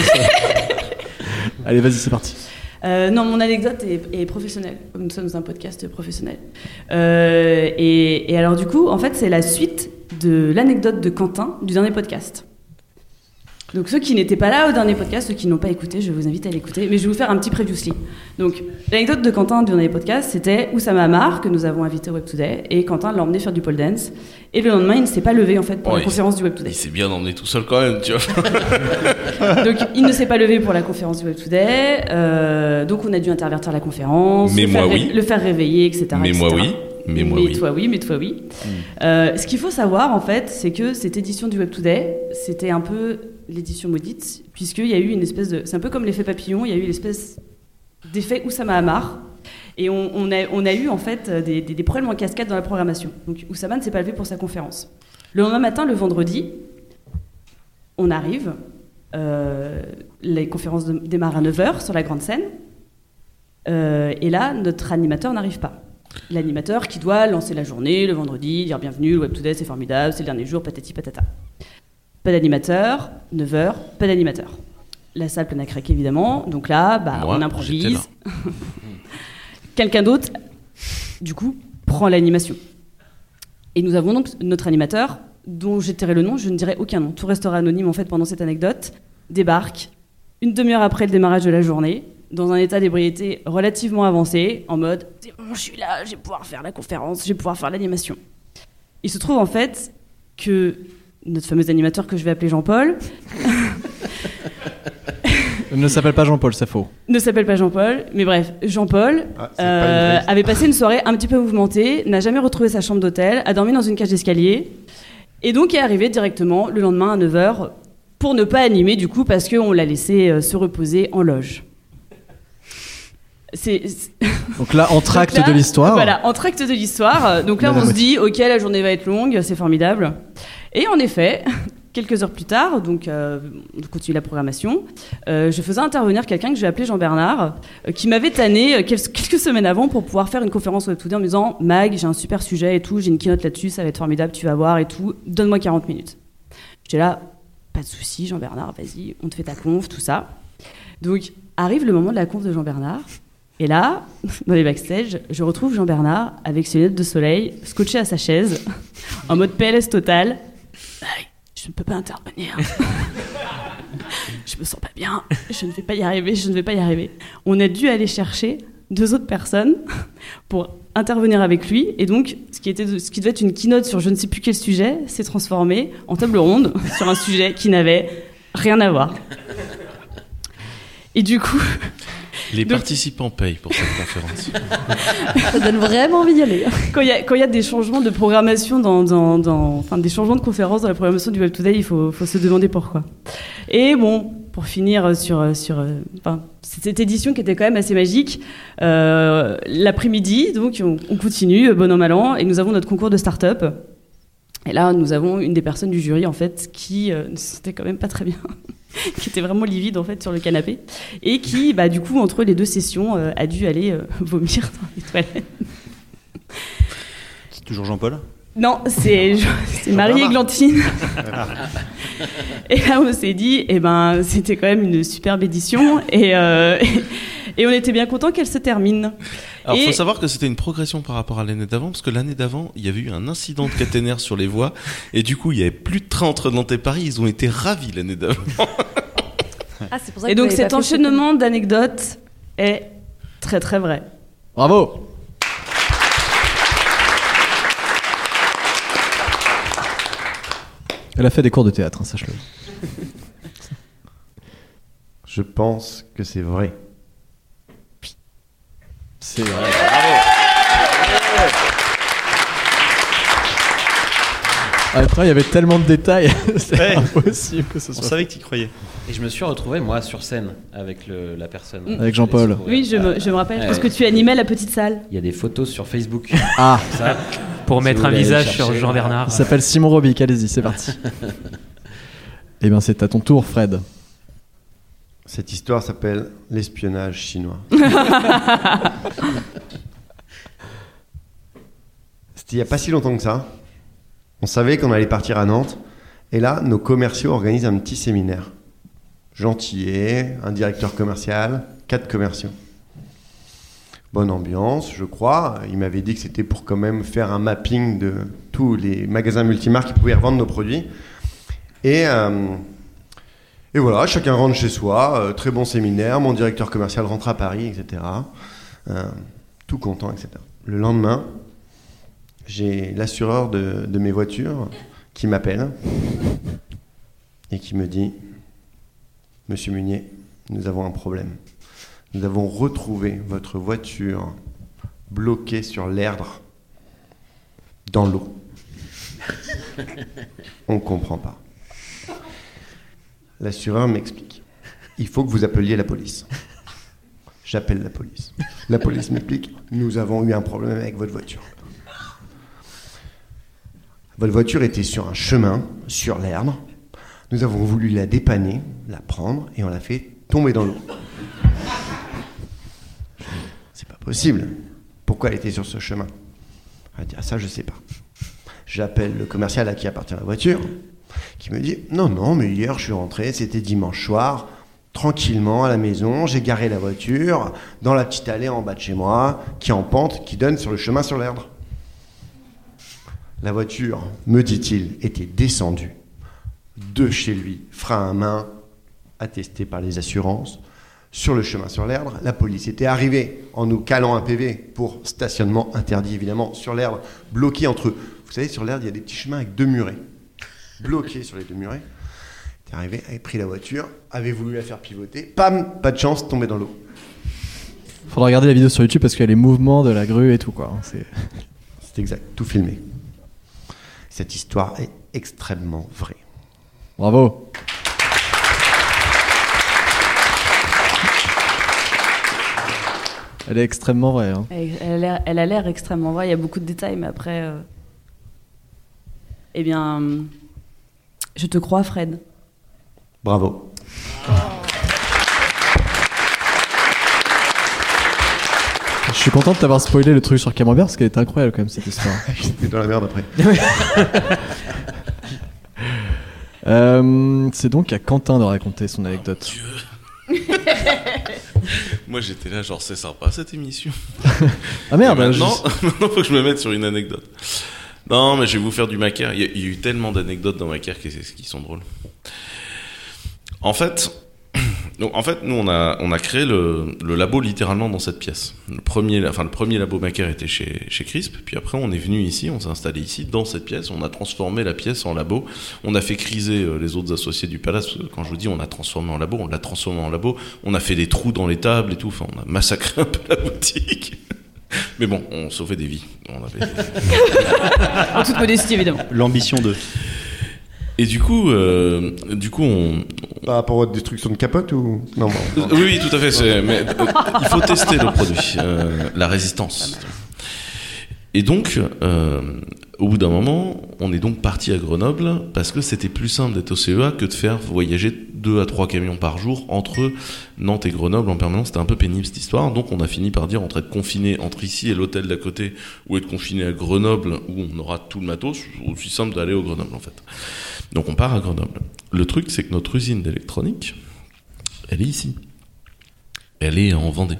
Speaker 2: Allez, vas-y, c'est parti.
Speaker 6: Euh, non, mon anecdote est, est professionnelle. Nous sommes un podcast professionnel. Euh, et, et alors, du coup, en fait, c'est la suite de l'anecdote de Quentin du dernier podcast. Donc, ceux qui n'étaient pas là au dernier podcast, ceux qui n'ont pas écouté, je vous invite à l'écouter. Mais je vais vous faire un petit previously. Donc, l'anecdote de Quentin du dernier podcast, c'était Oussama Amar, que nous avons invité au Web Today, et Quentin l'a emmené faire du pole dance. Et le lendemain, il ne s'est pas levé, en fait, pour
Speaker 3: Ouais,
Speaker 6: la conférence du Web Today.
Speaker 3: Il s'est bien emmené tout seul quand même, tu
Speaker 6: <laughs>
Speaker 3: vois.
Speaker 6: Donc, il ne s'est pas levé pour la conférence du Web Today. euh, donc, on a dû intervertir la conférence.
Speaker 3: Mais
Speaker 6: le faire
Speaker 3: moi,
Speaker 6: ré-
Speaker 3: oui.
Speaker 6: Le faire réveiller, etc.
Speaker 3: Mais moi,
Speaker 6: etc.
Speaker 3: oui. Mais moi, oui.
Speaker 6: toi, oui. Mais toi, oui. Euh, ce qu'il faut savoir, en fait, c'est que cette édition du Web Today, c'était un peu l'édition maudite, puisqu'il y a eu une espèce de. C'est un peu comme l'effet papillon, il y a eu l'espèce d'effet Oussama Hamar. Et on, on a, on a eu, en fait, des, des- des problèmes en cascade dans la programmation. Donc, Oussama ne s'est pas levé pour sa conférence. Le lendemain matin, le vendredi, on arrive. euh, les conférences de- démarrent à 9h sur la grande scène. Euh, et là, notre animateur n'arrive pas. L'animateur qui doit lancer la journée le vendredi, dire bienvenue, le Web Today c'est formidable, c'est le dernier jour, patati patata. Pas d'animateur, 9h, pas d'animateur. La salle pleine à craquer évidemment, donc là, bah,
Speaker 3: Moi,
Speaker 6: on
Speaker 3: j'étais
Speaker 6: improvise.
Speaker 3: là.
Speaker 6: <laughs> Quelqu'un d'autre, du coup, prend l'animation. Et nous avons donc notre animateur, dont j'ai tiré le nom, je ne dirai aucun nom, tout restera anonyme en fait pendant cette anecdote, débarque, une demi-heure après le démarrage de la journée, dans un état d'ébriété relativement avancé, en mode C'est bon, je suis là, je vais pouvoir faire la conférence, je vais pouvoir faire l'animation. Il se trouve en fait que notre fameux animateur que je vais appeler Jean-Paul
Speaker 2: Ne s'appelle pas Jean-Paul, c'est faux.
Speaker 6: ne s'appelle pas Jean-Paul, mais bref, Jean-Paul
Speaker 2: Ah, c'est
Speaker 6: euh,
Speaker 2: pas une vraie
Speaker 6: avait passé une soirée un petit peu mouvementée, n'a jamais retrouvé sa chambre d'hôtel, a dormi dans une cage d'escalier, et donc est arrivé directement le lendemain à 9h pour ne pas animer du coup parce qu'on l'a laissé euh, se reposer en loge. C'est c'est-
Speaker 2: Donc là, en
Speaker 6: donc
Speaker 2: tract
Speaker 6: là,
Speaker 2: de l'histoire.
Speaker 6: Voilà, en tract de l'histoire. Euh, Donc là,
Speaker 2: Madame
Speaker 6: on se
Speaker 2: Motti.
Speaker 6: dit, ok, la journée va être longue, c'est formidable. Et en effet, <laughs> quelques heures plus tard, donc euh, on continue la programmation, euh, je faisais intervenir quelqu'un que j'ai appelé Jean-Bernard, euh, qui m'avait tanné euh, quel- <laughs> quelques semaines avant pour pouvoir faire une conférence web Today en me disant, Mag, j'ai un super sujet et tout, j'ai une keynote là-dessus, ça va être formidable, tu vas voir et tout, donne-moi 40 minutes. J'étais là, pas de souci, Jean-Bernard, vas-y, on te fait ta conf, tout ça. Donc arrive le moment de la conf de Jean-Bernard. Et là, <laughs> dans les backstage, je retrouve Jean-Bernard avec ses lunettes de soleil, scotché à sa chaise, en mode PLS total. Aïe, Je ne peux pas intervenir. je me sens pas bien. Je ne vais pas y arriver. Je ne vais pas y arriver. On a dû aller chercher deux autres personnes pour intervenir avec lui. Et donc, ce qui, était, ce qui devait être une keynote sur je ne sais plus quel sujet s'est transformé en table ronde sur un sujet qui n'avait rien à voir. Et du coup,
Speaker 3: <laughs> Les
Speaker 6: Donc-
Speaker 3: participants payent pour cette
Speaker 6: <laughs>
Speaker 3: conférence.
Speaker 9: Ça donne vraiment envie d'y aller.
Speaker 6: quand il y, a- quand il y a des changements de programmation dans, dans- dans- enfin des changements de conférences dans la programmation du Web Today, il faut, faut se demander pourquoi. Et bon, pour finir sur sur, euh, enfin, c- cette édition qui était quand même assez magique, euh, l'après-midi, donc on, on continue bon an mal an et nous avons notre concours de start-up. Et là, nous avons une des personnes du jury en fait qui euh, ne se sentait quand même pas très bien. <laughs> qui était vraiment livide en fait sur le canapé et qui bah du coup entre les deux sessions euh, a dû aller euh, <laughs> vomir dans les toilettes. <laughs>
Speaker 8: C'est toujours Jean-Paul
Speaker 6: Non, c'est c'est Marie
Speaker 9: <laughs>
Speaker 6: Églantine. <laughs> Et là, on s'est dit, eh ben, c'était quand même une superbe édition, et, euh, <laughs> et on était bien content qu'elle se termine.
Speaker 3: Alors,
Speaker 6: Et-
Speaker 3: faut savoir que c'était une progression par rapport à l'année d'avant, parce que l'année d'avant, il y avait eu un incident de caténaire sur les voies, et du coup, il y avait plus de train entre Nantes et Paris. Ils ont été ravis l'année d'avant.
Speaker 9: Ah, c'est pour ça
Speaker 6: Et
Speaker 9: que
Speaker 6: donc,
Speaker 9: vous avez
Speaker 6: cet
Speaker 9: pas fait ce
Speaker 6: enchaînement d'anecdotes est très très vrai.
Speaker 2: Bravo. Elle a fait des cours de théâtre, hein, sache-le.
Speaker 7: Je pense que c'est vrai.
Speaker 2: C'est vrai. Après, il y avait tellement de détails, <laughs> c'est
Speaker 8: Ouais.
Speaker 2: impossible que ce
Speaker 8: On
Speaker 2: soit.
Speaker 8: savait que tu croyais.
Speaker 5: Et je me suis retrouvé, moi, sur scène avec le- la personne.
Speaker 2: Avec Jean-Paul.
Speaker 6: Oui, je me, je me rappelle, parce que tu animais la petite salle.
Speaker 5: Il y a des photos sur Facebook.
Speaker 2: Ah,
Speaker 5: Ça,
Speaker 4: Pour
Speaker 5: Si
Speaker 4: mettre
Speaker 5: vous
Speaker 4: un
Speaker 5: voulez
Speaker 4: visage
Speaker 5: aller
Speaker 4: sur
Speaker 5: chercher,
Speaker 4: Jean-Bernard.
Speaker 2: il s'appelle Simon Robic, allez-y, c'est parti. <laughs> Eh bien, c'est à ton tour, Fred.
Speaker 7: Cette histoire s'appelle l'espionnage chinois. C'était il n'y a pas si longtemps que ça. On savait qu'on allait partir à Nantes. Et là, nos commerciaux organisent un petit séminaire. Gentillet, un directeur commercial, quatre commerciaux. Bonne ambiance, je crois. Il m'avait dit que c'était pour quand même faire un mapping de tous les magasins multimarques qui pouvaient revendre nos produits. Et euh, et voilà, chacun rentre chez soi, euh, très bon séminaire, mon directeur commercial rentre à Paris, etc. Euh, tout content, etc. Le lendemain, j'ai l'assureur de, de mes voitures qui m'appelle et qui me dit Monsieur Munier, nous avons un problème. Nous avons retrouvé votre voiture bloquée sur l'Erdre dans l'eau. On ne comprend pas. L'assureur m'explique. Il faut que vous appeliez la police. J'appelle la police. La police m'explique. Nous avons eu un problème avec votre voiture. Votre voiture était sur un chemin, sur l'herbe. Nous avons voulu la dépanner, la prendre, et on l'a fait tomber dans l'eau. C'est pas possible. Pourquoi elle était sur ce chemin Elle dit, ah ça, je sais pas. J'appelle le commercial à qui appartient la voiture qui me dit Non, non, mais hier je suis rentré, c'était dimanche soir, tranquillement à la maison, j'ai garé la voiture dans la petite allée en bas de chez moi, qui est en pente, qui donne sur le chemin sur l'Erdre. La voiture, me dit-il, était descendue de chez lui, frein à main, attesté par les assurances, sur le chemin sur l'herbe. La police était arrivée en nous calant un PV pour stationnement interdit, évidemment, sur l'herbe, bloqué entre. Vous savez, sur l'herbe, il y a des petits chemins avec deux murets bloqué sur les deux murets. qui est arrivé, avait pris la voiture, avait voulu la faire pivoter, pam, pas de chance, tombé dans l'eau.
Speaker 2: Faudra regarder la vidéo sur YouTube parce qu'il y a les mouvements de la grue et tout quoi. hein, C'est- <laughs>
Speaker 7: C'est exact, tout filmé. Cette histoire est extrêmement vraie.
Speaker 2: Bravo. Elle est extrêmement vraie. hein.
Speaker 6: Elle, elle a l'air- elle a l'air extrêmement vraie. Il y a beaucoup de détails, mais après. euh, Eh bien. euh, Je te crois, Fred.
Speaker 7: Bravo.
Speaker 2: Je suis content de t'avoir spoilé le truc sur Camembert parce qu'elle est incroyable quand même
Speaker 7: <laughs>
Speaker 2: cette histoire.
Speaker 7: J'étais dans la merde après.
Speaker 2: <laughs> Euh, c'est donc à Quentin de raconter son anecdote.
Speaker 3: Moi j'étais là, genre c'est sympa cette émission.
Speaker 2: Ah merde,
Speaker 3: Et
Speaker 2: je-
Speaker 3: maintenant, <laughs> maintenant, faut que je me mette sur une anecdote. Non, mais je vais vous faire du macaire. Il y a, il y a eu tellement d'anecdotes dans macaire qui, qui sont drôles. En fait, <clears throat> donc, en fait, nous on a on a créé le, le labo littéralement dans cette pièce. Le premier, enfin le premier labo macaire était chez chez Crisp. Puis après, on est venu ici, on s'est installé ici dans cette pièce. On a transformé la pièce en labo. On a fait criser euh, les autres associés du palace. parce que Quand je vous dis, on a transformé en labo, on l'a transformé en labo. On a fait des trous dans les tables et tout. Enfin, on a massacré <laughs> un peu la boutique. Mais bon, on sauvait des vies. On avait-
Speaker 6: <laughs> En toute modestie, évidemment.
Speaker 8: L'ambition de.
Speaker 3: Et du coup, euh, du coup, on.
Speaker 7: Par rapport aux destructions de capote ou Non,
Speaker 3: <laughs>
Speaker 7: bon.
Speaker 3: Oui, oui, tout à fait. c'est- Mais euh, il faut tester le produit, euh, la résistance. Et donc, euh, au bout d'un moment, on est donc parti à Grenoble parce que c'était plus simple d'être au CEA que de faire voyager deux à trois camions par jour entre Nantes et Grenoble en permanence. C'était un peu pénible cette histoire. Donc, on a fini par dire entre être confiné entre ici et l'hôtel d'à côté ou être confiné à Grenoble où on aura tout le matos, aussi simple d'aller au Grenoble en fait. Donc, on part à Grenoble. Le truc, c'est que notre usine d'électronique, elle est ici. Elle est en Vendée.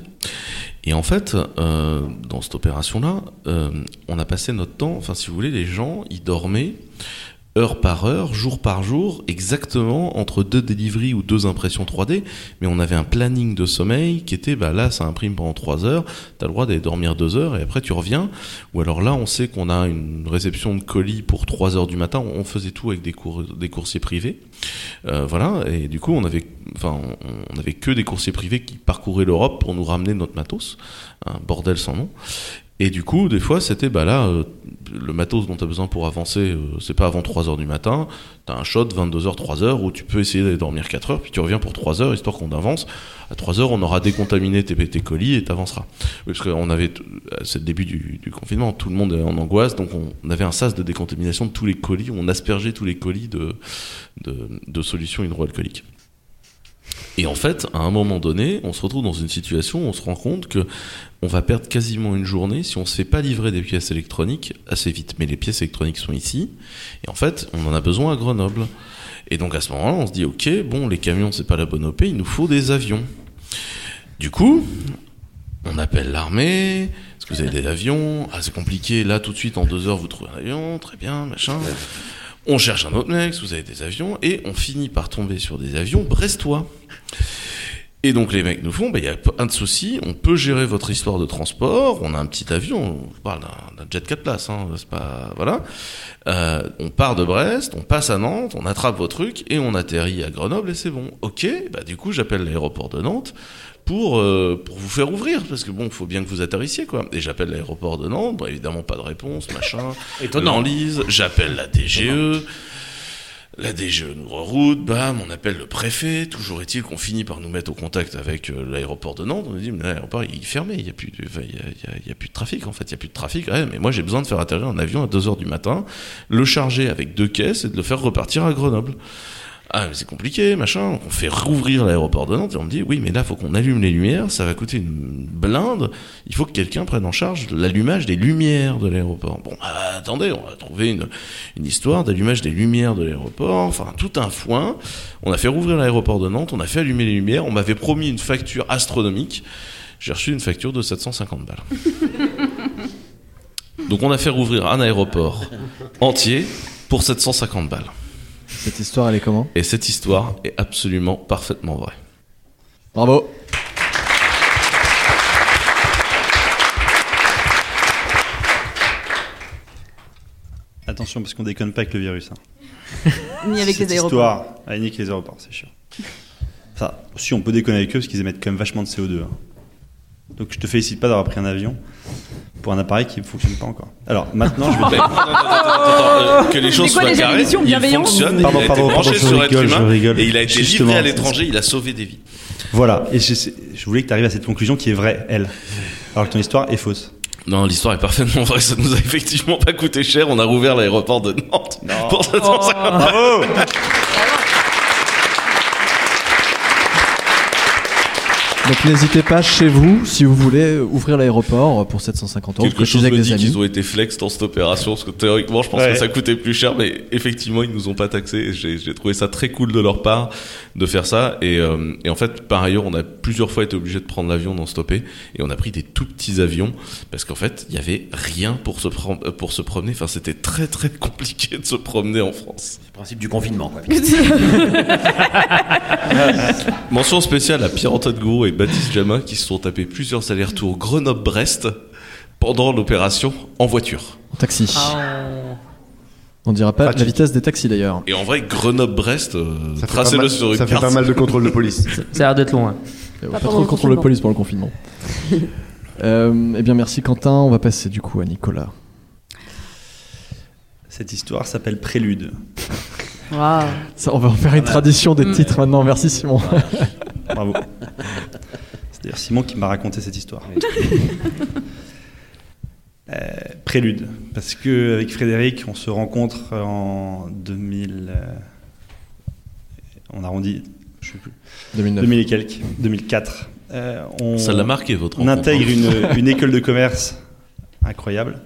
Speaker 3: Et en fait, euh, dans cette opération-là, euh, on a passé notre temps, enfin si vous voulez, les gens, ils dormaient heure par heure, jour par jour, exactement entre deux deliveries ou deux impressions 3D, mais on avait un planning de sommeil qui était, bah là, ça imprime pendant 3 heures, t'as le droit d'aller dormir 2 heures et après tu reviens, ou alors là, on sait qu'on a une réception de colis pour 3 heures du matin, on faisait tout avec des, cour- des coursiers privés, euh, voilà, et du coup, on avait, enfin, on- on avait que des coursiers privés qui parcouraient l'Europe pour nous ramener notre matos, un bordel sans nom. Et du coup, des fois, c'était, bah là, euh, le matos dont tu as besoin pour avancer, euh, c'est pas avant 3 heures du matin, t'as un shot 22h, 3h, où tu peux essayer d'aller dormir 4 heures, puis tu reviens pour 3 heures, histoire qu'on avance. À 3 heures, on aura décontaminé tes, tes colis et t'avanceras. Oui, parce qu'on avait, t- euh, c'est le début du, du confinement, tout le monde est en angoisse, donc on, on avait un sas de décontamination de tous les colis, on aspergeait tous les colis de, de, de solutions hydroalcooliques. Et en fait, à un moment donné, on se retrouve dans une situation où on se rend compte que on va perdre quasiment une journée si on se fait pas livrer des pièces électroniques assez vite. Mais les pièces électroniques sont ici, et en fait, on en a besoin à Grenoble. Et donc à ce moment-là, on se dit, ok, bon, les camions, c'est pas la bonne OP, il nous faut des avions. Du coup, on appelle l'armée. Est-ce que vous avez des avions Ah, c'est compliqué. Là, tout de suite, en deux heures, vous trouvez un avion. Très bien, machin. On cherche un autre mec. Vous avez des avions. Et on finit par tomber sur des avions brestois. Et donc, les mecs nous font, bah, il y a un de souci. On peut gérer votre histoire de transport. On a un petit avion. On parle d'un- d'un jet 4 places. Hein, c'est pas, voilà. Euh, on part de Brest, on passe à Nantes, on attrape vos trucs et on atterrit à Grenoble et c'est bon. Ok, bah du coup j'appelle l'aéroport de Nantes pour euh, pour vous faire ouvrir parce que bon, faut bien que vous atterrissiez quoi. Et j'appelle l'aéroport de Nantes, bon, évidemment pas de réponse, machin.
Speaker 5: Étonnant.
Speaker 3: Lise, j'appelle la DGE. La DGE nous reroute, bam, on appelle le préfet. Toujours est-il qu'on finit par nous mettre au contact avec euh, l'aéroport de Nantes. On nous dit, mais l'aéroport, il est fermé, il n'y a, plus de- enfin, il y a, il y a- il y a plus de trafic, en fait, il n'y a plus de trafic. Ouais, mais moi, j'ai besoin de faire atterrir un avion à 2h du matin, le charger avec deux caisses et de le faire repartir à Grenoble. Ah, mais c'est compliqué, machin. Donc, on fait rouvrir l'aéroport de Nantes et on me dit, oui, mais là, faut qu'on allume les lumières, ça va coûter une blinde. Il faut que quelqu'un prenne en charge l'allumage des lumières de l'aéroport. Bon, bah, attendez, on va trouver une, une histoire d'allumage des lumières de l'aéroport. Enfin, tout un foin. On a fait rouvrir l'aéroport de Nantes, on a fait allumer les lumières, on m'avait promis une facture astronomique. J'ai reçu une facture de 750 balles. Donc, on a fait rouvrir un aéroport entier pour 750 balles.
Speaker 2: Cette histoire elle est comment
Speaker 3: Et cette histoire est absolument parfaitement vraie.
Speaker 2: Bravo.
Speaker 8: Attention, parce qu'on déconne pas avec le virus. hein.
Speaker 6: Ni avec
Speaker 8: Cette
Speaker 6: les aéroports.
Speaker 8: Histoire. Ah, ni avec les aéroports, c'est chiant. Enfin, si on peut déconner avec eux, parce qu'ils émettent quand même vachement de CO2. hein. Donc je te félicite pas d'avoir pris un avion pour un appareil qui ne fonctionne pas encore. Alors maintenant, je vais.
Speaker 3: Mais- attends, attends, attends, attends, euh, que les choses
Speaker 6: C'est quoi
Speaker 3: soient
Speaker 6: déjà
Speaker 3: carrées.
Speaker 6: l'émission
Speaker 3: Il
Speaker 6: bienveillante
Speaker 3: fonctionne,
Speaker 8: Pardon,
Speaker 3: il a
Speaker 8: pardon,
Speaker 3: été branché
Speaker 8: pardon, je
Speaker 3: sur
Speaker 8: rigole,
Speaker 3: être
Speaker 8: je
Speaker 3: humain
Speaker 8: rigole.
Speaker 3: et il a été
Speaker 8: Justement.
Speaker 3: livré à l'étranger, il a sauvé des vies. <laughs>
Speaker 8: Voilà, et je, je voulais que tu arrives à cette conclusion qui est vraie, elle. Alors que ton histoire est fausse.
Speaker 3: Non, l'histoire est parfaitement vraie, ça nous a effectivement pas coûté cher, on a rouvert l'aéroport de Nantes pour 750.
Speaker 8: Bravo
Speaker 2: Donc n'hésitez pas chez vous, si vous voulez, euh, ouvrir l'aéroport euh, pour 750 euros.
Speaker 3: Quelque
Speaker 2: cotisez
Speaker 3: chose me
Speaker 2: avec des
Speaker 3: dit
Speaker 2: amis.
Speaker 3: qu'ils ont été flex dans cette opération, parce que théoriquement, je pense
Speaker 8: Ouais.
Speaker 3: que ça coûtait plus cher, mais effectivement, ils nous ont pas taxé. et J'ai j'ai trouvé ça très cool de leur part de faire ça. Et, euh, et en fait, par ailleurs, on a plusieurs fois été obligé de prendre l'avion non stoppé, et on a pris des tout petits avions parce qu'en fait, il y avait rien pour se prom- euh, pour se promener. Enfin, c'était très très <laughs> compliqué de se promener en France.
Speaker 5: le principe du confinement. Quoi.
Speaker 3: <laughs> Mention spéciale à Pierre Antoine Gouraud et Baptiste Jamin qui se sont tapés plusieurs allers-retours Grenoble-Brest pendant l'opération en voiture.
Speaker 2: En taxi.
Speaker 4: Ah,
Speaker 2: On dira pas
Speaker 7: Pratique.
Speaker 2: la vitesse des taxis d'ailleurs.
Speaker 3: Et en vrai, Grenoble-Brest, euh,
Speaker 7: Ça fait pas
Speaker 3: tracez-le
Speaker 7: mal-
Speaker 3: sur une
Speaker 7: ça fait
Speaker 3: carte.
Speaker 7: pas mal de contrôle de police.
Speaker 4: on- Ça a l'air d'être hein. loin.
Speaker 2: Euh,
Speaker 9: Pas
Speaker 2: Pas,
Speaker 9: pendant
Speaker 2: trop
Speaker 9: le
Speaker 2: de contrôle de
Speaker 9: confinement.
Speaker 2: police pour
Speaker 9: <laughs>
Speaker 2: le confinement. Euh, eh bien merci Quentin, on va passer du coup à Nicolas.
Speaker 8: Cette histoire s'appelle Prélude.
Speaker 6: Waouh.
Speaker 2: Ça, on va en faire une tradition des
Speaker 6: Mm.
Speaker 2: titres maintenant, merci Simon.
Speaker 8: Bravo. C'est d'ailleurs Simon qui m'a raconté cette histoire. Euh, prélude, parce que avec Frédéric, on se rencontre en 2000. euh, on arrondit, je sais plus.
Speaker 2: 2009.
Speaker 8: 2000 et quelques, 2004. Euh, on,
Speaker 3: Ça l'a marqué votre
Speaker 8: on
Speaker 3: rencontre,
Speaker 8: intègre
Speaker 3: hein.
Speaker 8: une,
Speaker 3: <laughs>
Speaker 8: une école de commerce incroyable.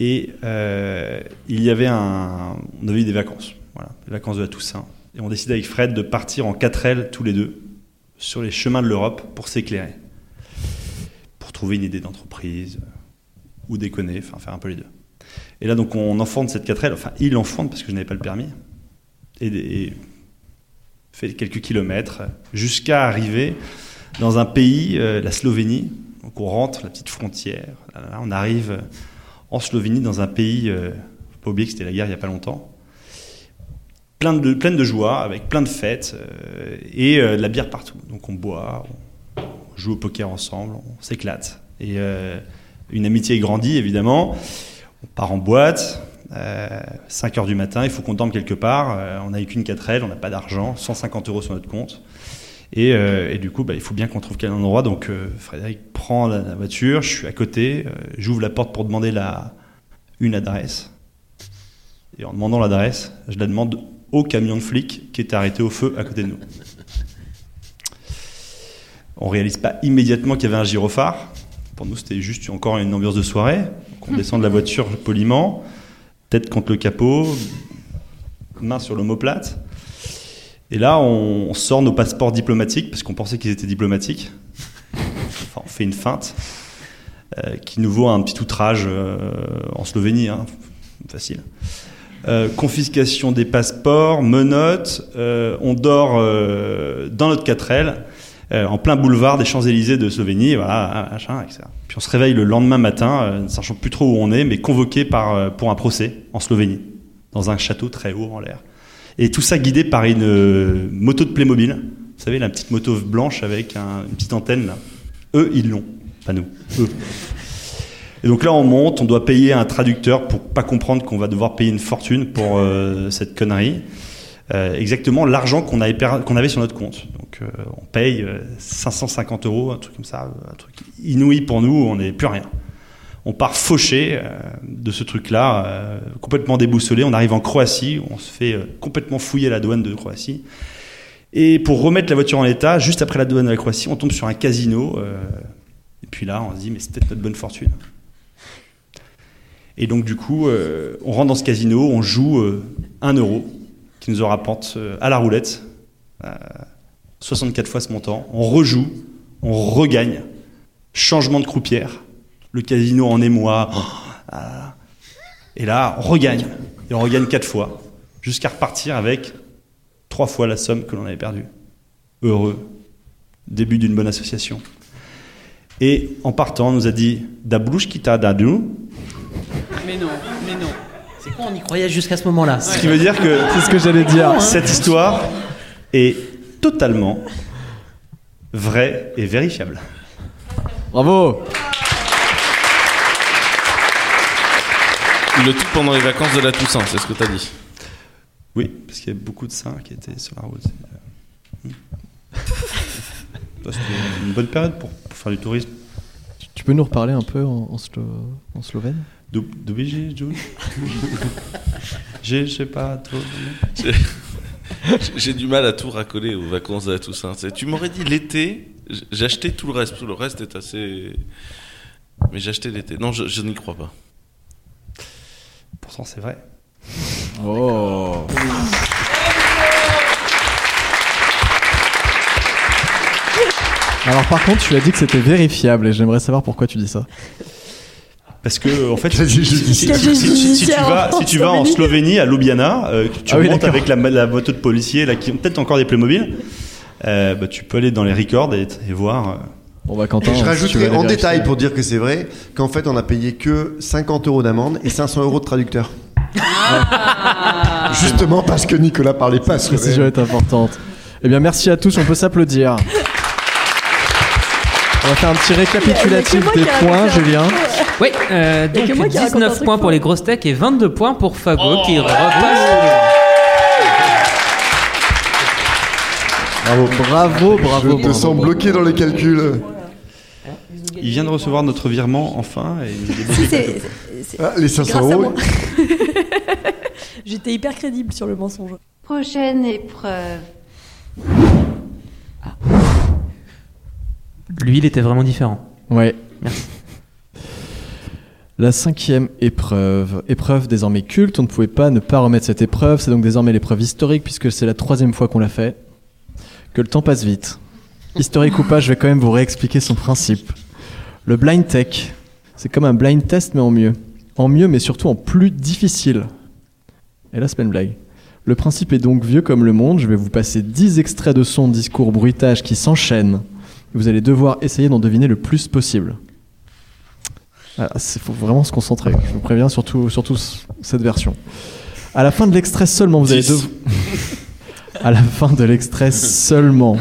Speaker 8: Et euh, il y avait un, on avait eu des vacances, voilà, les vacances de la Toussaint. Et on décide avec Fred de partir en 4L tous les deux sur les chemins de l'Europe pour s'éclairer, pour trouver une idée d'entreprise euh, ou déconner, enfin faire un peu les deux. Et là donc on enfante cette 4L, enfin il enfante parce que je n'avais pas le permis, et, et fait quelques kilomètres jusqu'à arriver dans un pays, euh, la Slovénie. Donc on rentre, la petite frontière. là, là, là, on arrive euh, en Slovénie, dans un pays, euh, faut pas oublier que c'était la guerre il n'y a pas longtemps. Plein de, pleine de joie, avec plein de fêtes euh, et euh, de la bière partout. Donc on boit, on joue au poker ensemble, on s'éclate. Et euh, une amitié grandit évidemment. On part en boîte, euh, 5 heures du matin, il faut qu'on dorme quelque part. euh, on n'a eu qu'une 4L, on n'a pas d'argent, 150 euros sur notre compte. Et, euh, et du coup, bah, il faut bien qu'on trouve quel endroit. Donc, euh, Frédéric prend la, la voiture, je suis à côté, euh, j'ouvre la porte pour demander la, une adresse. Et en demandant l'adresse, je la demande au camion de flic qui était arrêté au feu à côté de nous. On réalise pas immédiatement qu'il y avait un gyrophare. Pour nous, c'était juste encore une ambiance de soirée. Donc, on descend de la voiture poliment, tête contre le capot, main sur l'omoplate. Et là, on, on sort nos passeports diplomatiques, parce qu'on pensait qu'ils étaient diplomatiques. Enfin, on fait une feinte, euh, qui nous vaut un petit outrage euh, en Slovénie, hein, facile. Euh, confiscation des passeports, menottes, euh, on dort euh, dans notre 4L, euh, en plein boulevard des Champs-Élysées de Slovénie, voilà, hein, machin, etc. Puis on se réveille le lendemain matin, euh, ne sachant plus trop où on est, mais convoqué par, euh, pour un procès en Slovénie, dans un château très haut en l'air. Et tout ça guidé par une euh, moto de Playmobil. Vous savez, la petite moto blanche avec un- une petite antenne. Là. Eux, ils l'ont. Pas nous. Eux. Et donc là, on monte, on doit payer un traducteur pour pas comprendre qu'on va devoir payer une fortune pour euh, cette connerie. Euh, exactement l'argent qu'on avait, per- qu'on avait sur notre compte. Donc euh, on paye euh, 550 euros, un truc comme ça, un truc inouï pour nous, on n'est plus rien. On part fauché euh, de ce truc-là, euh, complètement déboussolé. On arrive en Croatie, on se fait euh, complètement fouiller à la douane de Croatie. Et pour remettre la voiture en état, juste après la douane de la Croatie, on tombe sur un casino. euh, et puis là, on se dit, mais c'est peut-être notre bonne fortune. Et donc, du coup, euh, on rentre dans ce casino, on joue euh, 1 euro qui nous en rapporte euh, à la roulette. euh, 64 fois ce montant. On rejoue, on regagne. Changement de croupière. Le casino en émoi. Oh, ah là là. Et là, on regagne. Et on regagne quatre fois. Jusqu'à repartir avec trois fois la somme que l'on avait perdue. Heureux. Début d'une bonne association. Et en partant, on nous a dit Da kita dadu.
Speaker 4: Mais non, mais non.
Speaker 5: C'est quoi, on y croyait jusqu'à ce moment-là
Speaker 8: Ce qui veut dire que
Speaker 2: C'est ce que j'allais dire.
Speaker 8: cette histoire est totalement vraie et vérifiable.
Speaker 2: Bravo
Speaker 3: Le tout pendant les vacances de la Toussaint, c'est ce que t'as dit.
Speaker 8: Oui, parce qu'il y a beaucoup de saints qui étaient sur la route. Euh, hmm. Ça, C'était une bonne période pour, pour faire du tourisme.
Speaker 2: Tu- Tu peux nous reparler un peu en, en slo- en slovène
Speaker 8: Dou- Dobiži, Djou- J'ai, je sais pas, trop.
Speaker 3: J'ai- J'ai du mal à tout racoler aux vacances de la Toussaint. C'est- Tu m'aurais dit l'été, j- j'achetais tout le reste. Tout le reste est assez. Mais j'achetais l'été. Non, je, je n'y crois pas.
Speaker 8: Pourtant, c'est vrai.
Speaker 2: Oh Alors par contre, tu as dit que c'était vérifiable et j'aimerais savoir pourquoi tu dis ça.
Speaker 8: Parce que, en fait,
Speaker 7: Quel
Speaker 8: si,
Speaker 7: jeu
Speaker 8: si- si-
Speaker 9: judiciaire
Speaker 8: si- si- si tu
Speaker 9: en
Speaker 8: vas, si tu vas en
Speaker 9: Slovénie.
Speaker 8: Slovénie, à Ljubljana, euh, que tu
Speaker 2: Ah oui,
Speaker 8: montes
Speaker 2: d'accord.
Speaker 8: avec la, la moto de policiers là, qui ont peut-être encore des Playmobil, euh, bah, tu peux aller dans les records et, et voir. euh,
Speaker 2: Bon bah Quentin,
Speaker 7: Et je
Speaker 2: si tu
Speaker 7: rajouterai
Speaker 2: veux aller
Speaker 7: en
Speaker 2: vérifier-
Speaker 7: détail pour dire que c'est vrai qu'en fait on a payé que 50 euros d'amende et 500 euros de traducteur. Justement parce que Nicolas parlait pas
Speaker 2: Cette précision
Speaker 7: slovène.
Speaker 2: est importante. Eh bien merci à tous, on peut s'applaudir. On va faire un petit récapitulatif
Speaker 9: moi
Speaker 2: des
Speaker 9: qui ai
Speaker 2: points,
Speaker 9: raconté un
Speaker 2: Julien.
Speaker 4: Oui, euh,
Speaker 9: Y a
Speaker 4: donc
Speaker 9: que moi qui raconte un
Speaker 4: 19
Speaker 9: truc
Speaker 4: points pour
Speaker 9: faux.
Speaker 4: les grosses tech et 22 points pour Fago
Speaker 10: Oh.
Speaker 4: qui repasse.
Speaker 2: Bravo, bravo, bravo.
Speaker 7: Je te sens bloqué dans les calculs.
Speaker 8: Il vient de recevoir notre virement enfin. Et il nous a débloqué
Speaker 9: Si,
Speaker 8: quelques
Speaker 9: c'est- c'est- c'est-
Speaker 7: Ah, les 500
Speaker 9: Grâce à
Speaker 7: euros.
Speaker 9: moi.
Speaker 6: <laughs>
Speaker 9: <laughs> J'étais hyper crédible sur le mensonge.
Speaker 1: Prochaine épreuve.
Speaker 4: Lui, il était vraiment différent.
Speaker 2: Ouais. La cinquième épreuve, épreuve désormais culte, on ne pouvait pas ne pas remettre cette épreuve, c'est donc désormais l'épreuve historique puisque c'est la troisième fois qu'on l'a fait, que le temps passe vite. Historique ou pas, je vais quand même vous réexpliquer son principe. Le blind tech, c'est comme un blind test mais en mieux. En mieux mais surtout en plus difficile. Et là c'est pas une blague. Le principe est donc vieux comme le monde, je vais vous passer 10 extraits de sons, discours, bruitages qui s'enchaînent. Vous allez devoir essayer d'en deviner le plus possible. Il faut vraiment se concentrer. Je vous préviens, surtout, surtout s- cette version. À la fin de l'extrait seulement, vous allez
Speaker 3: Dix.
Speaker 2: devoir. <laughs> à la fin de l'extrait seulement,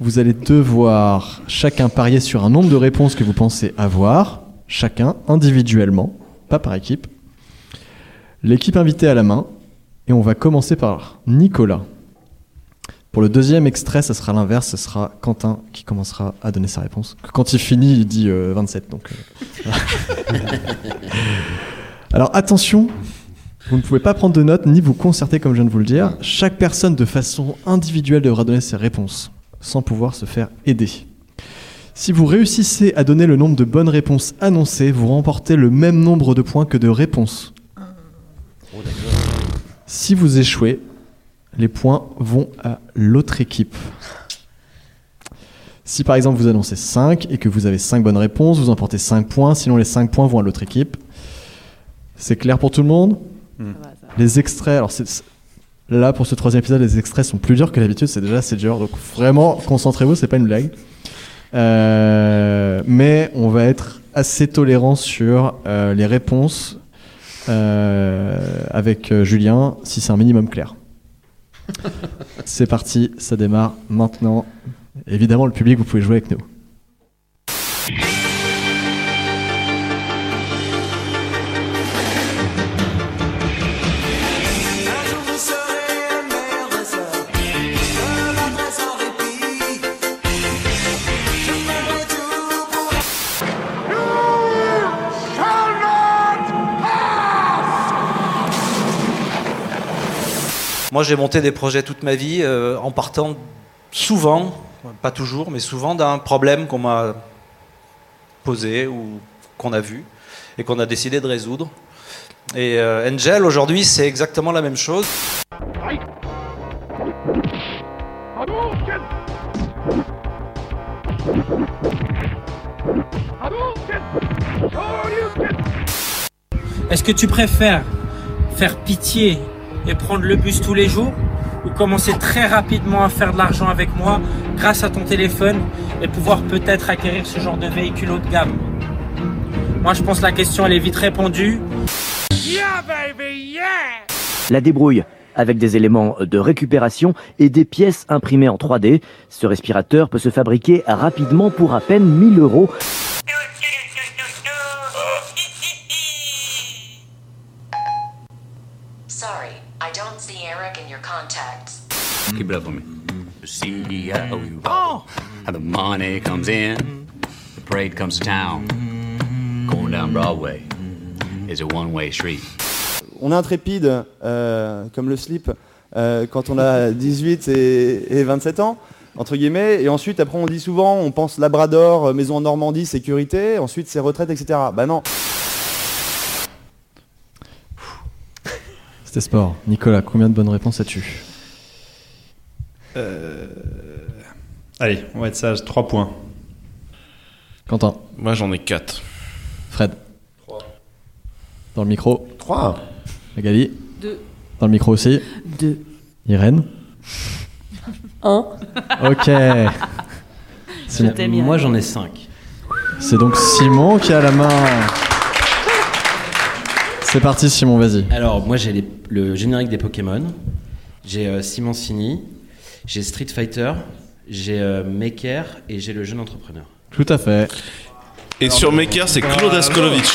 Speaker 2: vous allez devoir chacun parier sur un nombre de réponses que vous pensez avoir, chacun individuellement, pas par équipe. L'équipe invitée à la main, et on va commencer par Nicolas. Pour le deuxième extrait, ça sera l'inverse, ce sera Quentin qui commencera à donner sa réponse. Quand il finit, il dit euh, 27. Donc, euh, voilà. <laughs> Alors attention, vous ne pouvez pas prendre de notes ni vous concerter comme je viens de vous le dire. Chaque personne de façon individuelle devra donner ses réponses, sans pouvoir se faire aider. Si vous réussissez à donner le nombre de bonnes réponses annoncées, vous remportez le même nombre de points que de réponses. Si vous échouez, les points vont à l'autre équipe. Si par exemple vous annoncez 5 et que vous avez 5 bonnes réponses, vous emportez 5 points, sinon les 5 points vont à l'autre équipe. C'est clair pour tout le monde
Speaker 11: Hmm.
Speaker 2: Les extraits, alors c'est- c'est- là pour ce troisième épisode, les extraits sont plus durs que d'habitude, c'est déjà assez dur, donc vraiment concentrez-vous, c'est pas une blague. Euh, mais on va être assez tolérant sur euh, les réponses euh, avec euh, Julien si c'est un minimum clair. C'est parti, ça démarre maintenant. Évidemment, le public, vous pouvez jouer avec nous.
Speaker 12: Moi, j'ai monté des projets toute ma vie euh, en partant souvent, pas toujours, mais souvent d'un problème qu'on m'a posé ou qu'on a vu et qu'on a décidé de résoudre. Et euh, Angel, aujourd'hui, c'est exactement la même chose.
Speaker 10: Est-ce que tu préfères faire pitié et prendre le bus tous les jours ou commencer très rapidement à faire de l'argent avec moi grâce à ton téléphone et pouvoir peut-être acquérir ce genre de véhicule haut de gamme Moi je pense que la question elle est vite répondue.
Speaker 13: La débrouille avec des éléments de récupération et des pièces imprimées en 3D. Ce respirateur peut se fabriquer rapidement pour à peine 1000 euros.
Speaker 14: Sorry, I don't see Eric in your contacts.
Speaker 15: Keep it up on me. CEO. Oh! How the money comes in, the parade comes to town. Going down Broadway is a one way street.
Speaker 16: on est intrépide, euh, comme le slip, euh, quand on a 18 et, et 27 ans, entre guillemets, et ensuite, après, on dit souvent, on pense Labrador, euh, maison en Normandie, sécurité, ensuite, c'est retraite, etc. Bah non.
Speaker 2: C'était sport. Nicolas, combien de bonnes réponses as-tu
Speaker 8: Euh, Allez, on va être sage, 3 points.
Speaker 2: Quentin
Speaker 3: Moi j'en ai 4.
Speaker 2: Fred 3. Dans le micro
Speaker 7: 3.
Speaker 2: Magali
Speaker 6: Deux.
Speaker 2: Dans le micro aussi
Speaker 6: 2.
Speaker 9: <laughs>
Speaker 2: Irène
Speaker 9: Un.
Speaker 2: Ok. Simon.
Speaker 5: Moi j'en ai 5.
Speaker 2: C'est donc Simon qui a la main. C'est parti Simon, vas-y.
Speaker 5: <laughs> Alors, moi j'ai les- le générique des Pokémon, j'ai euh, Simoncini, j'ai Street Fighter, j'ai euh, Maker et j'ai le jeune entrepreneur.
Speaker 2: Tout à fait.
Speaker 3: Et sur Maker, c'est Claude Askolovitch.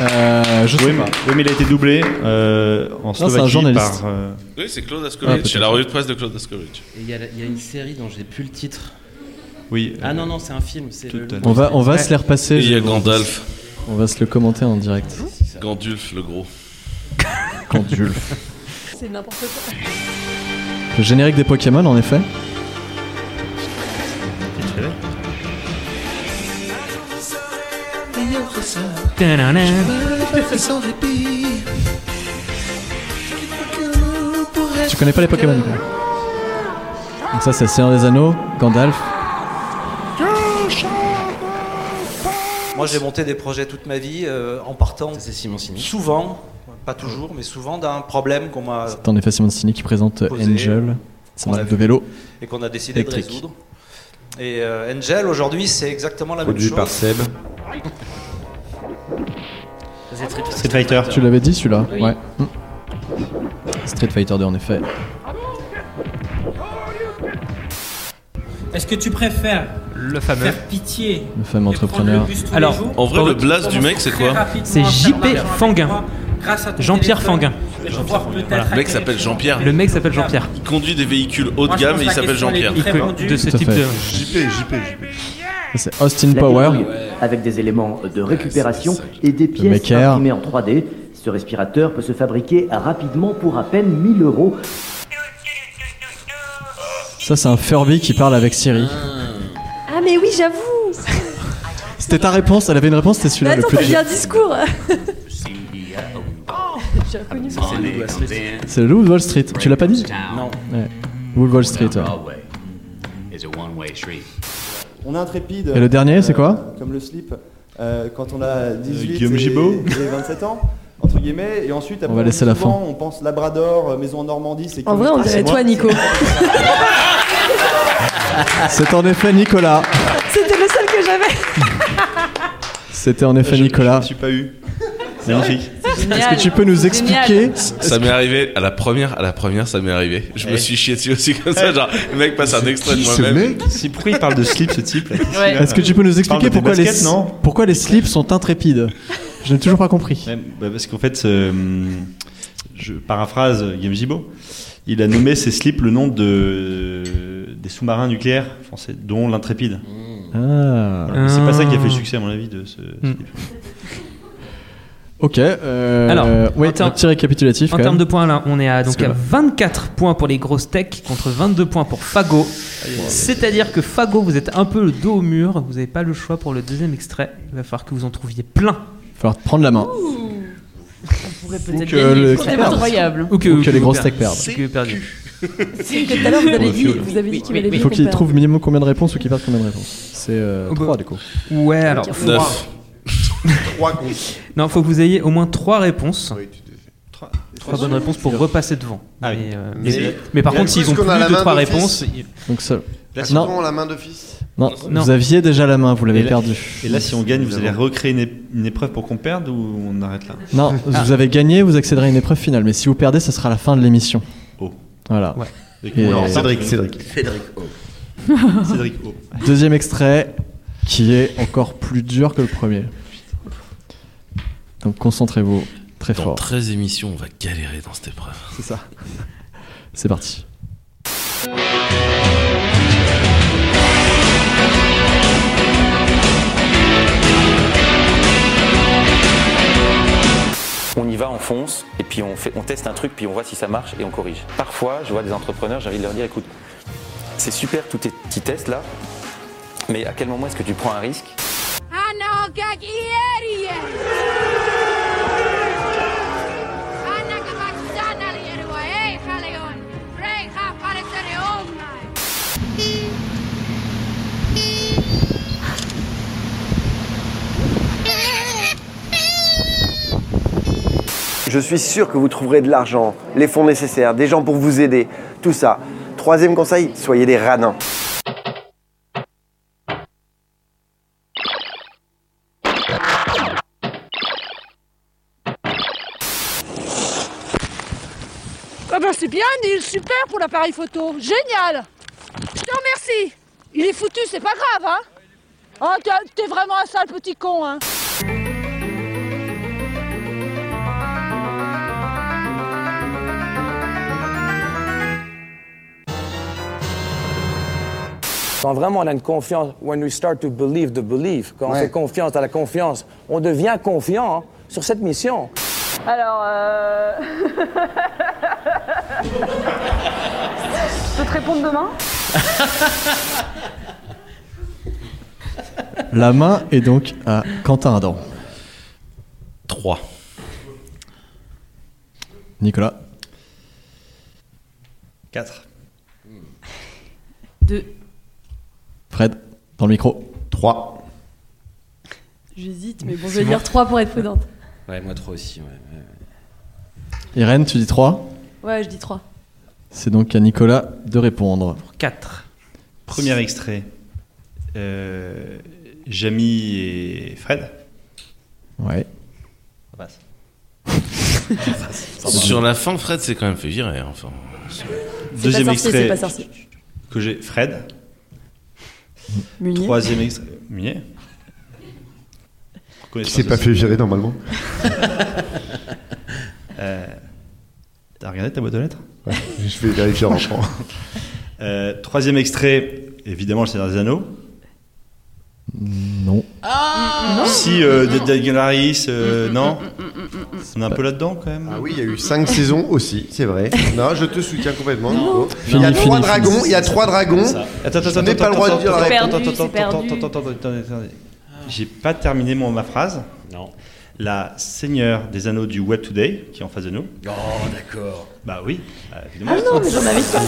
Speaker 2: je
Speaker 8: oui, mais, oui, mais il a été doublé euh, en
Speaker 3: Euh, c'est un
Speaker 8: Slovaquie
Speaker 3: journaliste.
Speaker 8: par. euh,
Speaker 3: Oui, c'est Claude Askolovitch. c'est la revue de presse de Claude Askolovitch.
Speaker 5: Et il y, a la- il y a une série dont j'ai plus le titre.
Speaker 8: Oui. euh,
Speaker 5: Ah non, non, c'est un film. c'est le-
Speaker 2: On va, on va
Speaker 5: Ouais.
Speaker 2: se les repasser.
Speaker 3: Et il y a
Speaker 2: je vous le dis.
Speaker 3: Gandalf.
Speaker 2: On va se le commenter
Speaker 9: <laughs>
Speaker 2: en direct.
Speaker 3: Gandulf le gros.
Speaker 2: Gandulf.
Speaker 9: C'est n'importe quoi.
Speaker 2: Le générique des Pokémon, en effet. Tu connais pas les Pokémon quoi. Donc ça c'est Seigneur des Anneaux, Gandalf.
Speaker 12: Moi, j'ai monté des projets toute ma vie euh, en partant souvent, pas toujours, mais souvent d'un problème qu'on m'a
Speaker 2: C'est en effet Simon Cini qui présente euh,
Speaker 12: Posé.
Speaker 2: Angel, sa
Speaker 12: On
Speaker 2: marque
Speaker 12: l'a
Speaker 2: de
Speaker 12: vu.
Speaker 2: vélo.
Speaker 12: et qu'on a décidé
Speaker 2: Électrique.
Speaker 12: de résoudre. Et euh, Angel, aujourd'hui, c'est exactement la même chose.
Speaker 8: Street Fighter.
Speaker 2: Tu l'avais dit celui-là
Speaker 12: Oui.
Speaker 2: Ouais. Mm. Street Fighter 2 en effet.
Speaker 10: Est-ce que tu préfères
Speaker 4: le fameux
Speaker 10: faire pitié
Speaker 2: Le fameux entrepreneur.
Speaker 4: Alors,
Speaker 3: En vrai, le blaze du mec, c'est quoi
Speaker 4: C'est JP Fanguin. Jean-Pierre Fanguin.
Speaker 3: Le mec s'appelle Jean-Pierre.
Speaker 4: Le mec s'appelle Jean-Pierre.
Speaker 3: Il conduit des véhicules haut de gamme et il s'appelle Jean-Pierre.
Speaker 4: Il peut- de ce
Speaker 2: Tout à
Speaker 4: type
Speaker 2: fait.
Speaker 4: de.
Speaker 2: JP, JP, C'est Austin Power.
Speaker 13: Avec des éléments de récupération et des
Speaker 2: Le
Speaker 13: pièces
Speaker 2: Maker.
Speaker 13: imprimées en 3D. Ce respirateur peut se fabriquer rapidement pour à peine 1000 euros.
Speaker 2: Ça c'est un Furby qui parle avec Siri.
Speaker 9: Ah, mais oui,
Speaker 2: <laughs>
Speaker 9: j'avoue
Speaker 2: C'était ta réponse, elle avait une réponse, c'était
Speaker 9: Mais
Speaker 4: Bah,
Speaker 2: celui-là le
Speaker 9: attends,
Speaker 2: plus
Speaker 9: t'as dit un
Speaker 2: dur.
Speaker 9: discours <laughs> J'ai reconnu ça.
Speaker 15: Money comes in,
Speaker 2: C'est le Loup de Wall Street, tu l'as pas dit
Speaker 15: Non.
Speaker 2: Ouais. Loup de Wall Street, ouais.
Speaker 15: Broadway is a one way street. <laughs>
Speaker 16: On est intrépide.
Speaker 2: Et le dernier, c'est quoi
Speaker 16: Comme le slip, euh, quand on a 18
Speaker 2: Guillaume
Speaker 16: et,
Speaker 2: Gibaud
Speaker 16: et 27 ans, entre guillemets, et ensuite, après,
Speaker 2: va laisser
Speaker 16: dit
Speaker 2: la
Speaker 16: souvent, on pense Labrador, euh, maison en Normandie, sécurité.
Speaker 9: En vrai, on
Speaker 16: Ah, c'est
Speaker 9: dirait
Speaker 16: moi.
Speaker 9: toi, Nico.
Speaker 2: C'est en effet Nicolas.
Speaker 9: C'était le seul que j'avais
Speaker 2: C'était en effet
Speaker 8: Je-
Speaker 2: Nicolas.
Speaker 8: Je ne suis pas eu. Magnifique.
Speaker 2: Est-ce que tu peux nous expliquer
Speaker 3: Ça m'est arrivé à la première, à la première, ça m'est arrivé. Je me suis chié dessus aussi comme ça. Genre, le mec passe un extrait de
Speaker 8: Qui ce
Speaker 3: moi-même.
Speaker 8: mec Si pourquoi il parle de slip ce type là
Speaker 2: Est-ce que tu peux nous expliquer
Speaker 8: Parle de
Speaker 2: pourquoi
Speaker 8: basket,
Speaker 2: les
Speaker 8: non
Speaker 2: pourquoi les slips sont intrépides Je n'ai toujours pas compris.
Speaker 8: Ouais, bah parce qu'en fait, euh, je paraphrase Guillaume Gibault, il a nommé ses slips le nom de, des sous-marins nucléaires français, dont l'Intrépide.
Speaker 2: Ah.
Speaker 8: Voilà. Mais C'est pas ça qui a fait le succès, à mon avis, de ce
Speaker 4: Hmm.
Speaker 8: slip.
Speaker 2: Ok. euh,
Speaker 4: Alors,
Speaker 2: oui,
Speaker 4: en termes-
Speaker 2: un petit récapitulatif.
Speaker 4: En
Speaker 2: quand
Speaker 4: termes de
Speaker 2: même.
Speaker 4: points, là, on est à,
Speaker 2: Parce
Speaker 4: donc
Speaker 2: que
Speaker 4: à
Speaker 2: là-
Speaker 4: 24 points pour les grosses techs contre 22 points pour Fago.
Speaker 3: Ah,
Speaker 4: C'est-à-dire que Fago, vous êtes un peu le dos au mur. Vous n'avez pas le choix pour le deuxième extrait. Il va falloir que vous en trouviez plein.
Speaker 2: Il va falloir te prendre la main.
Speaker 6: pourrait
Speaker 2: Ou que le-
Speaker 6: C'est incroyable.
Speaker 4: Ou que,
Speaker 2: Ou
Speaker 4: ou
Speaker 2: que les grosses
Speaker 4: perdent.
Speaker 2: techs perdent.
Speaker 4: Ou que vous perdiez.
Speaker 9: C'est que tout à l'heure, vous avez dit, vous avez dit qu'il allait
Speaker 2: Il
Speaker 9: dire
Speaker 2: faut
Speaker 9: qu'on
Speaker 2: qu'il
Speaker 9: perd.
Speaker 2: trouve minimum combien de réponses ou qu'il perde combien de réponses C'est 3 du coup.
Speaker 4: Ouais, alors.
Speaker 9: Ok.
Speaker 4: faut-
Speaker 7: <laughs>
Speaker 3: Neuf.
Speaker 7: 3 contre.
Speaker 4: Non, faut que vous ayez au moins 3 réponses.
Speaker 7: Oui, tu devais-
Speaker 4: Trois bonnes réponses pour repasser devant.
Speaker 8: Ah oui.
Speaker 4: mais, euh,
Speaker 7: Mais-
Speaker 4: mais- mais par
Speaker 7: mais
Speaker 4: contre,
Speaker 7: du coup,
Speaker 4: s'ils ont
Speaker 7: est-ce
Speaker 4: plus
Speaker 7: qu'on a la
Speaker 4: de
Speaker 7: main
Speaker 4: trois
Speaker 7: d'office
Speaker 4: réponses, ils-
Speaker 2: Donc ça.
Speaker 8: Là,
Speaker 7: si on prend la main d'office
Speaker 2: Non, vous aviez déjà la main, vous l'avez
Speaker 8: Et là-
Speaker 2: perdue.
Speaker 8: Et là, si on gagne, vous allez
Speaker 2: Évidemment.
Speaker 8: recréer une, é- une épreuve pour qu'on perde ou on arrête là
Speaker 2: Non, vous avez gagné, vous accéderez à une épreuve finale. Mais si vous perdez, ça sera la fin de l'émission.
Speaker 8: Oh.
Speaker 2: Voilà.
Speaker 8: Ouais.
Speaker 2: Et- euh,
Speaker 7: Non, Cédric, Cédric.
Speaker 8: Cédric O. Cédric O.
Speaker 2: Deuxième extrait qui est encore plus dur que le premier. Donc concentrez-vous très
Speaker 3: Dans
Speaker 2: fort.
Speaker 3: 13 émissions, on va galérer dans cette épreuve.
Speaker 2: C'est ça. C'est parti.
Speaker 17: On y va, on fonce, et puis on, fait, on teste un truc, puis on voit si ça marche et on corrige. Parfois, je vois des entrepreneurs, j'ai envie de leur dire écoute, c'est super tous tes petits tests là, mais à quel moment est-ce que tu prends un risque
Speaker 11: А ну как Иерия! Она как Оксана Лерва, эй, Халеон! Рейха, Палецареомна!
Speaker 7: Je suis sûr que vous trouverez de l'argent, les fonds nécessaires, des gens pour vous aider, tout ça. Troisième conseil, soyez des radins.
Speaker 11: Ah ben c'est bien, Neil, super pour l'appareil photo, génial Je te remercie Il est foutu, c'est pas grave, hein Oh, t'es- t'es vraiment un sale petit con, hein
Speaker 18: Quand vraiment on a une confiance, when we start to believe the belief, quand on fait confiance à la confiance, on devient confiant sur cette mission.
Speaker 11: Alors,
Speaker 9: <laughs>
Speaker 11: euh... Je peux te
Speaker 9: <laughs>
Speaker 11: répondre demain
Speaker 2: La main est donc à Quentin Adam.
Speaker 3: 3.
Speaker 2: Nicolas.
Speaker 8: 4.
Speaker 2: Fred, dans le micro.
Speaker 7: 3.
Speaker 9: J'hésite, mais bon, je
Speaker 5: C'est
Speaker 9: vais
Speaker 5: bon.
Speaker 9: dire 3 pour être prudente.
Speaker 5: Ouais, moi trois aussi. ouais, ouais.
Speaker 2: Irène, tu dis 3.
Speaker 9: Ouais, je dis 3.
Speaker 2: C'est donc à Nicolas de répondre.
Speaker 4: 4.
Speaker 8: Premier extrait. Euh, Jamie et Fred.
Speaker 2: Ouais.
Speaker 3: Sur la fin, Fred s'est quand même fait virer. hein, Enfin.
Speaker 8: C'est Deuxième pas sorcier, extrait. c'est pas
Speaker 9: sorcier.
Speaker 8: Que j'ai Fred.
Speaker 9: Meunier.
Speaker 8: Troisième extrait.
Speaker 7: <laughs>
Speaker 8: Meunier.
Speaker 7: Qui s'est pas fait virer normalement.
Speaker 8: <laughs> Euh, T'as regardé ta boîte aux lettres
Speaker 7: Ouais, je vais vérifier
Speaker 8: <laughs>
Speaker 7: en rentrant.
Speaker 8: Euh, troisième extrait, évidemment, le Seigneur des Anneaux.
Speaker 2: Non.
Speaker 8: si, euh, de- Daniel Harris, euh, non On est un peu là-dedans quand même.
Speaker 7: Ah oui, il y a eu 5 saisons aussi, c'est vrai. Non, je te soutiens complètement. Nico. Il
Speaker 8: Fini,
Speaker 7: y a trois
Speaker 8: fini,
Speaker 7: dragons,
Speaker 8: fini.
Speaker 7: il y a trois dragons.
Speaker 8: C'est ça. Attends, attends,
Speaker 7: je n'ai
Speaker 8: attends,
Speaker 7: pas le droit
Speaker 8: attends,
Speaker 7: de dire
Speaker 8: attends,
Speaker 7: la
Speaker 8: attends,
Speaker 7: réponse.
Speaker 8: attends, attends, attends, attends, attends, attends, attends, attends. J'ai pas terminé mon, ma phrase.
Speaker 5: Non.
Speaker 8: La seigneur des anneaux du Web Today, qui est en face de nous.
Speaker 5: Oh, d'accord.
Speaker 8: Bah oui, euh, évidemment.
Speaker 5: Ah non, mais j'en avais pas.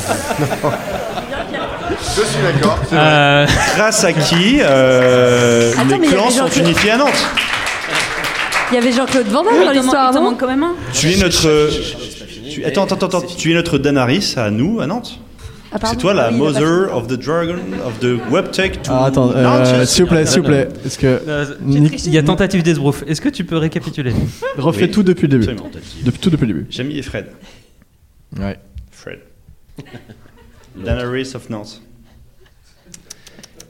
Speaker 7: Je suis d'accord.
Speaker 8: <laughs> Euh, grâce à qui euh,
Speaker 9: Attends, mais il
Speaker 8: les
Speaker 9: y
Speaker 8: clans
Speaker 9: avait
Speaker 8: sont
Speaker 9: Jean-Claude-
Speaker 8: unifiés à Nantes
Speaker 9: Il y avait Jean-Claude Van Damme
Speaker 6: Oui,
Speaker 9: dans
Speaker 6: il t'en
Speaker 9: l'histoire.
Speaker 6: manque- il t'en
Speaker 9: non
Speaker 6: manque quand même un.
Speaker 8: Tu es notre. euh, tu- attends, attends, attends, tu es notre Danaris à nous, à Nantes.
Speaker 9: Ah, pardon.
Speaker 8: C'est toi la
Speaker 9: Oui, il a pas
Speaker 8: mother of the dragon of the webtech to
Speaker 2: Ah, attends, euh,
Speaker 8: Nantes, c'est-
Speaker 2: s'il vous plaît, s'il vous plaît. Est-ce que.
Speaker 4: Il y a tentative d'esbrouf. Est-ce que tu peux récapituler
Speaker 2: Refais
Speaker 8: Oui,
Speaker 2: tout depuis le début.
Speaker 8: absolument.
Speaker 2: Depuis, tout depuis le début.
Speaker 8: Jamie et Fred.
Speaker 2: Ouais.
Speaker 8: Fred. <laughs> Danaris of Nantes.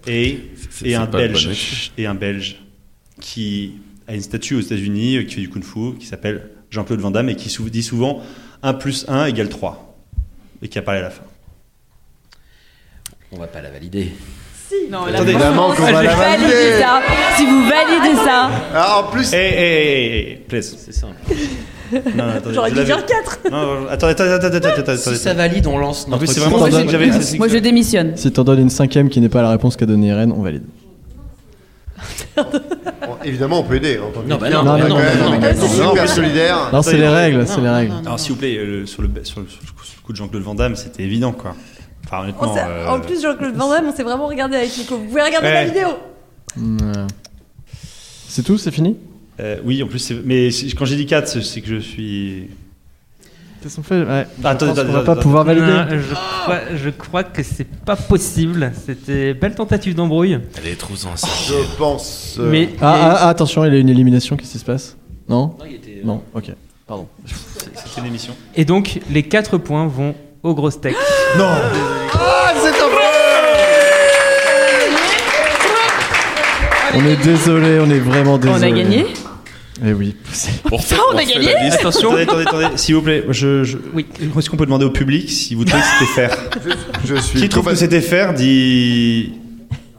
Speaker 8: Et,
Speaker 3: C'est-
Speaker 8: et,
Speaker 3: c'est
Speaker 8: un
Speaker 3: pas le bon
Speaker 8: Belge, et un Belge qui a une statue aux États-Unis euh, qui fait du kung-fu, qui s'appelle Jean-Claude Van Damme et qui sou- dit souvent 1 plus 1 égale 3. Et qui a parlé à la fin.
Speaker 5: On va pas la valider.
Speaker 6: Non,
Speaker 8: la Attendez, Ah, évidemment France, qu'on va la
Speaker 6: validez
Speaker 8: valider.
Speaker 6: ça. Si vous validez ça.
Speaker 7: Ah, en plus.
Speaker 8: Hey, hey, hey, hey, eh, please. C'est
Speaker 5: simple.
Speaker 8: <laughs> Non, non, attendez,
Speaker 6: J'aurais
Speaker 8: je
Speaker 6: dû
Speaker 8: l'avais-
Speaker 6: dire 4.
Speaker 8: Non, attendez, attendez, attendez, attendez, attendez,
Speaker 5: Si
Speaker 8: attendez.
Speaker 5: ça valide, on lance
Speaker 8: En plus,
Speaker 5: notre
Speaker 8: c'est vraiment
Speaker 2: quiz.
Speaker 8: ça que j'avais.
Speaker 6: Moi, je démissionne.
Speaker 2: Si t'en donnes une cinquième qui n'est pas la réponse qu'a donnée Irène, on valide.
Speaker 7: Bon, évidemment, on peut aider. en tant que-
Speaker 8: Non, bah non, bah
Speaker 7: on est
Speaker 8: non,
Speaker 7: quand même-
Speaker 8: non,
Speaker 7: on est quand même
Speaker 8: non, non, non,
Speaker 7: super
Speaker 8: non.
Speaker 7: solidaire.
Speaker 2: Non, c'est les règles, c'est les règles.
Speaker 8: Alors, s'il vous plaît, euh, le- sur, le, sur, le, sur le coup- sur le coup de Jean-Claude Van Damme, c'était évident, quoi. Enfin, honnêtement.
Speaker 9: On s'est-
Speaker 8: euh,
Speaker 9: En plus, Jean-Claude Van Damme, on s'est vraiment regardé avec Nico. Vous pouvez regarder
Speaker 8: Ouais.
Speaker 9: la vidéo.
Speaker 2: Ouais. C'est tout, c'est fini
Speaker 8: euh, oui, en plus, c'est- mais c'est- quand j'ai dit 4, c'est que je suis.
Speaker 2: C'est son fait. Ouais. Je
Speaker 8: Attends,
Speaker 2: pense
Speaker 8: attends,
Speaker 2: qu'on va
Speaker 8: attends,
Speaker 2: pas pouvoir
Speaker 8: attends.
Speaker 2: valider.
Speaker 4: Non, je, crois, je crois que c'est pas possible. C'était belle tentative d'embrouille.
Speaker 3: Allez, trouve-en
Speaker 7: Je pense.
Speaker 2: Euh,
Speaker 4: Mais
Speaker 2: ah,
Speaker 4: et-
Speaker 2: ah, ah, attention, il y a une élimination. Qu'est-ce qui se passe Non
Speaker 4: Non, il était-
Speaker 2: Non, ok.
Speaker 8: <laughs>
Speaker 2: Pardon.
Speaker 8: C'était une émission.
Speaker 2: ah.
Speaker 4: Et donc, les 4 points vont aux grosses tech.
Speaker 2: Non
Speaker 7: Ah, c'est un
Speaker 2: On est désolé, on est vraiment désolé.
Speaker 6: On a gagné
Speaker 2: Eh oui. <laughs>
Speaker 6: Putain, on a gagné
Speaker 8: Attention. Attendez, attendez, attendez, s'il vous plaît. Je, je...
Speaker 4: Oui.
Speaker 8: Est-ce qu'on peut demander au public si vous trouvez que c'était faire
Speaker 7: <laughs> Je suis.
Speaker 8: Qui trouve que
Speaker 7: complètement-
Speaker 8: c'était faire dit.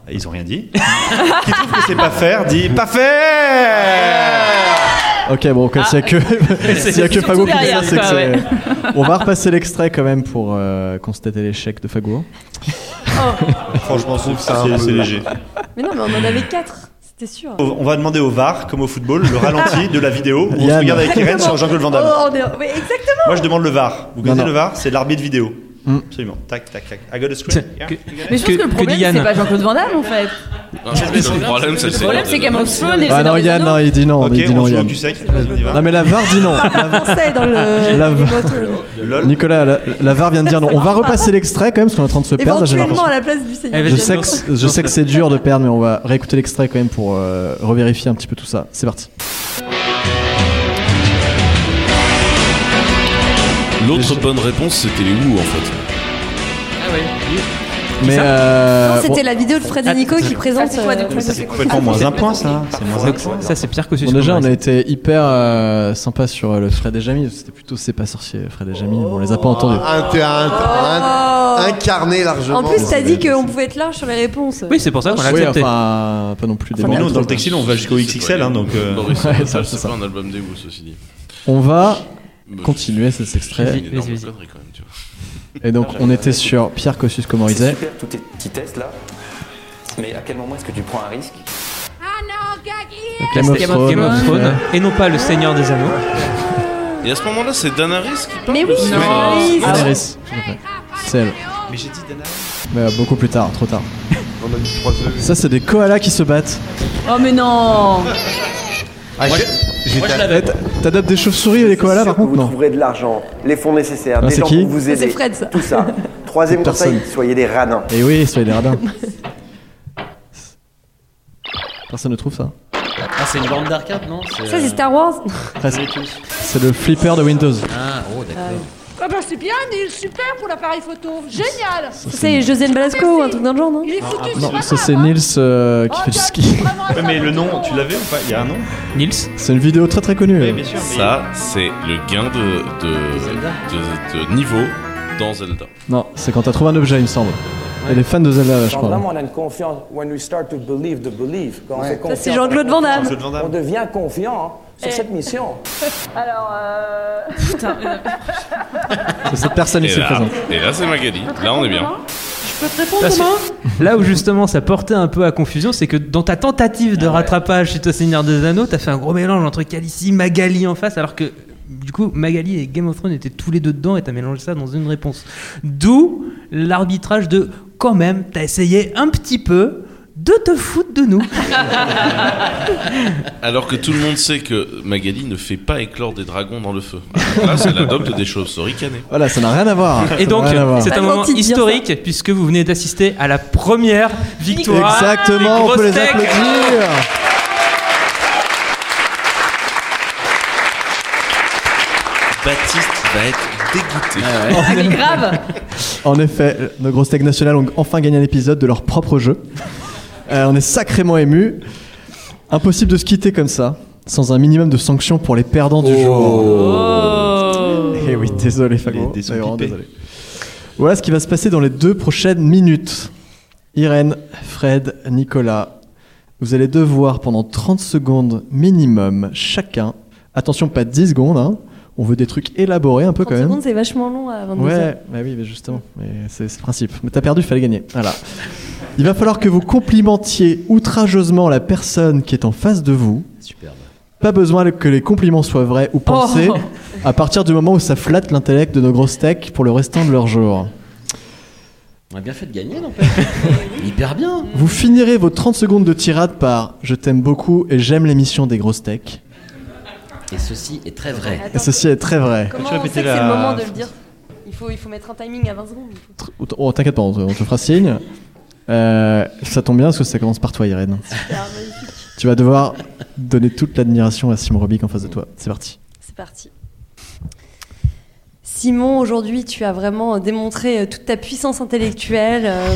Speaker 8: Ah, Ils ont rien dit. Qui trouve que c'est pas faire dit pas faire
Speaker 2: Ok, bon, comme <laughs> s'il y a que, s'il y a que
Speaker 8: Surtout
Speaker 2: Fago qui dit ça,
Speaker 8: derrière,
Speaker 2: c'est que
Speaker 8: quoi,
Speaker 2: c'est. <laughs>
Speaker 8: ouais.
Speaker 2: On va repasser l'extrait quand même pour euh, constater l'échec de Fago.
Speaker 8: <laughs> Franchement,
Speaker 7: trouve
Speaker 8: c'est-
Speaker 7: ça un
Speaker 8: c'est-
Speaker 7: peu-
Speaker 8: c'est léger.
Speaker 9: Mais non, mais on en avait quatre, c'était sûr.
Speaker 8: On va demander au VAR, comme au football, le ralenti de la vidéo où Oh, on se
Speaker 2: Yann.
Speaker 8: regarde avec Irène sur Jean-Claude Van Damme.
Speaker 9: Oh, on est- oui, exactement.
Speaker 8: Moi, je demande le VAR. Vous
Speaker 2: Non,
Speaker 8: connaissez
Speaker 2: non. Mm.
Speaker 8: le VAR C'est l'arbitre vidéo. Absolument. Tac, tac, tac. I got a screen. Yeah.
Speaker 6: Mais je pense que, le problème,
Speaker 4: Yann
Speaker 6: c'est pas Jean-Claude Van Damme en fait.
Speaker 8: Ah,
Speaker 3: Le problème, c'est
Speaker 6: Le problème, c'est qu'à Moxphone,
Speaker 2: Ah non, Yann, non, il dit non.
Speaker 8: Ok,
Speaker 2: il dit
Speaker 8: on
Speaker 2: non,
Speaker 8: joue au
Speaker 2: Yann.
Speaker 8: cul sec. Vas-y, on y va.
Speaker 2: Non, mais la VAR dit non.
Speaker 9: Avançait dans le.
Speaker 2: La-
Speaker 9: les motos.
Speaker 8: <laughs> Lol.
Speaker 2: Nicolas, la, la VAR vient de dire non. On va repasser l'extrait quand même, parce qu'on est en train de se perdre. là, j'ai
Speaker 9: Éventuellement
Speaker 2: l'impression.
Speaker 9: à la place du
Speaker 11: Eh,
Speaker 9: Seigneur.
Speaker 2: Je sais, que, c'est- je sais que c'est dur de perdre, mais on va réécouter l'extrait quand même pour euh, revérifier un petit peu tout ça. C'est parti.
Speaker 3: L'autre bonne réponse, c'était les ou en fait.
Speaker 4: Ah
Speaker 2: Mais euh,
Speaker 9: Non, c'était
Speaker 2: bon,
Speaker 9: la vidéo de Fred et Nico qui présente. euh,
Speaker 8: Complètement moins un point, ça. C'est moins un point.
Speaker 4: Ça, c'est pire que ce
Speaker 2: bon, déjà, on a été hyper euh, sympa sur euh, le Fred et Jamy. C'était plutôt c'est pas sorcier, Fred et Jamy. On les a pas
Speaker 8: Oh,
Speaker 2: entendus.
Speaker 7: Un- un- un-
Speaker 9: Oh.
Speaker 7: Incarné largement.
Speaker 9: En plus, t'as dit qu'on pouvait être large sur les réponses.
Speaker 4: Oui, c'est pour ça qu'on l'a
Speaker 2: Oui,
Speaker 4: accepté.
Speaker 2: enfin, pas non plus des
Speaker 8: Mais nous,
Speaker 2: morceaux.
Speaker 8: dans le textile, on va jusqu'au XXL, hein, donc. euh,
Speaker 3: Boris,
Speaker 2: Ouais,
Speaker 3: c'est
Speaker 2: ça,
Speaker 3: pas-
Speaker 2: c'est
Speaker 3: c'est
Speaker 2: ça.
Speaker 3: pas un album des ou ceci dit.
Speaker 2: On va
Speaker 3: Mais
Speaker 2: continuer cet
Speaker 3: c'est
Speaker 2: extrait.
Speaker 3: une
Speaker 4: Vas-y,
Speaker 3: énorme
Speaker 4: vas-y.
Speaker 3: connerie, quand même, tu vois.
Speaker 2: Et donc, on était sur Pierre Koscius
Speaker 17: C'est
Speaker 2: Comorizet.
Speaker 17: super tous tes petits tests là. Mais à quel moment est-ce que tu prends un risque
Speaker 2: Game of
Speaker 4: C'était
Speaker 2: Thrones.
Speaker 4: Game of Thrones,
Speaker 2: ouais.
Speaker 4: et non pas le Seigneur des Anneaux.
Speaker 3: Et à ce moment-là, c'est Danaris qui parle.
Speaker 9: Mais oui,
Speaker 3: c'est
Speaker 9: non.
Speaker 3: ça.
Speaker 9: Oui, c'est-
Speaker 2: Ah, Daenerys, tout à fait. C'est elle.
Speaker 8: Mais j'ai dit Dana.
Speaker 2: Mais euh, beaucoup plus tard, trop tard.
Speaker 7: On a dit trois œufs.
Speaker 2: Ça, c'est des koalas qui se battent.
Speaker 6: Oh mais non
Speaker 7: Ah, j'ai- j'ai tapé.
Speaker 2: Eh, t'a- T'adoptes des chauves-souris et des koalas par contre
Speaker 18: Vous
Speaker 2: Non.
Speaker 18: trouverez de l'argent, les fonds nécessaires,
Speaker 2: Ah,
Speaker 18: des
Speaker 2: c'est
Speaker 18: gens
Speaker 2: qui
Speaker 18: pour vous
Speaker 9: C'est
Speaker 18: aider,
Speaker 9: Fred, ça. <laughs>
Speaker 18: tout ça. Troisième
Speaker 2: Personne.
Speaker 18: conseil, soyez des radins.
Speaker 2: Et Eh oui, soyez des radins. Personne ne trouve ça.
Speaker 5: Ah, c'est euh, une borne d'arcade, non
Speaker 9: Ça, c'est Star Wars.
Speaker 2: Presque. C'est le flipper de Windows.
Speaker 5: Ah, oh,
Speaker 9: Euh,
Speaker 5: d'accord.
Speaker 11: Ah bah c'est bien, Neil, super pour l'appareil photo. Génial
Speaker 9: C'est Josiane Balasco ou un truc dans le genre, non
Speaker 11: Il est foutu, c'est
Speaker 2: Ah, Non,
Speaker 11: pas
Speaker 2: ça
Speaker 11: grave,
Speaker 2: c'est
Speaker 11: hein.
Speaker 2: Nils euh, qui fait du ski.
Speaker 8: Ouais, mais le nom, tu l'avais ou pas Il y a un nom
Speaker 4: Nils
Speaker 2: C'est une vidéo très très connue.
Speaker 8: Oui, bien sûr. mais-
Speaker 3: Euh, Ça, c'est le gain de, de, de- de niveau dans Zelda.
Speaker 2: Non, c'est quand t'as trouvé un objet, il me semble. Elle est fan de Zelda, je
Speaker 18: Quand vraiment
Speaker 2: crois.
Speaker 18: on a une confiance, when we start to believe, to believe. Quand on fait
Speaker 9: Ça,
Speaker 18: confiance,
Speaker 9: c'est Jean-Claude Van Damme.
Speaker 8: Jean-Claude Van Damme.
Speaker 18: on devient confiant sur cette mission.
Speaker 11: <laughs> Alors, euh... <laughs>
Speaker 2: C'est cette personne
Speaker 3: Et
Speaker 2: ici
Speaker 3: là,
Speaker 2: présente.
Speaker 3: et là, c'est Magali. Là, on est bien.
Speaker 4: Là où justement ça portait un peu à confusion, c'est que dans ta tentative
Speaker 2: Ah
Speaker 4: de rattrapage chez toi Seigneur des Anneaux, t'as fait un gros mélange entre Calici, Magali en face, alors que du coup Magali et Game of Thrones étaient tous les deux dedans et t'as mélangé ça dans une réponse. D'où l'arbitrage de quand même, t'as essayé un petit peu de te foutre de nous.
Speaker 3: Alors que tout le monde sait que Magali ne fait pas éclore des dragons dans le feu. Alors là, elle adopte des chauves-souris canées.
Speaker 2: Voilà, ça n'a rien à voir.
Speaker 4: Et
Speaker 2: Ça
Speaker 4: donc
Speaker 2: n'a Ah, rien à voir.
Speaker 4: c'est un
Speaker 9: Pas
Speaker 4: moment
Speaker 9: gentil de dire
Speaker 4: historique puisque vous venez d'assister à la première victoire. des
Speaker 2: Exactement, on peut les
Speaker 4: grosses techs.
Speaker 2: applaudir.
Speaker 3: Baptiste va être dégoûté.
Speaker 5: Oh,
Speaker 6: Ah,
Speaker 9: <laughs>
Speaker 6: mais grave
Speaker 2: <laughs> En effet, nos grosses techs nationales ont enfin gagné un épisode de leur propre jeu. Euh, on est sacrément ému. Impossible de se quitter comme ça, sans un minimum de sanctions pour les perdants du jour. Eh oui, désolé Fago.
Speaker 8: dés sont
Speaker 2: mais vraiment
Speaker 8: pipés.
Speaker 2: désolé. Voilà ce qui va se passer dans les deux prochaines minutes. Irène, Fred, Nicolas, vous allez devoir pendant 30 secondes minimum chacun, attention pas 10 secondes, hein, on veut des trucs élaborés un peu
Speaker 9: 30
Speaker 2: quand même.
Speaker 9: secondes, c'est vachement long à 22
Speaker 2: Ouais, bah oui, mais justement, mais c'est c'est le principe. Mais t'as perdu, fallait gagner. Voilà. Il va falloir que vous complimentiez outrageusement la personne qui est en face de vous.
Speaker 5: Superbe.
Speaker 2: Pas besoin que les compliments soient vrais ou pensés
Speaker 6: Oh.
Speaker 2: <laughs> à partir du moment où ça flatte l'intellect de nos grosses techs pour le restant de leur jour.
Speaker 5: On a bien fait de gagner,
Speaker 9: <laughs>
Speaker 5: n'empêche. Hyper bien.
Speaker 2: Vous finirez vos 30 secondes de tirade par Je t'aime beaucoup et j'aime l'émission des grosses techs.
Speaker 5: Et ceci est très vrai.
Speaker 2: Et ceci est très vrai.
Speaker 5: Comment
Speaker 2: Tu
Speaker 5: on
Speaker 9: On
Speaker 2: répétais
Speaker 9: sait que
Speaker 2: la-
Speaker 9: c'est le moment de le dire. Il faut, il faut mettre un timing à 20 secondes.
Speaker 2: Oh, t- oh, T'inquiète pas, on te, on te fera signe. Euh, ça tombe bien parce que ça commence par toi, Irène. Tu vas devoir donner toute l'admiration à Sim Robic en face de toi. C'est parti.
Speaker 9: C'est parti. Simon, aujourd'hui, tu as vraiment démontré euh, toute ta puissance intellectuelle. euh,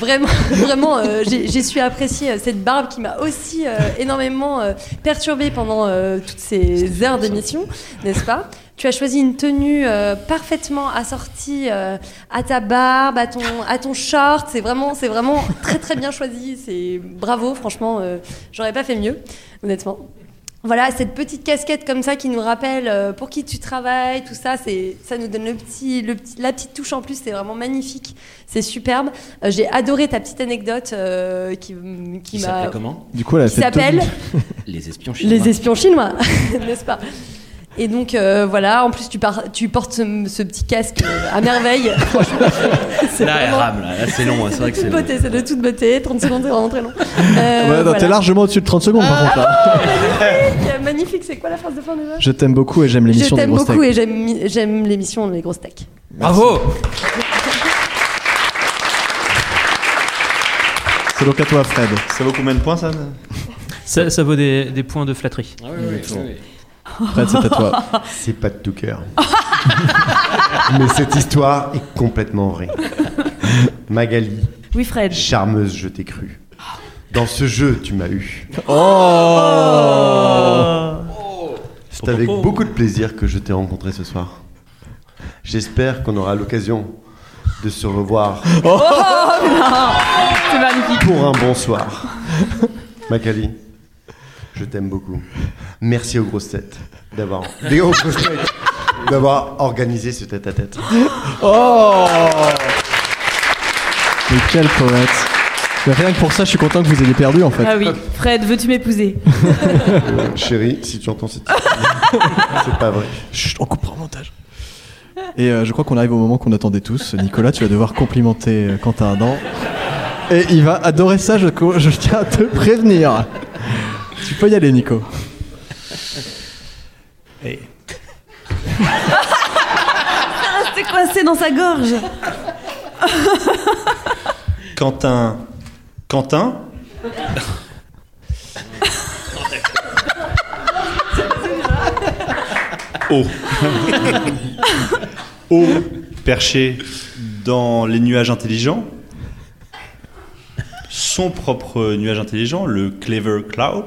Speaker 9: vraiment, vraiment, euh, j'ai j'ai su apprécier euh, cette barbe qui m'a aussi euh, énormément euh, perturbée pendant euh, toutes ces heures d'émission, n'est-ce pas Tu as choisi une tenue euh, parfaitement assortie euh, à ta barbe, à ton, à ton short. C'est vraiment, c'est vraiment très très bien choisi. C'est bravo, franchement, euh, j'aurais pas fait mieux, honnêtement. Voilà, cette petite casquette comme ça qui nous rappelle euh, pour qui tu travailles, tout ça, c'est, ça nous donne le petit, le petit- la petite touche en plus, c'est vraiment magnifique, c'est superbe. Euh, j'ai adoré ta petite anecdote euh, qui, qui
Speaker 5: Qui
Speaker 9: m'a.
Speaker 5: s'appelait comment
Speaker 2: Du coup, elle a
Speaker 9: Qui
Speaker 2: fait
Speaker 9: s'appelle
Speaker 5: <laughs> Les espions chinois.
Speaker 9: <laughs> Les espions chinois, n'est-ce pas Et donc euh, voilà, en plus tu, par- tu portes ce, ce petit casque euh, à merveille. Franchement, c'est
Speaker 5: Là, elle
Speaker 9: vraiment
Speaker 5: rame, là, Là, c'est long, hein, c'est vrai que
Speaker 9: de
Speaker 5: c'est
Speaker 9: toute
Speaker 5: long.
Speaker 9: beauté, c'est de toute beauté. 30 secondes, c'est vraiment très
Speaker 2: Ah bah,
Speaker 9: long. Euh,
Speaker 2: ouais, non,
Speaker 9: voilà. Ah.
Speaker 2: T'es largement au-dessus de 30 secondes par contre. là.
Speaker 9: Magnifique, <laughs> magnifique, c'est quoi la phrase de fin déjà
Speaker 2: Je t'aime beaucoup et j'aime
Speaker 9: Je
Speaker 2: l'émission des
Speaker 9: t'aime
Speaker 2: grosses
Speaker 9: beaucoup
Speaker 2: têtes.
Speaker 9: et j'aime mi- j'aime l'émission Les Grosses Tech.
Speaker 2: Bravo C'est donc à toi, Fred.
Speaker 8: Ça vaut combien de points ça
Speaker 4: Ça, ça vaut des, des points de flatterie.
Speaker 7: Exactement.
Speaker 2: Fred, c'est à toi.
Speaker 7: <laughs> C'est pas de tout cœur. <laughs> Mais cette histoire est complètement vraie. Magali.
Speaker 6: Oui, Fred.
Speaker 7: Charmeuse, je t'ai cru. Dans ce jeu, tu m'as eu.
Speaker 2: Oh
Speaker 7: C'est avec beaucoup de plaisir que je t'ai rencontré ce soir. J'espère qu'on aura l'occasion de se revoir
Speaker 6: Oh, non C'est magnifique.
Speaker 7: pour un bon <laughs> soir. Magali, je t'aime beaucoup. Merci aux grosses têtes d'avoir des grosses têtes d'avoir organisé ce tête-à-tête.
Speaker 5: <gasps>
Speaker 1: <gasps>
Speaker 2: Oh Mais quel poète Mais Rien que pour ça, je suis content que vous ayez perdu en fait.
Speaker 6: Ah oui, Fred, veux-tu m'épouser
Speaker 7: Euh, chérie, si tu entends cette
Speaker 9: <laughs>
Speaker 7: c'est pas vrai.
Speaker 2: Chut, on coupera au montage. Et euh, je crois qu'on arrive au moment qu'on attendait tous. Nicolas, tu vas devoir complimenter euh, Quentin Adam. Et il va adorer ça, je, co- je tiens à te prévenir. Tu peux y aller, Nico. <laughs>
Speaker 6: C'est Ah, coincé dans sa gorge. <laughs>
Speaker 8: Quentin. Quentin <laughs> Oh Oh perché dans les nuages intelligents. Son propre nuage intelligent, le Clever Cloud,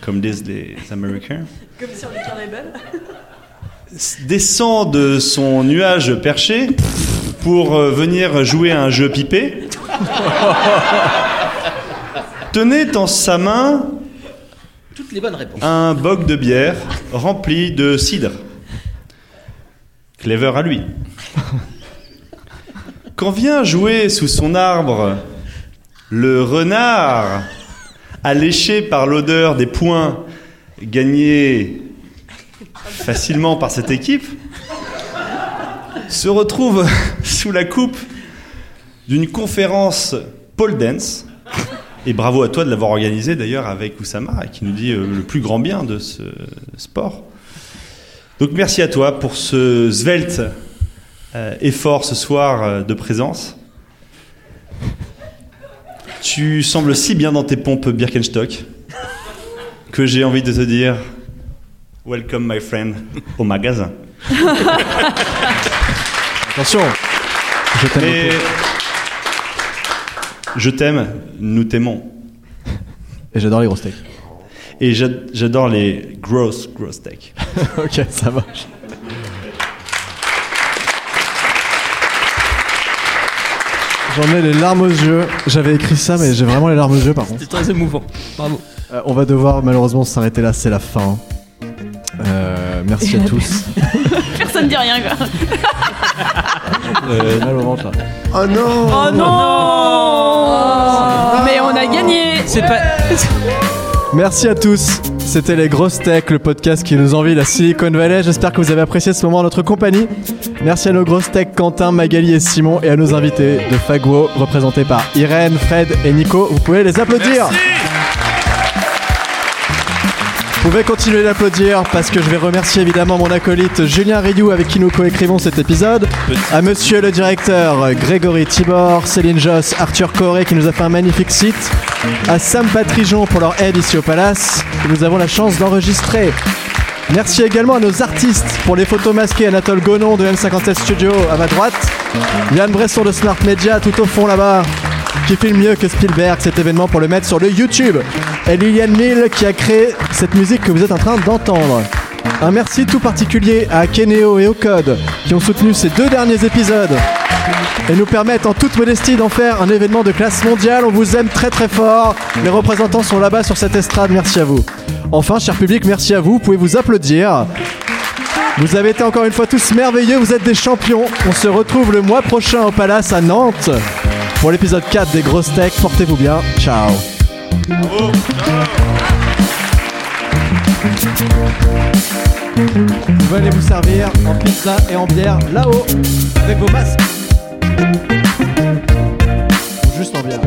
Speaker 8: comme disent les Américains
Speaker 6: <laughs> Comme sur les carnébelles.
Speaker 8: descend de son nuage perché pour euh, venir jouer à un jeu pipé. Tenait en sa main
Speaker 5: Toutes les bonnes réponses.
Speaker 8: un boc de bière rempli de cidre. Clever à lui. Quand vient jouer sous son arbre le renard, alléché par l'odeur des points gagnés facilement par cette équipe, se retrouve <laughs> sous la coupe d'une conférence pole dance. Et bravo à toi de l'avoir organisée d'ailleurs avec Oussama, qui nous dit euh, le plus grand bien de ce sport. Donc merci à toi pour ce svelte euh, effort ce soir euh, de présence. Tu sembles si bien dans tes pompes Birkenstock que j'ai envie de te dire Welcome my friend au magasin.
Speaker 2: Attention Je t'aime
Speaker 8: Mais- Je t'aime, nous t'aimons.
Speaker 2: Et j'adore les grosses steaks.
Speaker 8: Et j'ad- j'adore les grosses, grosses tech.
Speaker 2: ok, ça marche. J'en ai les larmes aux yeux. J'avais écrit ça, mais j'ai vraiment les larmes aux yeux par contre.
Speaker 4: C'est très émouvant. Bravo.
Speaker 2: Euh, on va devoir malheureusement s'arrêter là, c'est la fin. Euh, merci à tous.
Speaker 6: <laughs> Personne dit rien, quoi.
Speaker 2: J'ai mal au ventre, là.
Speaker 7: Oh non
Speaker 6: Oh non Mais on a gagné
Speaker 4: C'est pas.
Speaker 2: Merci à tous. C'était les grosses tech, le podcast qui nous envie la Silicon Valley. J'espère que vous avez apprécié ce moment en notre compagnie. Merci à nos grosses tech Quentin, Magali et Simon et à nos invités de Fagwo représentés par Irène, Fred et Nico. Vous pouvez les applaudir. pouvez continuer d'applaudir parce que je vais remercier évidemment mon acolyte Julien Rioux avec qui nous coécrivons cet épisode, à monsieur le directeur Grégory Tibor, Céline Joss, Arthur Coré qui nous a fait un magnifique site, à Sam Patrigeon pour leur aide ici au Palace que nous avons la chance d'enregistrer. Merci également à nos artistes pour les photos masquées Anatole Gonon de M57 Studio à ma droite, Yann Bresson de Smart Media tout au fond là-bas qui filme mieux que Spielberg cet événement pour le mettre sur le YouTube. Et Liliane Neal qui a créé cette musique que vous êtes en train d'entendre. Un merci tout particulier à Keneo et au Code qui ont soutenu ces deux derniers épisodes et nous permettent en toute modestie d'en faire un événement de classe mondiale. On vous aime très très fort. Les représentants sont là-bas sur cette estrade. Merci à vous. Enfin, cher public, merci à vous. Vous pouvez vous applaudir. Vous avez été encore une fois tous merveilleux, vous êtes des champions. On se retrouve le mois prochain au Palace à Nantes pour l'épisode 4 des Grosses Tech. Portez-vous bien, ciao.
Speaker 3: Oh,
Speaker 2: Vous allez vous servir en pizza et en bière là-haut avec vos masques. Ou juste en bière.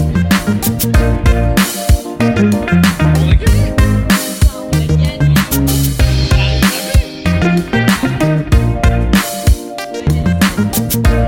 Speaker 19: Thank you.